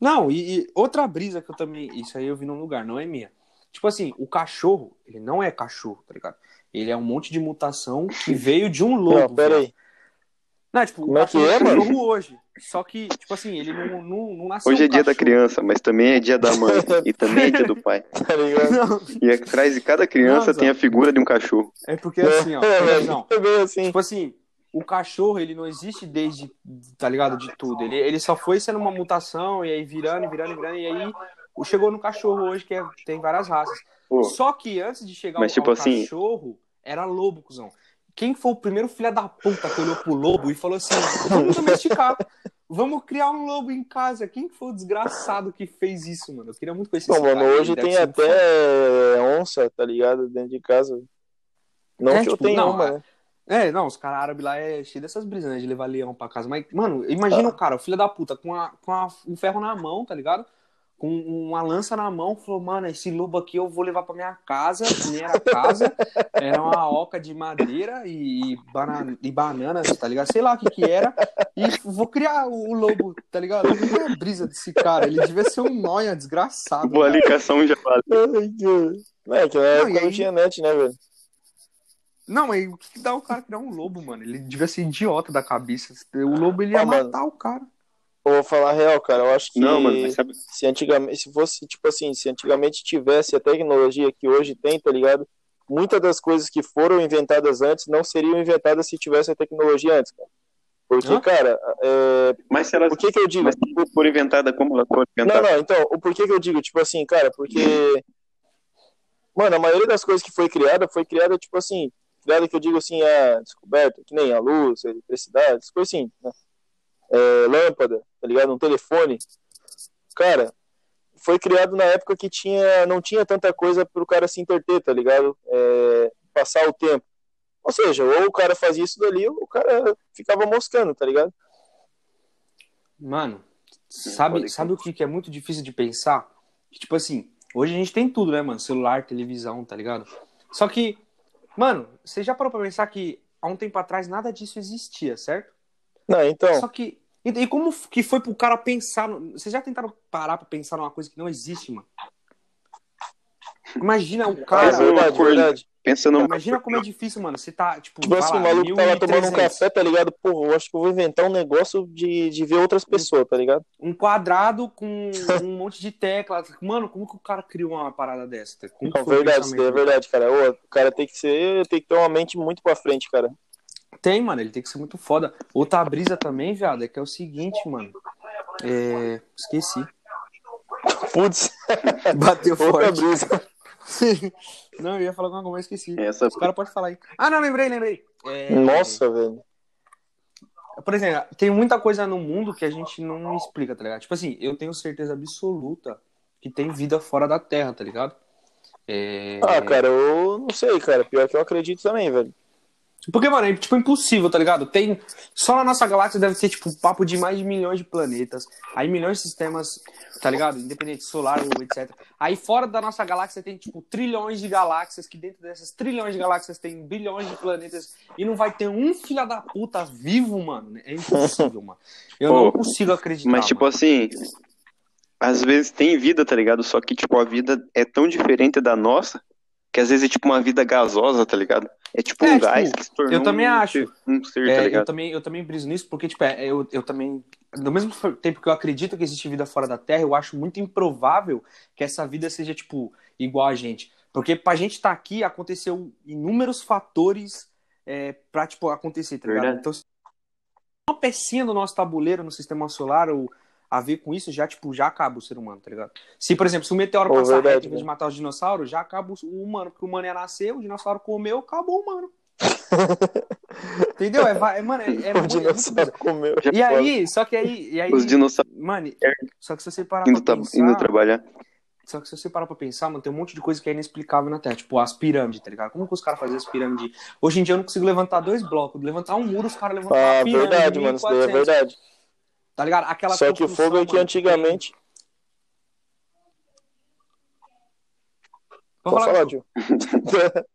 [SPEAKER 1] Não, e, e outra brisa que eu também. Isso aí eu vi num lugar, não é minha. Tipo assim, o cachorro, ele não é cachorro, tá ligado? Ele é um monte de mutação que veio de um lobo.
[SPEAKER 3] Não, pera
[SPEAKER 1] viado.
[SPEAKER 3] aí.
[SPEAKER 1] Não, tipo,
[SPEAKER 3] Como é que
[SPEAKER 1] cachorro
[SPEAKER 3] é, mano?
[SPEAKER 1] cachorro hoje. Só que, tipo assim, ele não, não, não nasceu.
[SPEAKER 2] Hoje é
[SPEAKER 1] um
[SPEAKER 2] dia da
[SPEAKER 1] cachorro.
[SPEAKER 2] criança, mas também é dia da mãe. e também é dia do pai.
[SPEAKER 3] Tá ligado?
[SPEAKER 1] Não,
[SPEAKER 2] E
[SPEAKER 3] é
[SPEAKER 2] atrás de cada criança
[SPEAKER 1] Nossa.
[SPEAKER 2] tem a figura de um cachorro.
[SPEAKER 1] é porque assim, ó.
[SPEAKER 3] É,
[SPEAKER 1] não,
[SPEAKER 3] é bem assim.
[SPEAKER 1] Tipo assim, o cachorro, ele não existe desde, tá ligado, de tudo. Ele, ele só foi sendo uma mutação, e aí virando, e virando, e virando, e aí chegou no cachorro hoje, que é- tem várias raças.
[SPEAKER 2] Pô,
[SPEAKER 1] Só que antes de chegar
[SPEAKER 2] Mas,
[SPEAKER 1] ao,
[SPEAKER 2] tipo
[SPEAKER 1] ao
[SPEAKER 2] assim-
[SPEAKER 1] cachorro, era lobo, cuzão. Quem foi o primeiro filho da puta que olhou pro lobo e falou assim, vamos domesticar, vamos criar um lobo em casa. Quem foi o desgraçado que fez isso, mano? Eu queria muito conhecer
[SPEAKER 3] Não,
[SPEAKER 1] esse
[SPEAKER 3] mano,
[SPEAKER 1] cara, ele
[SPEAKER 3] hoje
[SPEAKER 1] deve
[SPEAKER 3] tem
[SPEAKER 1] ser um foda.
[SPEAKER 3] até onça, tá ligado? Dentro de casa. Não
[SPEAKER 1] É,
[SPEAKER 3] que eu
[SPEAKER 1] tipo,
[SPEAKER 3] tenha
[SPEAKER 1] não,
[SPEAKER 3] uma,
[SPEAKER 1] é-
[SPEAKER 3] né?
[SPEAKER 1] É, não, os caras árabes lá é cheio dessas brisas, né? De levar leão pra casa. Mas, mano,
[SPEAKER 3] Ah.
[SPEAKER 1] imagina o cara, o filho da puta, com, a, com a- um ferro na mão, tá ligado? Com um, uma lança na mão, falou, mano, esse lobo aqui eu vou levar pra minha casa. Nem era casa, era uma oca de madeira e, e, bana- e bananas, tá ligado? Sei lá o que que era. E vou criar o, o lobo, tá ligado? Olha a brisa desse cara, ele devia ser um nóia desgraçado.
[SPEAKER 2] vou ali caçar um javali.
[SPEAKER 3] Ai, Deus. Não, é que na época
[SPEAKER 1] e
[SPEAKER 3] não
[SPEAKER 1] aí-
[SPEAKER 3] tinha net, né, velho?
[SPEAKER 1] Não, mas o que dá o cara criar um lobo, mano? Ele devia ser idiota da cabeça. O lobo, ele ia
[SPEAKER 3] Ah, mano.
[SPEAKER 1] matar o cara.
[SPEAKER 3] Eu vou falar a real, cara. Eu acho que
[SPEAKER 2] Não, mano, mas sabe,
[SPEAKER 3] se antigamente, se fosse, tipo assim, se antigamente tivesse a tecnologia que hoje tem, tá ligado? Muitas das coisas que foram inventadas antes não seriam inventadas se tivesse a tecnologia antes, cara. Porque,
[SPEAKER 1] Hã?
[SPEAKER 3] cara, é,
[SPEAKER 2] mas se ela
[SPEAKER 3] por que que eu digo?
[SPEAKER 2] mas se for inventada como ela for
[SPEAKER 3] Não,
[SPEAKER 2] inventada?
[SPEAKER 3] não, então, o porquê que eu digo, tipo assim, cara, porque. Mano, a maioria das coisas que foi criada foi criada, tipo assim, criada que eu digo assim, a descoberta, que nem a luz, a eletricidade, essas coisas assim, né? É, lâmpada, tá ligado? Um telefone. Cara, foi criado na época que tinha, não tinha tanta coisa pro cara se interter, tá ligado? É, passar o tempo. Ou seja, ou o cara fazia isso dali, ou o cara ficava moscando, tá ligado?
[SPEAKER 1] Mano,
[SPEAKER 2] pode
[SPEAKER 1] sabe,
[SPEAKER 2] crer.
[SPEAKER 1] sabe o que que é muito difícil de pensar? Que, tipo assim, hoje a gente tem tudo, né, mano? Celular, televisão, tá ligado? Só que, mano, você já parou pra pensar que há um tempo atrás nada disso existia, certo?
[SPEAKER 3] Não, então.
[SPEAKER 1] Só que. E e como f- que foi pro cara pensar. no- Vocês já tentaram parar pra pensar numa coisa que não existe, mano? Imagina o
[SPEAKER 2] Mas
[SPEAKER 3] Cara,
[SPEAKER 1] cara.
[SPEAKER 2] eu-
[SPEAKER 3] verdade,
[SPEAKER 2] acordei.
[SPEAKER 3] verdade.
[SPEAKER 2] Pensa no
[SPEAKER 1] Imagina como é difícil, mano. Você tá, tipo,
[SPEAKER 3] Tipo assim, o maluco tava tomando um
[SPEAKER 1] 1300.
[SPEAKER 3] café, tá ligado? Porra, eu acho que eu vou inventar um negócio de, de ver outras pessoas, tá ligado?
[SPEAKER 1] um quadrado com um monte de teclas. Mano, como que o cara criou uma parada dessa? Como que
[SPEAKER 3] Não,
[SPEAKER 1] foi o
[SPEAKER 3] verdade, isso daí é
[SPEAKER 1] pensamento do
[SPEAKER 3] verdade, cara. Ô, o cara tem que ser, tem que ter uma mente muito pra frente, cara.
[SPEAKER 1] cara? Tem, mano, ele tem que ser muito foda. Outra brisa também, viado, é que é o seguinte, mano. É... Esqueci.
[SPEAKER 3] Putz,
[SPEAKER 1] Bateu
[SPEAKER 3] É, outra brisa.
[SPEAKER 1] não, eu ia falar alguma coisa, mas esqueci.
[SPEAKER 2] Essa
[SPEAKER 1] Os caras podem falar aí. Ah, não, lembrei, lembrei. É,
[SPEAKER 3] Nossa, velho.
[SPEAKER 1] Por exemplo, tem muita coisa no mundo que a gente não explica, tá ligado? Tipo assim, eu tenho certeza absoluta que tem vida fora da Terra, tá ligado? É.
[SPEAKER 3] Ah, cara, eu não sei, cara. Pior que eu acredito também, velho.
[SPEAKER 1] Porque, mano, é tipo impossível, tá ligado? Tem. Só na nossa galáxia deve ter, tipo, papo de mais de milhões de planetas. Aí milhões de sistemas, tá ligado? Independente solar ou etc. Aí fora da nossa galáxia tem, tipo, trilhões de galáxias, que dentro dessas trilhões de galáxias tem bilhões de planetas. E não vai ter um filho da puta vivo, mano. É impossível, mano. Eu não
[SPEAKER 2] Ô,
[SPEAKER 1] consigo acreditar.
[SPEAKER 2] Mas, tipo
[SPEAKER 1] mano.
[SPEAKER 2] assim, às vezes tem vida, tá ligado? Só que, tipo, a vida é tão diferente da nossa que às vezes é tipo uma vida gasosa, tá ligado? É tipo
[SPEAKER 1] É,
[SPEAKER 2] um
[SPEAKER 1] tipo,
[SPEAKER 2] gás que se tornou
[SPEAKER 1] eu também
[SPEAKER 2] um,
[SPEAKER 1] acho.
[SPEAKER 2] ser- um ser, tá
[SPEAKER 1] É, eu
[SPEAKER 2] ligado?
[SPEAKER 1] também, eu também briso nisso, porque, tipo, é, eu, eu também. No mesmo tempo que eu acredito que existe vida fora da Terra, eu acho muito improvável que essa vida seja, tipo, igual a gente. Porque pra gente estar aqui, aconteceu inúmeros fatores é, pra, tipo, acontecer, tá ligado?
[SPEAKER 2] Verdade.
[SPEAKER 1] Então, se uma pecinha do nosso tabuleiro no sistema solar ou a ver com isso, já, tipo, já acaba o ser humano, tá ligado? Se, por exemplo, se o meteoro
[SPEAKER 3] Pô,
[SPEAKER 1] passar
[SPEAKER 3] verdade, né?
[SPEAKER 1] reto em vez de
[SPEAKER 3] velho.
[SPEAKER 1] matar os dinossauros, já acaba o humano, porque o humano ia nascer, o dinossauro comeu, acabou o humano. Entendeu? É, va- é, mano, é, é,
[SPEAKER 3] o
[SPEAKER 1] muito, é muito
[SPEAKER 3] dinossauro
[SPEAKER 1] brisa.
[SPEAKER 3] comeu.
[SPEAKER 2] Já
[SPEAKER 1] E
[SPEAKER 2] fala.
[SPEAKER 1] aí, só que aí, e aí
[SPEAKER 2] Os dinossauros
[SPEAKER 1] mano, só que se você parar
[SPEAKER 2] indo,
[SPEAKER 1] pra
[SPEAKER 3] tá-
[SPEAKER 2] tra- indo
[SPEAKER 1] pensar,
[SPEAKER 2] trabalhar.
[SPEAKER 1] Só que se você parar pra pensar, mano, tem um monte de coisa que é inexplicável na Terra. Tipo, as pirâmides, tá ligado? Como que os caras fazem as pirâmides? Hoje em dia eu não consigo levantar dois blocos. Levantar um muro, os caras levantam
[SPEAKER 3] Ah,
[SPEAKER 1] uma pirâmide.
[SPEAKER 3] verdade, mano, isso daí é
[SPEAKER 1] 1400,
[SPEAKER 3] verdade.
[SPEAKER 1] Tá ligado? Aquela
[SPEAKER 3] Só que o
[SPEAKER 1] construção,
[SPEAKER 3] fogo é que
[SPEAKER 1] mano,
[SPEAKER 3] antigamente.
[SPEAKER 1] tem- Pode
[SPEAKER 3] Pode
[SPEAKER 1] falar,
[SPEAKER 3] falar, tio.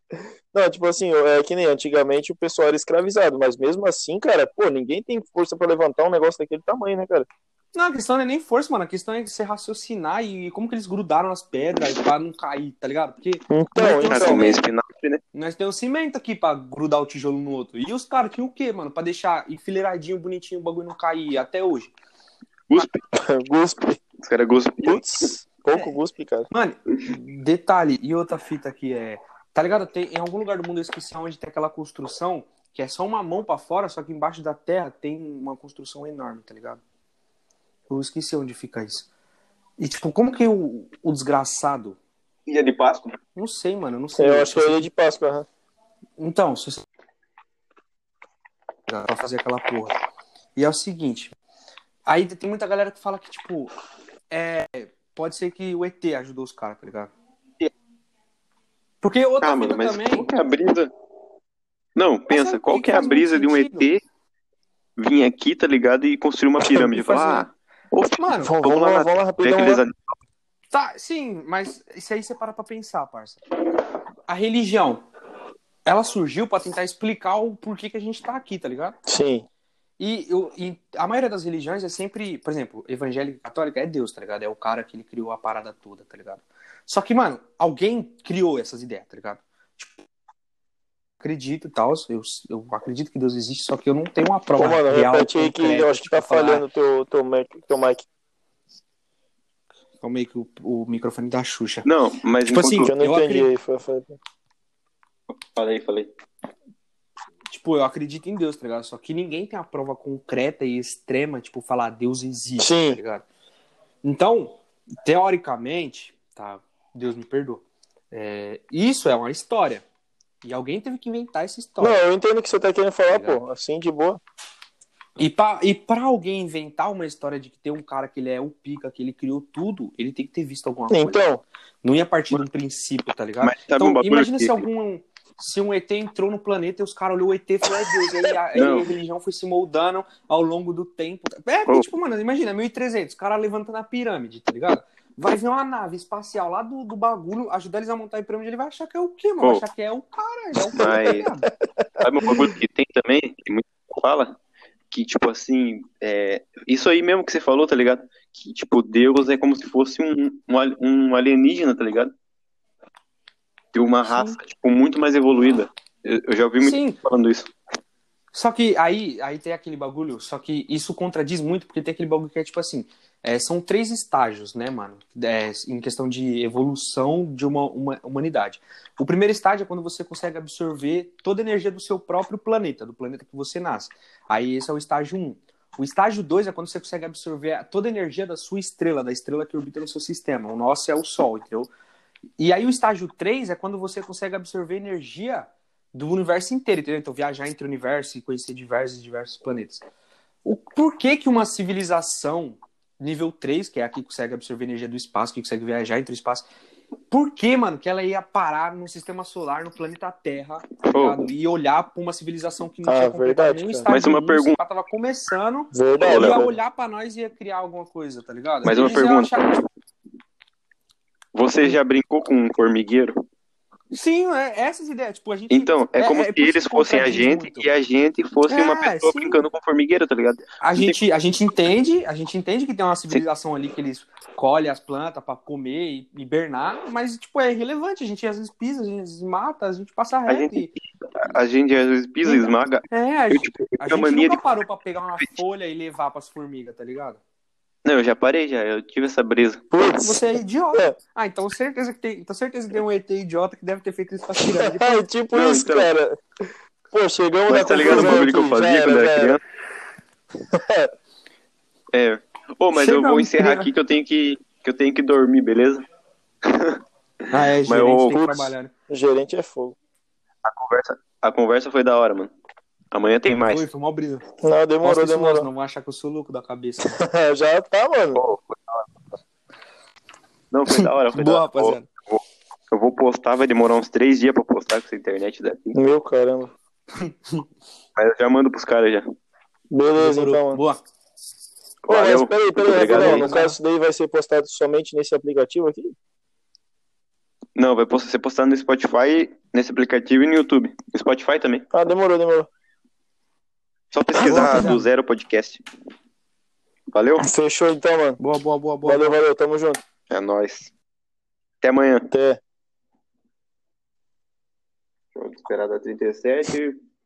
[SPEAKER 3] Não, tipo assim, é que nem antigamente o pessoal era escravizado, mas mesmo assim, cara, pô, ninguém tem força pra levantar um negócio daquele tamanho, né, cara?
[SPEAKER 1] Não, a questão não é nem força, mano. A questão é você raciocinar e como que eles grudaram as pedras pra não cair, tá ligado? Porque
[SPEAKER 3] Então,
[SPEAKER 1] Mas tem
[SPEAKER 2] Cara,
[SPEAKER 1] Então,
[SPEAKER 2] comer espinafre, né?
[SPEAKER 1] nós temos cimento aqui pra grudar o tijolo no outro. E os caras tinham o quê, mano? Pra deixar enfileiradinho, bonitinho, o bagulho não cair até hoje.
[SPEAKER 2] Guspe.
[SPEAKER 1] assim,
[SPEAKER 3] Guspe.
[SPEAKER 2] Os caras guspiam.
[SPEAKER 3] Putz, pouco
[SPEAKER 1] É.
[SPEAKER 3] guspe, cara.
[SPEAKER 1] Mano, detalhe, e outra fita aqui é. Tá ligado? Tem, em algum lugar do mundo eu esqueci onde tem aquela construção que é só uma mão pra fora, só que embaixo da terra tem uma construção enorme, tá ligado? Eu esqueci onde fica isso. E, tipo, como que o, o desgraçado.
[SPEAKER 2] Dia de Páscoa.
[SPEAKER 1] Não sei, mano, eu não sei.
[SPEAKER 3] Eu acho que é a Ilha de Páscoa, aham.
[SPEAKER 1] Então, se você... pra fazer aquela porra. E é o seguinte, aí tem muita galera que fala que, tipo, é, pode ser que o ET ajudou os caras, tá ligado? Porque outra
[SPEAKER 2] Ah,
[SPEAKER 1] ah,
[SPEAKER 2] mano, mas
[SPEAKER 1] também...
[SPEAKER 2] qual que é a brisa? Não, pensa,
[SPEAKER 1] sabe
[SPEAKER 2] qual
[SPEAKER 1] que
[SPEAKER 2] que é a
[SPEAKER 1] faz muito
[SPEAKER 2] brisa de um ET
[SPEAKER 1] sentido?
[SPEAKER 2] vir aqui, tá ligado, e construir uma pirâmide?
[SPEAKER 1] E fazer-
[SPEAKER 2] Falar, ah, ô, filho,
[SPEAKER 1] Tipo assim, Mano,
[SPEAKER 3] Vamos, vamos lá, vamos lá
[SPEAKER 2] ver
[SPEAKER 3] rapidão. né?
[SPEAKER 2] aqueles
[SPEAKER 3] lá.
[SPEAKER 2] animais.
[SPEAKER 1] tá, sim, mas isso aí você para pra pensar, parça. A religião, ela surgiu pra tentar explicar o porquê que a gente tá aqui, tá ligado?
[SPEAKER 3] Sim,
[SPEAKER 1] E, eu, e a maioria das religiões é sempre, por exemplo, evangélica e católica é Deus, tá ligado? É o cara que ele criou a parada toda, tá ligado? Só que, mano, alguém criou essas ideias, tá ligado? Tipo, acredito e tal, eu, eu acredito que Deus existe, só que eu não tenho uma prova
[SPEAKER 3] Ô, mano,
[SPEAKER 1] real.
[SPEAKER 3] repete aí que
[SPEAKER 1] concreta
[SPEAKER 3] eu acho que tá
[SPEAKER 1] pra falar.
[SPEAKER 3] falhando o teu, teu, mic- teu mic.
[SPEAKER 1] Calma aí então, que o, o microfone da Xuxa.
[SPEAKER 2] Não, mas
[SPEAKER 1] Tipo assim,
[SPEAKER 2] enquanto-
[SPEAKER 3] Eu não
[SPEAKER 1] Eu
[SPEAKER 3] entendi
[SPEAKER 1] acredito-
[SPEAKER 3] aí. Foi, foi...
[SPEAKER 2] Falei, falei.
[SPEAKER 1] Tipo, eu acredito em Deus, tá ligado? Só que ninguém tem a prova concreta e extrema, tipo, falar Deus existe,
[SPEAKER 3] Sim.
[SPEAKER 1] tá ligado? Então, teoricamente, tá? Deus me perdoa. É, isso é uma história. E alguém teve que inventar essa história.
[SPEAKER 3] Não, eu entendo o que você tá querendo falar,
[SPEAKER 1] Obrigado.
[SPEAKER 3] pô. Assim, de boa.
[SPEAKER 1] E pra, e pra alguém inventar uma história de que tem um cara que ele é o pica, que ele criou tudo, ele tem que ter visto alguma coisa.
[SPEAKER 3] Então,
[SPEAKER 1] Não ia partir de um princípio, tá ligado?
[SPEAKER 2] Mas sabe
[SPEAKER 1] então,
[SPEAKER 2] um bagulho
[SPEAKER 1] imagina
[SPEAKER 2] que-
[SPEAKER 1] se algum. Se um ET entrou no planeta e os caras olhou o ET e falou, é Deus, aí a, aí
[SPEAKER 2] Não.
[SPEAKER 1] a religião foi se moldando ao longo do tempo. É, porque,
[SPEAKER 2] Oh.
[SPEAKER 1] tipo, mano, imagina, 1300, os caras levantando a pirâmide, tá ligado? Vai vir uma nave espacial lá do, do bagulho, ajudar eles a montar a pirâmide, ele vai achar que é o quê, mano? Vai
[SPEAKER 2] Oh.
[SPEAKER 1] achar que é o cara, ele é o cara.
[SPEAKER 2] Mas
[SPEAKER 1] tá ligado?
[SPEAKER 2] sabe um bagulho que tem também, que muita gente fala, que tipo assim, é, isso aí mesmo que você falou, tá ligado? Que tipo, Deus é como se fosse um, um, al- um alienígena, tá ligado? De uma raça, tipo, muito mais evoluída. Eu, eu já ouvi muito
[SPEAKER 1] Sim,
[SPEAKER 2] gente falando isso.
[SPEAKER 1] Só que aí, aí tem aquele bagulho, só que isso contradiz muito, porque tem aquele bagulho que é tipo assim, é, são três estágios, né, mano? É, em questão de evolução de uma, uma humanidade. O primeiro estágio é quando você consegue absorver toda a energia do seu próprio planeta, do planeta que você nasce. Aí esse é o estágio 1. Um. O estágio 2 é quando você consegue absorver toda a energia da sua estrela, da estrela que orbita no seu sistema. O nosso é o Sol, entendeu? E aí o estágio 3 é quando você consegue absorver energia do universo inteiro, entendeu? Então viajar entre o universo e conhecer diversos e diversos planetas. O por que que uma civilização nível 3, que é a que consegue absorver energia do espaço, que consegue viajar entre o espaço, por que, mano, que ela ia parar no sistema solar, no planeta Terra, tá
[SPEAKER 2] Oh.
[SPEAKER 1] ligado? e olhar pra uma civilização que não
[SPEAKER 3] Ah,
[SPEAKER 1] tinha completado
[SPEAKER 3] verdade,
[SPEAKER 1] nenhum estágio
[SPEAKER 3] cara.
[SPEAKER 2] Mas uma
[SPEAKER 1] um,
[SPEAKER 2] pergunta.
[SPEAKER 1] se pá, tava começando,
[SPEAKER 3] verdade.
[SPEAKER 2] Ô,
[SPEAKER 1] ia
[SPEAKER 2] Léo.
[SPEAKER 1] olhar pra nós e ia criar alguma coisa, tá ligado?
[SPEAKER 2] Mas uma
[SPEAKER 1] Eles iam
[SPEAKER 2] pergunta.
[SPEAKER 1] achar que tipo,
[SPEAKER 2] Você já brincou com um formigueiro?
[SPEAKER 1] Sim, é, essas ideias. Tipo, a gente.
[SPEAKER 2] Então, é, como se
[SPEAKER 1] por isso
[SPEAKER 2] eles
[SPEAKER 1] que
[SPEAKER 2] fossem a
[SPEAKER 1] contradiz
[SPEAKER 2] gente
[SPEAKER 1] muito.
[SPEAKER 2] e a gente fosse uma
[SPEAKER 1] É,
[SPEAKER 2] pessoa
[SPEAKER 1] sim.
[SPEAKER 2] brincando com formigueiro, tá ligado?
[SPEAKER 1] A gente, a gente entende, a gente entende que tem uma civilização ali que eles colhem as plantas pra comer e hibernar, mas tipo, é irrelevante. A gente às vezes pisa, a gente às vezes mata, a gente passa reto.
[SPEAKER 2] gente-
[SPEAKER 1] e-
[SPEAKER 2] A- A gente às vezes pisa e esmaga.
[SPEAKER 1] É, a,
[SPEAKER 2] Eu,
[SPEAKER 1] gente-
[SPEAKER 2] tipo,
[SPEAKER 1] a
[SPEAKER 2] eu tenho a
[SPEAKER 1] gente
[SPEAKER 2] mania
[SPEAKER 1] nunca
[SPEAKER 2] de.
[SPEAKER 1] parou pra pegar uma folha e levar pras formigas, tá ligado?
[SPEAKER 2] Não, eu já parei já, eu tive essa brisa.
[SPEAKER 3] Putz.
[SPEAKER 1] Você é idiota.
[SPEAKER 3] É.
[SPEAKER 1] Ah, então certeza que tem, então certeza que tem um ET idiota que deve ter feito isso pra pirâmide.
[SPEAKER 3] É tipo
[SPEAKER 2] Não,
[SPEAKER 3] isso,
[SPEAKER 2] então.
[SPEAKER 3] cara. Pô, um chegamos
[SPEAKER 2] Mas
[SPEAKER 3] na
[SPEAKER 2] tá ligado o
[SPEAKER 3] conclusão
[SPEAKER 2] bagulho que eu
[SPEAKER 3] aqui, já
[SPEAKER 2] fazia quando eu era
[SPEAKER 3] já
[SPEAKER 2] criança? É. Ô, mas eu
[SPEAKER 1] Chega
[SPEAKER 2] vou
[SPEAKER 1] um
[SPEAKER 2] encerrar
[SPEAKER 1] dia.
[SPEAKER 2] aqui que eu tenho que, que eu tenho que dormir, beleza?
[SPEAKER 1] Ah, é, gerente
[SPEAKER 2] ô,
[SPEAKER 1] tem que
[SPEAKER 2] putz,
[SPEAKER 1] trabalhar. né?
[SPEAKER 3] O gerente é fogo.
[SPEAKER 2] A conversa, a conversa foi da hora, mano. Amanhã tem mais.
[SPEAKER 1] Foi, foi mal brisa.
[SPEAKER 3] Não,
[SPEAKER 1] Posta
[SPEAKER 3] demorou,
[SPEAKER 1] isso
[SPEAKER 3] tá,
[SPEAKER 1] não,
[SPEAKER 3] demorou.
[SPEAKER 1] senão vão achar que eu sou louco da cabeça.
[SPEAKER 3] já tá, mano.
[SPEAKER 2] Não, foi da hora, foi
[SPEAKER 1] Boa,
[SPEAKER 2] da hora. Vou-
[SPEAKER 1] rapaziada.
[SPEAKER 2] Eu vou postar, vai demorar uns três dias pra postar com essa internet daqui.
[SPEAKER 3] Meu caramba.
[SPEAKER 2] Mas eu já mando pros caras já.
[SPEAKER 3] Beleza, então, mano.
[SPEAKER 1] Boa.
[SPEAKER 3] Pô, mas
[SPEAKER 2] Valeu,
[SPEAKER 3] peraí,
[SPEAKER 2] muito
[SPEAKER 3] peraí,
[SPEAKER 2] obrigado
[SPEAKER 3] Rafael,
[SPEAKER 2] aí.
[SPEAKER 3] no caso isso daí vai ser postado somente nesse aplicativo aqui?
[SPEAKER 2] Não, vai post- ser postado no Spotify, nesse aplicativo e no YouTube. No Spotify também.
[SPEAKER 3] Ah, demorou, demorou.
[SPEAKER 2] Só
[SPEAKER 1] Tá
[SPEAKER 2] pesquisar do zero podcast. Valeu?
[SPEAKER 3] Fechou então, mano.
[SPEAKER 1] Boa, boa, boa, boa.
[SPEAKER 3] Valeu, valeu, tamo junto.
[SPEAKER 2] É nóis. Até amanhã.
[SPEAKER 3] Até.
[SPEAKER 2] Vou esperar da 37.